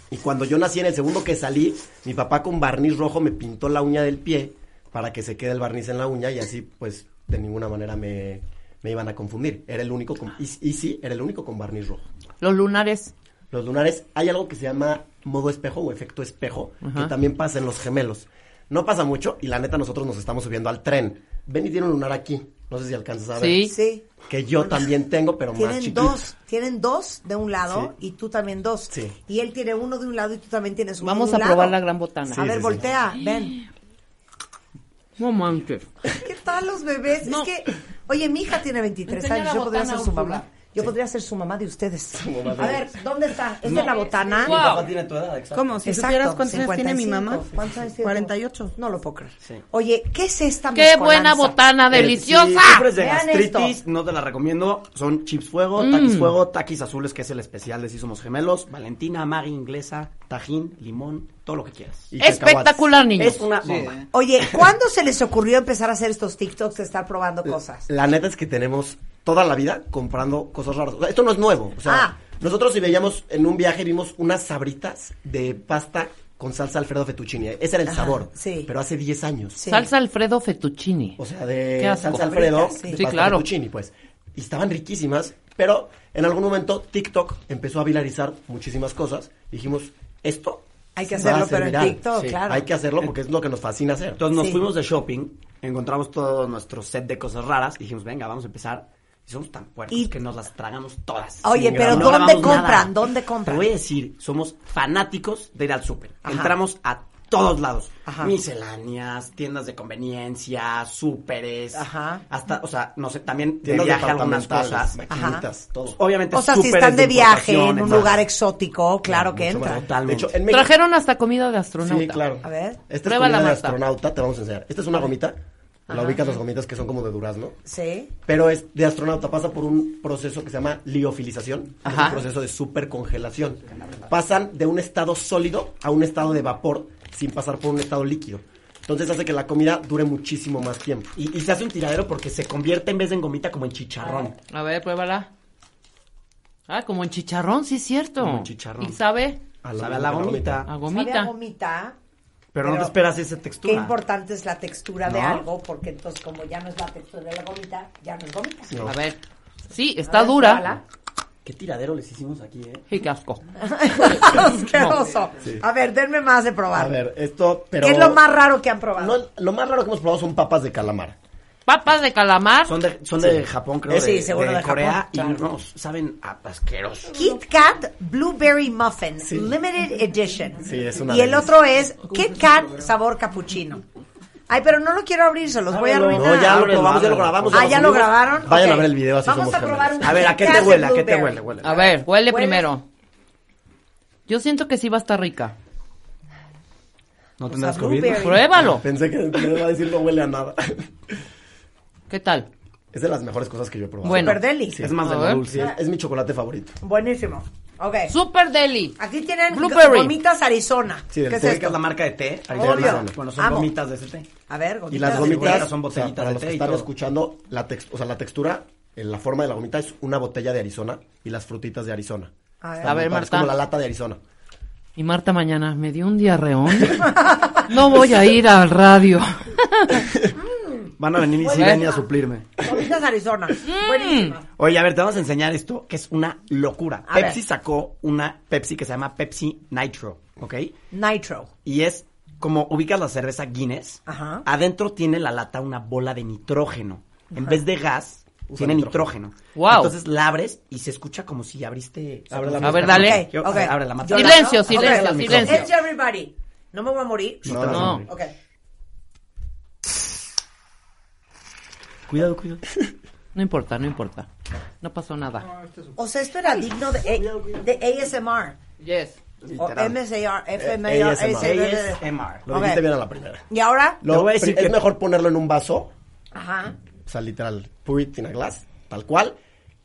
Y cuando yo nací, en el segundo que salí, mi papá con barniz rojo me pintó la uña del pie para que se quede el barniz en la uña y así, pues, de ninguna manera me, me iban a confundir. Era el único con, y, y sí, era el único con barniz rojo. Los lunares. Los lunares, hay algo que se llama modo espejo o efecto espejo, Ajá. que también pasa en los gemelos. No pasa mucho y la neta nosotros nos estamos subiendo al tren. Ven y tiene un lunar aquí. No sé si alcanzas a ver. Sí. Sí. Que yo también tengo, pero más Tienen chiquito. dos, tienen dos de un lado y tú también dos. Sí. Y él tiene uno de un lado y tú también tienes uno Vamos de a un probar la lado. gran botana. a ver, voltea, ven. No manches. ¿Qué tal los bebés? Es que, oye, mi hija tiene 23 Enseña años, la yo podría ser botana, su Úrsula. mamá. Yo podría ser su mamá de ustedes. mamá de- A ver, ¿dónde está? ¿Es de No. la botana? Mi papá tiene tu edad, exacto. ¿Cómo? Si Exacto, supieras cuántos años tiene mi 55. mamá. ¿Cuántos años tiene tu- 48. No lo puedo creer. Sí. Oye, ¿qué es esta ¡Qué buena mezcolanza? botana deliciosa! Si sufres de Vean gastritis, esto. no te la recomiendo. Son chips fuego, Mm. taquis fuego, taquis azules, que es el especial de Si Somos Gemelos, Valentina, Maggi inglesa, tajín, limón, todo lo que quieras. Y Espectacular, niños. Es una bomba. Oye, *laughs* ¿cuándo se les ocurrió empezar a hacer estos TikToks de estar probando cosas? La neta es que tenemos toda la vida comprando cosas raras. O sea, esto no es nuevo. O sea, Ah. nosotros si veíamos en un viaje vimos unas sabritas de pasta con salsa Alfredo Fettuccine. Ese era el Ajá, sabor. sí. Pero hace 10 años. Sí. Salsa Alfredo Fettuccini. O sea, de Qué asco. Eh, salsa Alfredo, Sí. de Sí, pasta claro. fettuccine, pues. Y estaban riquísimas, pero en algún momento TikTok empezó a viralizar muchísimas cosas. Dijimos, esto Hay que va a hacerlo, ser pero en viral. TikTok, Sí. claro. Hay que hacerlo porque es lo que nos fascina hacer. Entonces nos Sí. fuimos de shopping, encontramos todo nuestro set de cosas raras, dijimos, venga, vamos a empezar. Y somos tan puercos que nos las tragamos todas. Oye, sin pero grabar. ¿dónde grabamos nada. compran? ¿Dónde compran? Te voy a decir, somos fanáticos de ir al súper. Ajá. Entramos a todos lados. Ajá. Misceláneas, tiendas de conveniencia, súperes. Hasta, o sea, no sé, también de Tiendas viaje algunas departamentales, cosas. Pues, maquinitas, Ajá. todo. Obviamente, O sea, si súperes están de viaje en importaciones, un ¿no? lugar exótico, Oh, claro que entran. Totalmente. De hecho, en México- Trajeron hasta comida de astronauta. Sí, claro. A ver. Esta es Prueba la comida de Marta. astronauta, te vamos a enseñar. Esta es una gomita. La Ajá. ubicas las gomitas que son como de durazno. Sí. Pero es de astronauta, pasa por un proceso que se llama liofilización, que Ajá. es un proceso de supercongelación. Pasan de un estado sólido a un estado de vapor sin pasar por un estado líquido. Entonces hace que la comida dure muchísimo más tiempo. Y, y se hace un tiradero porque se convierte en vez de en gomita como en chicharrón. A ver, pruébala. Ah, como en chicharrón, sí es cierto. Como en chicharrón. ¿Y sabe? A la Sabe a la gomita. gomita. A Sabe a gomita. gomita. Pero, no te esperas esa textura. Qué importante es la textura de ¿No? algo, porque entonces como ya no es la textura de la gomita, ya no es gomita. No. A ver. Sí, A está ver, dura. pruébala. Qué tiradero les hicimos aquí, ¿eh? Y *laughs* qué asco. *laughs* *laughs* Asqueroso. Sí. A ver, denme más de probar. A ver, esto, pero... ¿Qué es lo más raro que han probado? Lo más raro que hemos probado son papas de calamar. Papas de calamar. Son de, son de Japón, Eh, creo. Sí, de, seguro de Corea. Japón, Y claro. no, saben a asqueroso. Kit Kat Blueberry Muffin, Limited Edition. Sí, es una Y el delicia. otro es Kit Kat Sabor Capuchino. Ay, pero no lo quiero abrir, se los voy a Ábrelo. arruinar. No, ya lo probamos, ya lo grabamos, ya Ah, lo ya lo subimos. grabaron. Vayan Ok. a ver el video, así Vamos somos a probar gemelos. una A ver, ¿a qué te Kit Kat huele? ¿A de qué te blueberry. huele? Huele. A ver, huele Huele. primero. Yo siento que sí va a estar rica. ¿No tendrás COVID? blueberry. Pruébalo. Pensé que me iba a decir no huele a nada. ¿Qué tal? Es de las mejores cosas que yo he probado. Bueno. Super deli. Sí, es más de A ver. lo dulce. Es mi chocolate favorito. Buenísimo. Ok. Super deli. Aquí tienen Blueberry. gomitas Arizona. Sí, del ¿Qué es té esto? que es la marca de té. Obvio. Arizona. Bueno, son Amo. gomitas de ese té. A ver, gomitas. Y las de gomitas té. son botellitas de para los té que y están todo. escuchando, la tex- o sea, la textura, eh, la forma de la gomita es una botella de Arizona y las frutitas de Arizona. A ver. Está A muy padre, ver, Es Marta. como la lata de Arizona. Y Marta mañana me dio un diarreón. *laughs* No voy a ir al radio. Van a venir y Huele sí venir rico. a suplirme. *laughs* Gomitas Arizona. Mm. Buenísimas. Oye, a ver, te vamos a enseñar esto, que es una locura. A Pepsi ver. sacó una Pepsi que se llama Pepsi Nitro, ¿ok? Nitro. Y es como ubicas la cerveza Guinness, Ajá. adentro tiene la lata una bola de nitrógeno. En Ajá. vez de gas, Usa tiene nitrógeno. nitrógeno. Guau. Entonces la abres y se escucha como si abriste. Abre la A ver, dale. Yo- Ok, ok. a ver, Abre la Ah, mata. Yo la- Silencio, Ok. silencio, Ok. silencio. It's everybody. No me voy a morir. No, no, no. Ok. Cuidado, cuidado. *laughs* No importa, no importa. No pasó nada. O sea, esto era digno de, de ASMR. Yes. O Literal. MSAR, Eh, FMAR, ASMR. ASMR. Lo Ok. dijiste bien a la primera. ¿Y ahora? Lo, voy a decir pri- es que- mejor ponerlo en un vaso, Ajá. o sea, literal, pour it in a glass, tal cual,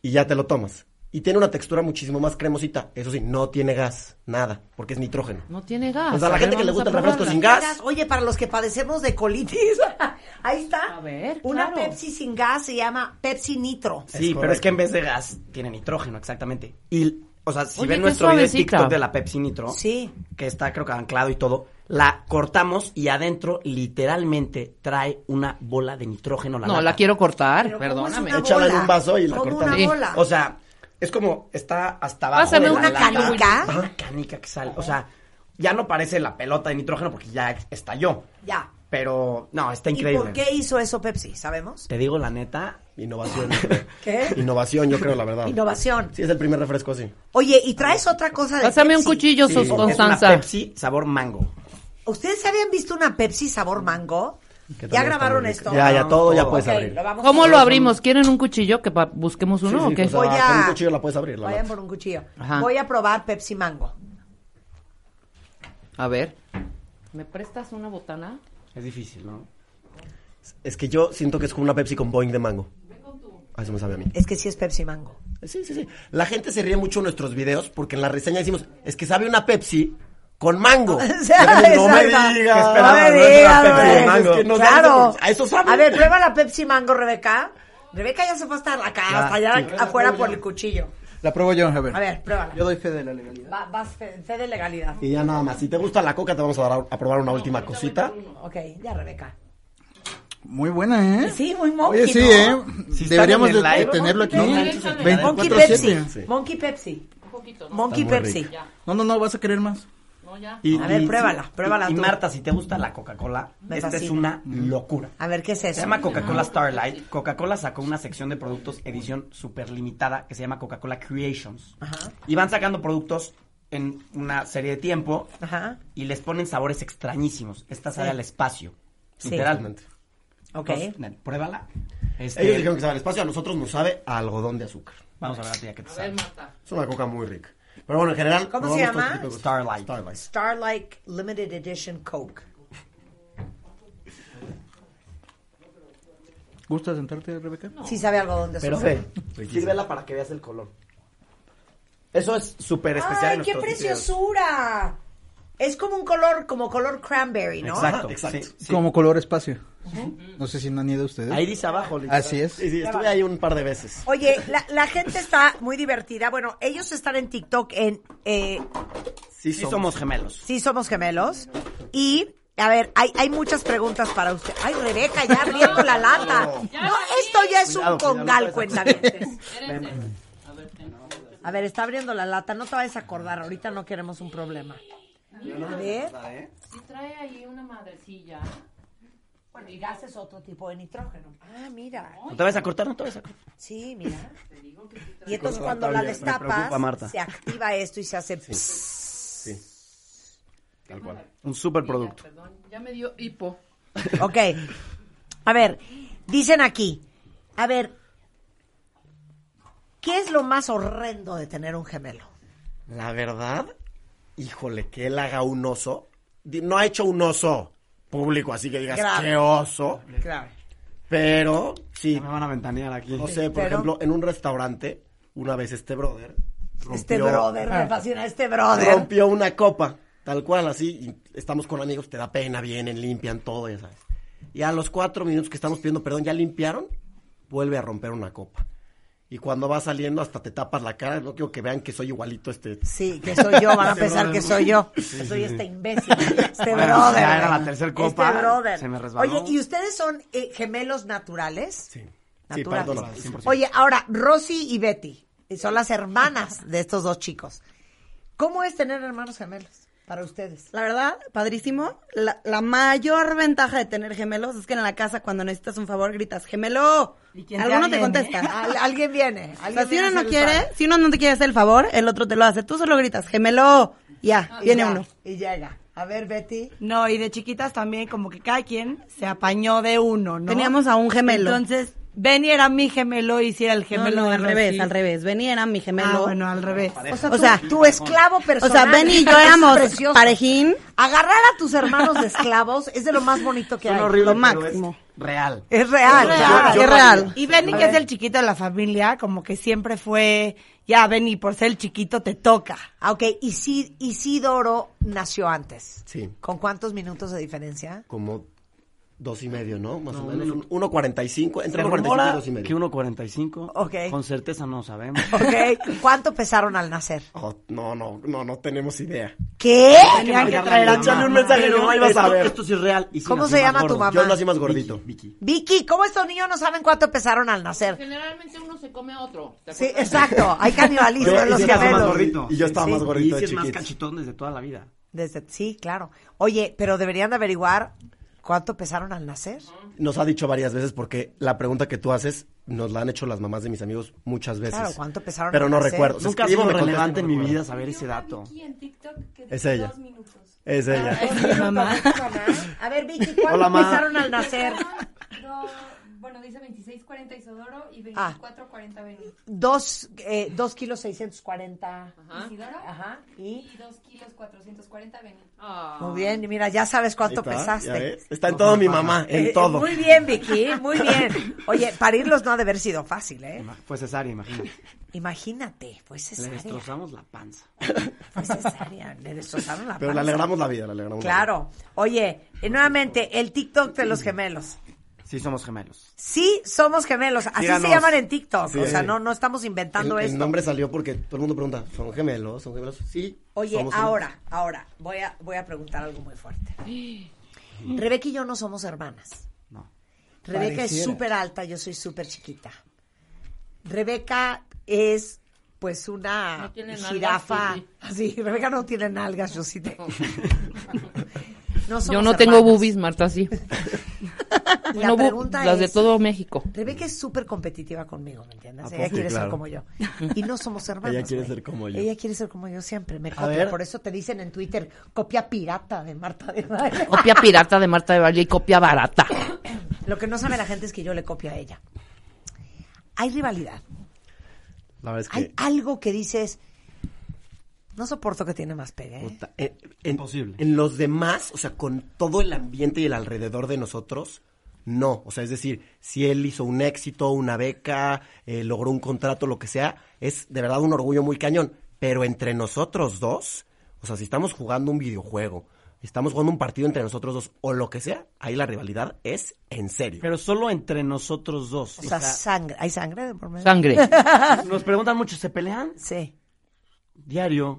y ya te lo tomas. Y tiene una textura muchísimo más cremosita. Eso sí, no tiene gas, nada, porque es nitrógeno. No tiene gas. O sea, a la A gente ver, que le vamos a gusta el refresco probarla. sin gas. Oye, para los que padecemos de colitis, *laughs* ahí está. A ver, Una claro. Pepsi sin gas se llama Pepsi Nitro. Sí, pero es correcto. que en vez de gas tiene nitrógeno, exactamente. Y, o sea, si Oye, ven qué nuestro video de suavecita. TikTok de la Pepsi Nitro, Sí. que está creo que anclado y todo, la cortamos y adentro literalmente trae una bola de nitrógeno. La No, lata. la quiero cortar, Pero ¿cómo perdóname. es una Échala en bola? un vaso y la ¿Cómo cortamos. una Sí. bola? O sea, es como está hasta abajo. Pásame de la una lata. canica. Una canica que sale. O sea, ya no parece la pelota de nitrógeno porque ya estalló. ya. Pero no, está ¿Y increíble. por qué hizo eso Pepsi? ¿Sabemos? Te digo la neta, Innovación. yo creo. ¿Qué? Innovación, yo creo, la verdad. Innovación. Sí, es el primer refresco así. Oye, y traes otra cosa de Pásame un Pepsi? cuchillo, sí, sus es una Constanza. Pepsi sabor mango. ¿Ustedes habían visto una Pepsi sabor mango? que ¿Ya también está grabaron muy esto? rico. Ya, ya, todo ya Todo. puedes Ok, abrir. lo vamos a ¿Cómo hacer. lo abrimos? ¿Quieren un cuchillo que pa- busquemos uno Sí, o qué? sí, o sea, Voy a- con un cuchillo la puedes abrir. La Vayan lata. por un cuchillo. Ajá. Voy a probar Pepsi Mango. A ver. ¿Me prestas una botana? Es difícil, ¿no? Es que yo siento que es como una Pepsi con Boeing de mango. Ah, Eso me sabe a mí. Es que sí es Pepsi Mango. Sí, sí, sí. La gente se ríe mucho en nuestros videos porque en la reseña decimos, es que sabe una Pepsi con mango. *laughs* *laughs* O sea, no me exacto. digas. No esperabas? me No es una digas, Pepsi güey. con mango. Es que no sabe claro. eso, a eso sabe. A ver, prueba la Pepsi Mango, Rebeca. Rebeca ya se fue hasta la cara, hasta allá afuera por el cuchillo. La pruebo yo, a ver. A ver, pruébala. Yo doy fe de la legalidad. Va- vas fe, fe de legalidad. Y ya nada más. Si te gusta la coca, te vamos a dar a probar una última cosita. Ok, ya, Rebeca. Muy buena, ¿eh? Sí, muy monkey, Oye, sí, ¿no? ¿eh? Si están Deberíamos en el de- live, de tenerlo aquí. no manches, en el live. Monkey 24/7. Pepsi. Monkey Pepsi. Un poquito, Monkey Está muy Pepsi. rica. No, no, no, vas a querer más. No, ya. Y- A ver, y- pruébala, y- pruébala Y, tú. Marta, si te gusta la Coca-Cola, Me esta es una fascina. locura. A ver, ¿qué es eso? Se llama Ah, Coca-Cola Starlight. Coca-Cola sacó una sección de productos edición super limitada que se llama Coca-Cola Creations. Y van sacando productos en una serie de tiempo Ajá. y les ponen sabores extrañísimos. Esta sale Sí. al espacio. Sí. Literalmente. Ok. Entonces, pruébala. Este, Ellos dijeron que sabe al espacio, a nosotros nos sabe a algodón de azúcar. Vamos a ver a ti a qué te sabe. Es una coca muy rica. Pero bueno, en general. ¿Cómo probamos se todo llama? tipo de cosas. Starlight. Starlight. Starlight Limited Edition Coke. ¿Gusta sentarte, Rebeca? Sí sabe algodón de Pero azúcar. ve, sírvela para que veas el color. Eso es súper especial. en ¡Ay, qué nuestros videos. preciosura! Es como un color, como color cranberry, ¿no? Exacto, Ajá, exacto. Como color espacio. Mm. No sé si nadie de ustedes. Ahí dice abajo. literal. Así es. Sí, sí, estuve ahí un par de veces. Oye, la, la gente está muy divertida. Bueno, ellos están en TikTok en eh, Sí, somos. gemelos. Sí Somos Gemelos. Y, a ver, hay, hay muchas preguntas para usted. Ay, Rebeca, ya abriendo la lata. No, esto ya es Cuidado, un cuidado, congal, no puedes cuentavientes. A ver, está abriendo la lata. No te vayas a acordar. Ahorita no queremos un problema. A ver. ¿eh? Si trae ahí una madrecilla. Bueno, y gases otro tipo de nitrógeno. Ah, mira. ¿No te vas a cortar? No te vas a cortar. Sí, mira. Y entonces Con cuando Natalia, la me preocupa, Marta. destapas, se activa esto y se hace... Sí. Tal cual. Un super producto. Ya me dio hipo. Ok. A ver, dicen aquí. A ver, ¿qué es lo más horrendo de tener un gemelo? La verdad, híjole, que él haga un oso. Di- No ha hecho un oso público, así que digas, Grave. qué oso. Claro. Pero, sí. Me van a ventanear aquí. No sé, por Pero- ejemplo, en un restaurante, una vez este brother. Este rompió- Ah. brother, me fascina este brother. Rompió una copa, tal cual, así. y estamos con amigos, te da pena, vienen, limpian todo, ya sabes. Y a los cuatro minutos que estamos pidiendo perdón, ya limpiaron, vuelve a romper una copa. Y cuando va saliendo, hasta te tapas la cara. No quiero que vean que soy igualito a este. Sí, que soy yo, *laughs* van a Este pensar brother. que soy yo. Sí, Soy sí, este imbécil, este Bueno, brother. ya era la tercer copa, Este brother. se me resbaló. Oye, ¿y ustedes son eh, gemelos naturales? Sí. Sí, perdón. Oye, ahora, Rosy y Betty eh, son las hermanas de estos dos chicos. ¿Cómo es tener hermanos gemelos para ustedes? La verdad, padrísimo. La, la mayor ventaja de tener gemelos es que en la casa cuando necesitas un favor gritas, gemelo. quién te Alguno te atiende? contesta. Al- alguien viene. O alguien sea, si viene uno a no hacer el quiere, paro. si uno no te quiere hacer el favor, el otro te lo hace. Tú solo gritas, gemelo. Ya, Ah, viene ya, uno. Y llega. A ver, Betty. No, y de chiquitas también, como que cada quien se apañó de uno, ¿no? Teníamos a un gemelo. Entonces, Benny era mi gemelo y si era el gemelo. no, de al Rosy. revés, al revés. Benny era mi gemelo. Ah, bueno, al revés. O sea, o sea, tu esclavo personal. O sea, Benny y yo Es éramos *laughs* precioso. parejín. Agarrar a tus hermanos de esclavos es de lo más bonito que hay. horribles, Lo pero máximo. Real. Es real, Es claro. real, es es real. Y Benny, que es el chiquito de la familia, como que siempre fue, ya Benny, por ser el chiquito te toca. Ah, ok, Isi- Isidoro nació antes. Sí. ¿Con cuántos minutos de diferencia? como dos y medio, ¿no? Más No, o menos. uno- un- 1.45, entre Entre 1.45 y dos y medio. que 1.45. Ok. Con certeza no sabemos. Ok, ¿cuánto pesaron al nacer? *laughs* Oh, no, no, no, no tenemos idea. ¿Qué? Tenían que traer a Échale un mensaje, no, ahí vas a ver. Esto sí es real. Y sí ¿Cómo nací se más llama tu gordo. mamá? Yo nací más gordito. Vicky, ¿cómo estos niños no saben cuánto pesaron al nacer? Generalmente uno se come a otro. ¿te Sí, acuerdas? exacto, *laughs* hay canibalismo Yo- en los y yo estaba más gemelos. gordito. Y yo estaba Sí. más gordito Y de sí es más chiquito. cachetón desde toda la vida. Desde- sí, claro. Oye, pero deberían de averiguar cuánto pesaron al nacer. Nos ha dicho varias veces porque la pregunta que tú haces nos la han hecho las mamás de mis amigos muchas veces. Claro, ¿cuánto pesaron Pero al no nacer? recuerdo. Nunca ha Escribo, sido me contestan, relevante en no mi recuerdo. vida saber ese dato. Es ella. Es ella. mamá. A ver, Vicky, ¿cuánto Hola, ma. pesaron al nacer? Bueno, dice 2640 Isodoro y Ah. 2440 Benny. Dos, eh, dos kilos 640. Isidoro. Ajá. Y 2 kilos 440 Benny. Ah. Muy bien, y mira, ya sabes cuánto Ahí está, ya pesaste. ves. Está en todo mi mamá, Eh, en todo. Muy bien, Vicky, muy bien. Oye, parirlos no ha de haber sido fácil, ¿eh? Fue cesárea, imagínate. Imagínate, fue Le cesárea. destrozamos la panza. Fue cesárea, le destrozaron la Pero le panza. alegramos la vida, le alegramos la Claro. Oye, eh, nuevamente, el TikTok de los gemelos. Sí, somos gemelos. Sí, somos gemelos. Así Síganos. se llaman en TikTok. Sí. O sea, no, no estamos inventando vida. El, el esto. nombre salió porque todo el mundo pregunta, ¿son gemelos? ¿Son gemelos? Sí. Oye, somos gemelos. ahora, ahora, voy a, voy a preguntar algo muy fuerte. Rebeca y yo no somos hermanas. No. Rebeca es Pareciera. súper alta, yo soy súper chiquita. Rebeca es pues una No tiene nalgas, jirafa. tú sí. Así, Rebeca no tiene nalgas, yo *laughs* sí tengo. No somos Yo no tengo hermanas. boobies, Marta, sí. *laughs* La Bueno, bu- pregunta las de es- todo México. Rebeca es súper competitiva conmigo, ¿me entiendes? ¿A Ella poco? quiere Sí, ser claro. *laughs* como yo. Y no somos hermanos. Ella quiere güey. ser como yo. Ella quiere ser como yo siempre. Me ver. copia. Por eso te dicen en Twitter, copia pirata de Marta de Baile. Copia pirata de Marta de Valle y copia barata. *laughs* Lo que no sabe la gente es que yo le copio a ella. Hay rivalidad. La verdad es que Hay algo que dices, no soporto que tiene más pegue. ¿eh? puta, eh, en, en los demás, o sea, con todo el ambiente y el alrededor de nosotros, no. O sea, es decir, si él hizo un éxito, una beca, eh, logró un contrato, lo que sea, es de verdad un orgullo muy cañón. Pero entre nosotros dos, o sea, si estamos jugando un videojuego, estamos jugando un partido entre nosotros dos o lo que sea, ahí la rivalidad es en serio. Pero solo entre nosotros dos. O sea, sangre. ¿Hay sangre de por medio? *laughs* Nos preguntan mucho, ¿se pelean? Sí. Diario.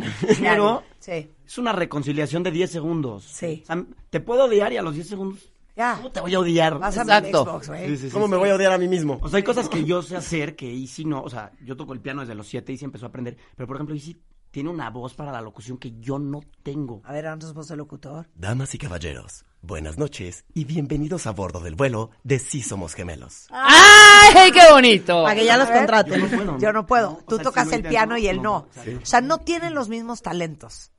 Pero Claro, sí. es una reconciliación de 10 segundos. Sí. O sea, te puedo odiar y a los 10 segundos Ya. te voy a odiar. Vas a mi Exacto. Xbox, güey. ¿Cómo me voy a odiar a mí mismo? O sea, hay cosas que yo sé hacer que Isi no. O sea, yo toco el piano desde los 7 y se empezó a aprender. Pero, por ejemplo, Isi tiene una voz para la locución que yo no tengo. A ver, antes vos de locutor. Damas y caballeros, buenas noches y bienvenidos a bordo del vuelo de Sí Somos Gemelos. ¡Ay, qué bonito! Para que ya los contraten. Yo puedo, no puedo. ¿no? Tú tocas si lo el piano y intento, él no, no. sí. O sea, no tienen los mismos talentos.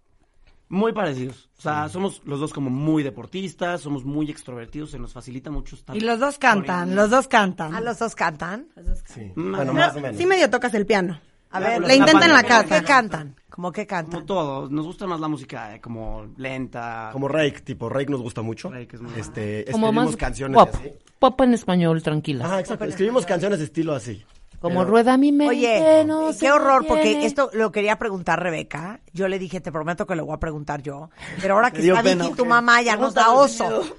Muy parecidos. O sea, somos los dos como muy deportistas, somos muy extrovertidos, se nos facilita mucho estar. Y los dos cantan, los dos cantan. ¿A Ah, los dos cantan? Sí. Pero Sí medio tocas el piano. A Ya, ver, pues, le la intentan la banda. casa. ¿Qué cantan? ¿Cómo que cantan? Como todos, nos gusta más la música eh, como lenta. Como Rake, tipo Rake nos gusta mucho. este, Como escribimos más canciones pop. así. Pop en español, tranquila. Ah, exacto. Escribimos canciones de estilo así. Como rueda mi mente. Oye, no qué se horror, porque detiene. esto lo quería preguntar Rebeca. Yo le dije, te prometo que lo voy a preguntar yo. Pero ahora que Me dio está pena, Vicky, ok. tu mamá ya nos da Pregúntale, oso.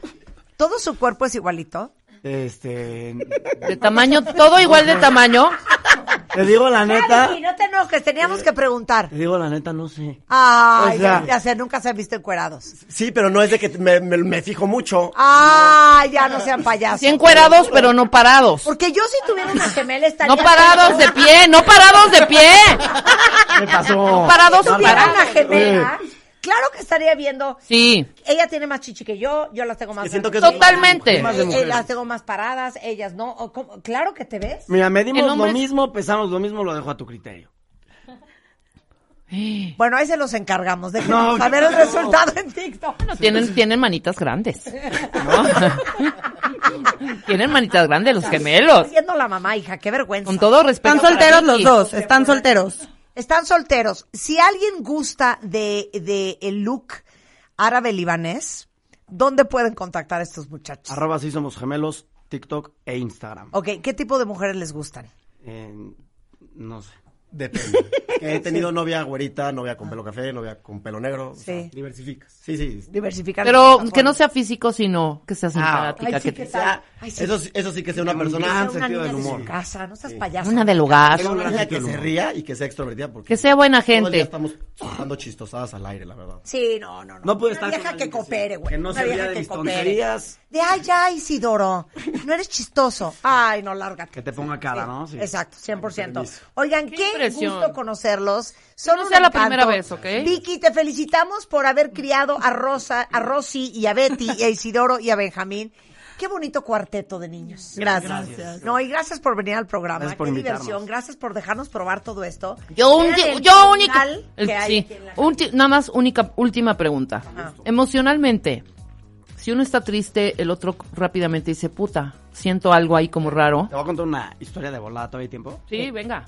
¿Todo su cuerpo es igualito? Este. De tamaño, todo igual de tamaño. Te digo la neta. Vicky, no te enojes, teníamos que preguntar. Te digo la neta, no sé. Ay, O sea- ya sé, nunca se han visto encuerados. Sí, pero no es de que me, me- me fijo mucho. Ay, Ah, ya no sean payasos. Sí encuerados, pero no parados. Porque yo si tuviera una gemela estaría... No parados de pie, no parados de pie. ¿Qué pasó? *laughs* Eh. No parados No si tuviera parados. una gemela... Claro que estaría viendo... Sí. Ella tiene más chichi que yo, yo las tengo más... Que siento grandes que es Totalmente. ella. más de Eh, mujer. las tengo más paradas, ellas no. O cómo- Claro que te ves. Mira, medimos El lo hombre- mismo, pesamos lo mismo, lo dejo a tu criterio. Bueno, ahí se los encargamos. No, Déjenos saber yo- el resultado en TikTok. Bueno, tienen, tienen manitas grandes. *laughs* ¿no? tienen manitas grandes los gemelos. Siendo la mamá, hija, qué vergüenza. Con todo respeto. Están solteros los dos, están solteros. Están solteros. Si alguien gusta de, de el look árabe libanés, ¿dónde pueden contactar a estos muchachos? Arroba sí somos gemelos, TikTok e Instagram. Ok, ¿qué tipo de mujeres les gustan? Eh, no sé. Depende. *laughs* He tenido novia güerita, novia con pelo café, novia con pelo negro. Sí. diversificas. Sí, sí. Diversificar. Pero que no sea físico, sino que sea Ah. simpática. Ay, sí, que- Ah, ¿qué tal? Ay, sí. Eso sí- eso sí que sea una persona Que sea en una sentido niña del de su humor. casa, no seas payasa. Una del hogar. Tengo una niña que del se humor. ría y que sea extrovertida porque Que sea buena todo el gente. día estamos soltando chistosadas al aire, la verdad. Sí, no, no, no. No puede Una estar con vieja que coopere, güey. que no Una se ría vieja de que mis coopere. tonterías. De ay, ya, Isidoro. No eres chistoso. Ay, no, lárgate. Que te ponga cara, ¿no? Sí. Exacto, 100%. Oigan, qué, impresión. gusto conocerlos. Son No un sea la encanto. primera vez, ¿ok? Vicky, te felicitamos por haber criado a Rosa, a Rosy y a Betty y a Isidoro y a Benjamín. Qué bonito cuarteto de niños. Gracias. Gracias. No, y gracias por venir al programa. Gracias por qué invitarnos. diversión. Gracias por dejarnos probar todo esto. Yo, un, Vean el yo única, final el- que hay sí, aquí en la- ulti- nada más única última pregunta. Ah. Emocionalmente, si uno está triste, el otro rápidamente dice, "Puta, siento algo ahí como raro." Te voy a contar una historia de volada, ¿todavía hay tiempo? Eh, Sí, venga.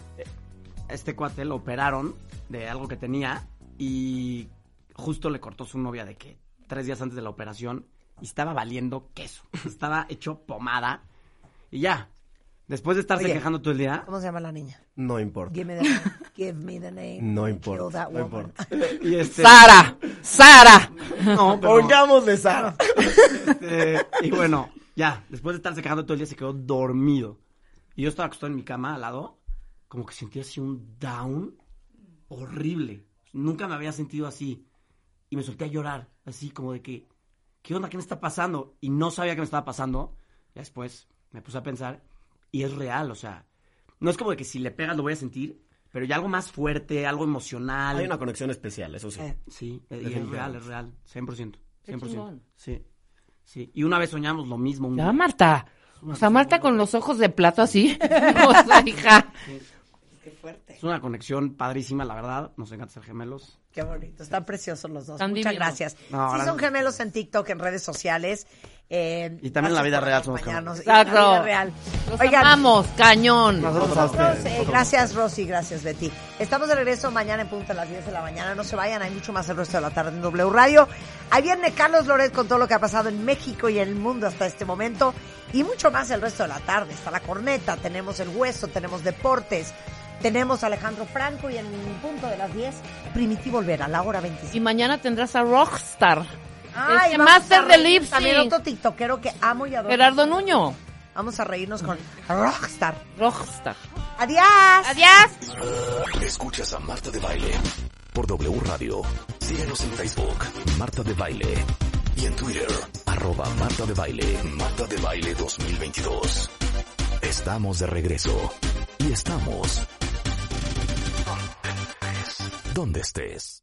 Este cuate lo operaron de algo que tenía y justo le cortó su novia de que tres días antes de la operación y estaba valiendo queso. *laughs* Estaba hecho pomada y ya. ¿ah? Después de estarse Oye. quejando todo el día, ¿Cómo se llama la niña? No importa. Give me *laughs* the name. Give me the name. No Kill importa. that No woman. importa. Y este- Sara, Sara. No, pero- Pongámosle *laughs* Sara. Este, y bueno, ya, después de estarse quejando todo el día se quedó dormido. Y yo estaba acostado en mi cama al lado, como que sentí así un down horrible. Nunca me había sentido así. Y me solté a llorar, así como de que, ¿qué onda? ¿Qué me está pasando? Y no sabía qué me estaba pasando. Ya después me puse a pensar, y es real, o sea, no es como de que si le pegas lo voy a sentir, pero ya algo más fuerte, algo emocional. Hay una conexión especial, eso sí. Eh, sí, eh, y es Definitivamente. real, es real, 100%. Qué 100%. chingón. Sí, sí. Y una vez soñamos lo mismo. un Ya, día. Marta. O sea, Marta con los ojos de plato así. *laughs* *laughs* o sea, hija. Qué fuerte. Es una conexión padrísima, la verdad. Nos encanta ser gemelos. Qué bonito, están preciosos los dos. Están Muchas divinos. gracias. No, sí, ahora son no. gemelos en TikTok, en redes sociales. eh, Y también en la gracias vida por real somos acompañarnos. gemelos. Y en La Exacto. vida real. Los Oigan, amamos, cañón. Nosotros a nosotros, ustedes. eh, gracias Rosy, gracias Betty. Estamos de regreso mañana en punto a las 10 de la mañana. No se vayan, hay mucho más el resto de la tarde en W Radio. Ahí viene Carlos Loret con todo lo que ha pasado en México y en el mundo hasta este momento. Y mucho más el resto de la tarde. Está la corneta, tenemos el hueso, tenemos deportes, tenemos a Alejandro Franco y en punto de las 10, Primitivo Olvera, la hora 25. Y mañana tendrás a Rockstar. Ay, Este vamos a máster de reír lip sync. También otro tiktokero que amo y adoro. Gerardo Nuño. Vamos a reírnos con Rockstar. Rockstar. Adiós. Adiós. Escuchas a Marta de Baile por W Radio. Síguenos en Facebook, Marta de Baile. Y en Twitter, arroba Marta de Baile, Marta de Baile 2022. Estamos de regreso. Y estamos... Donde estés.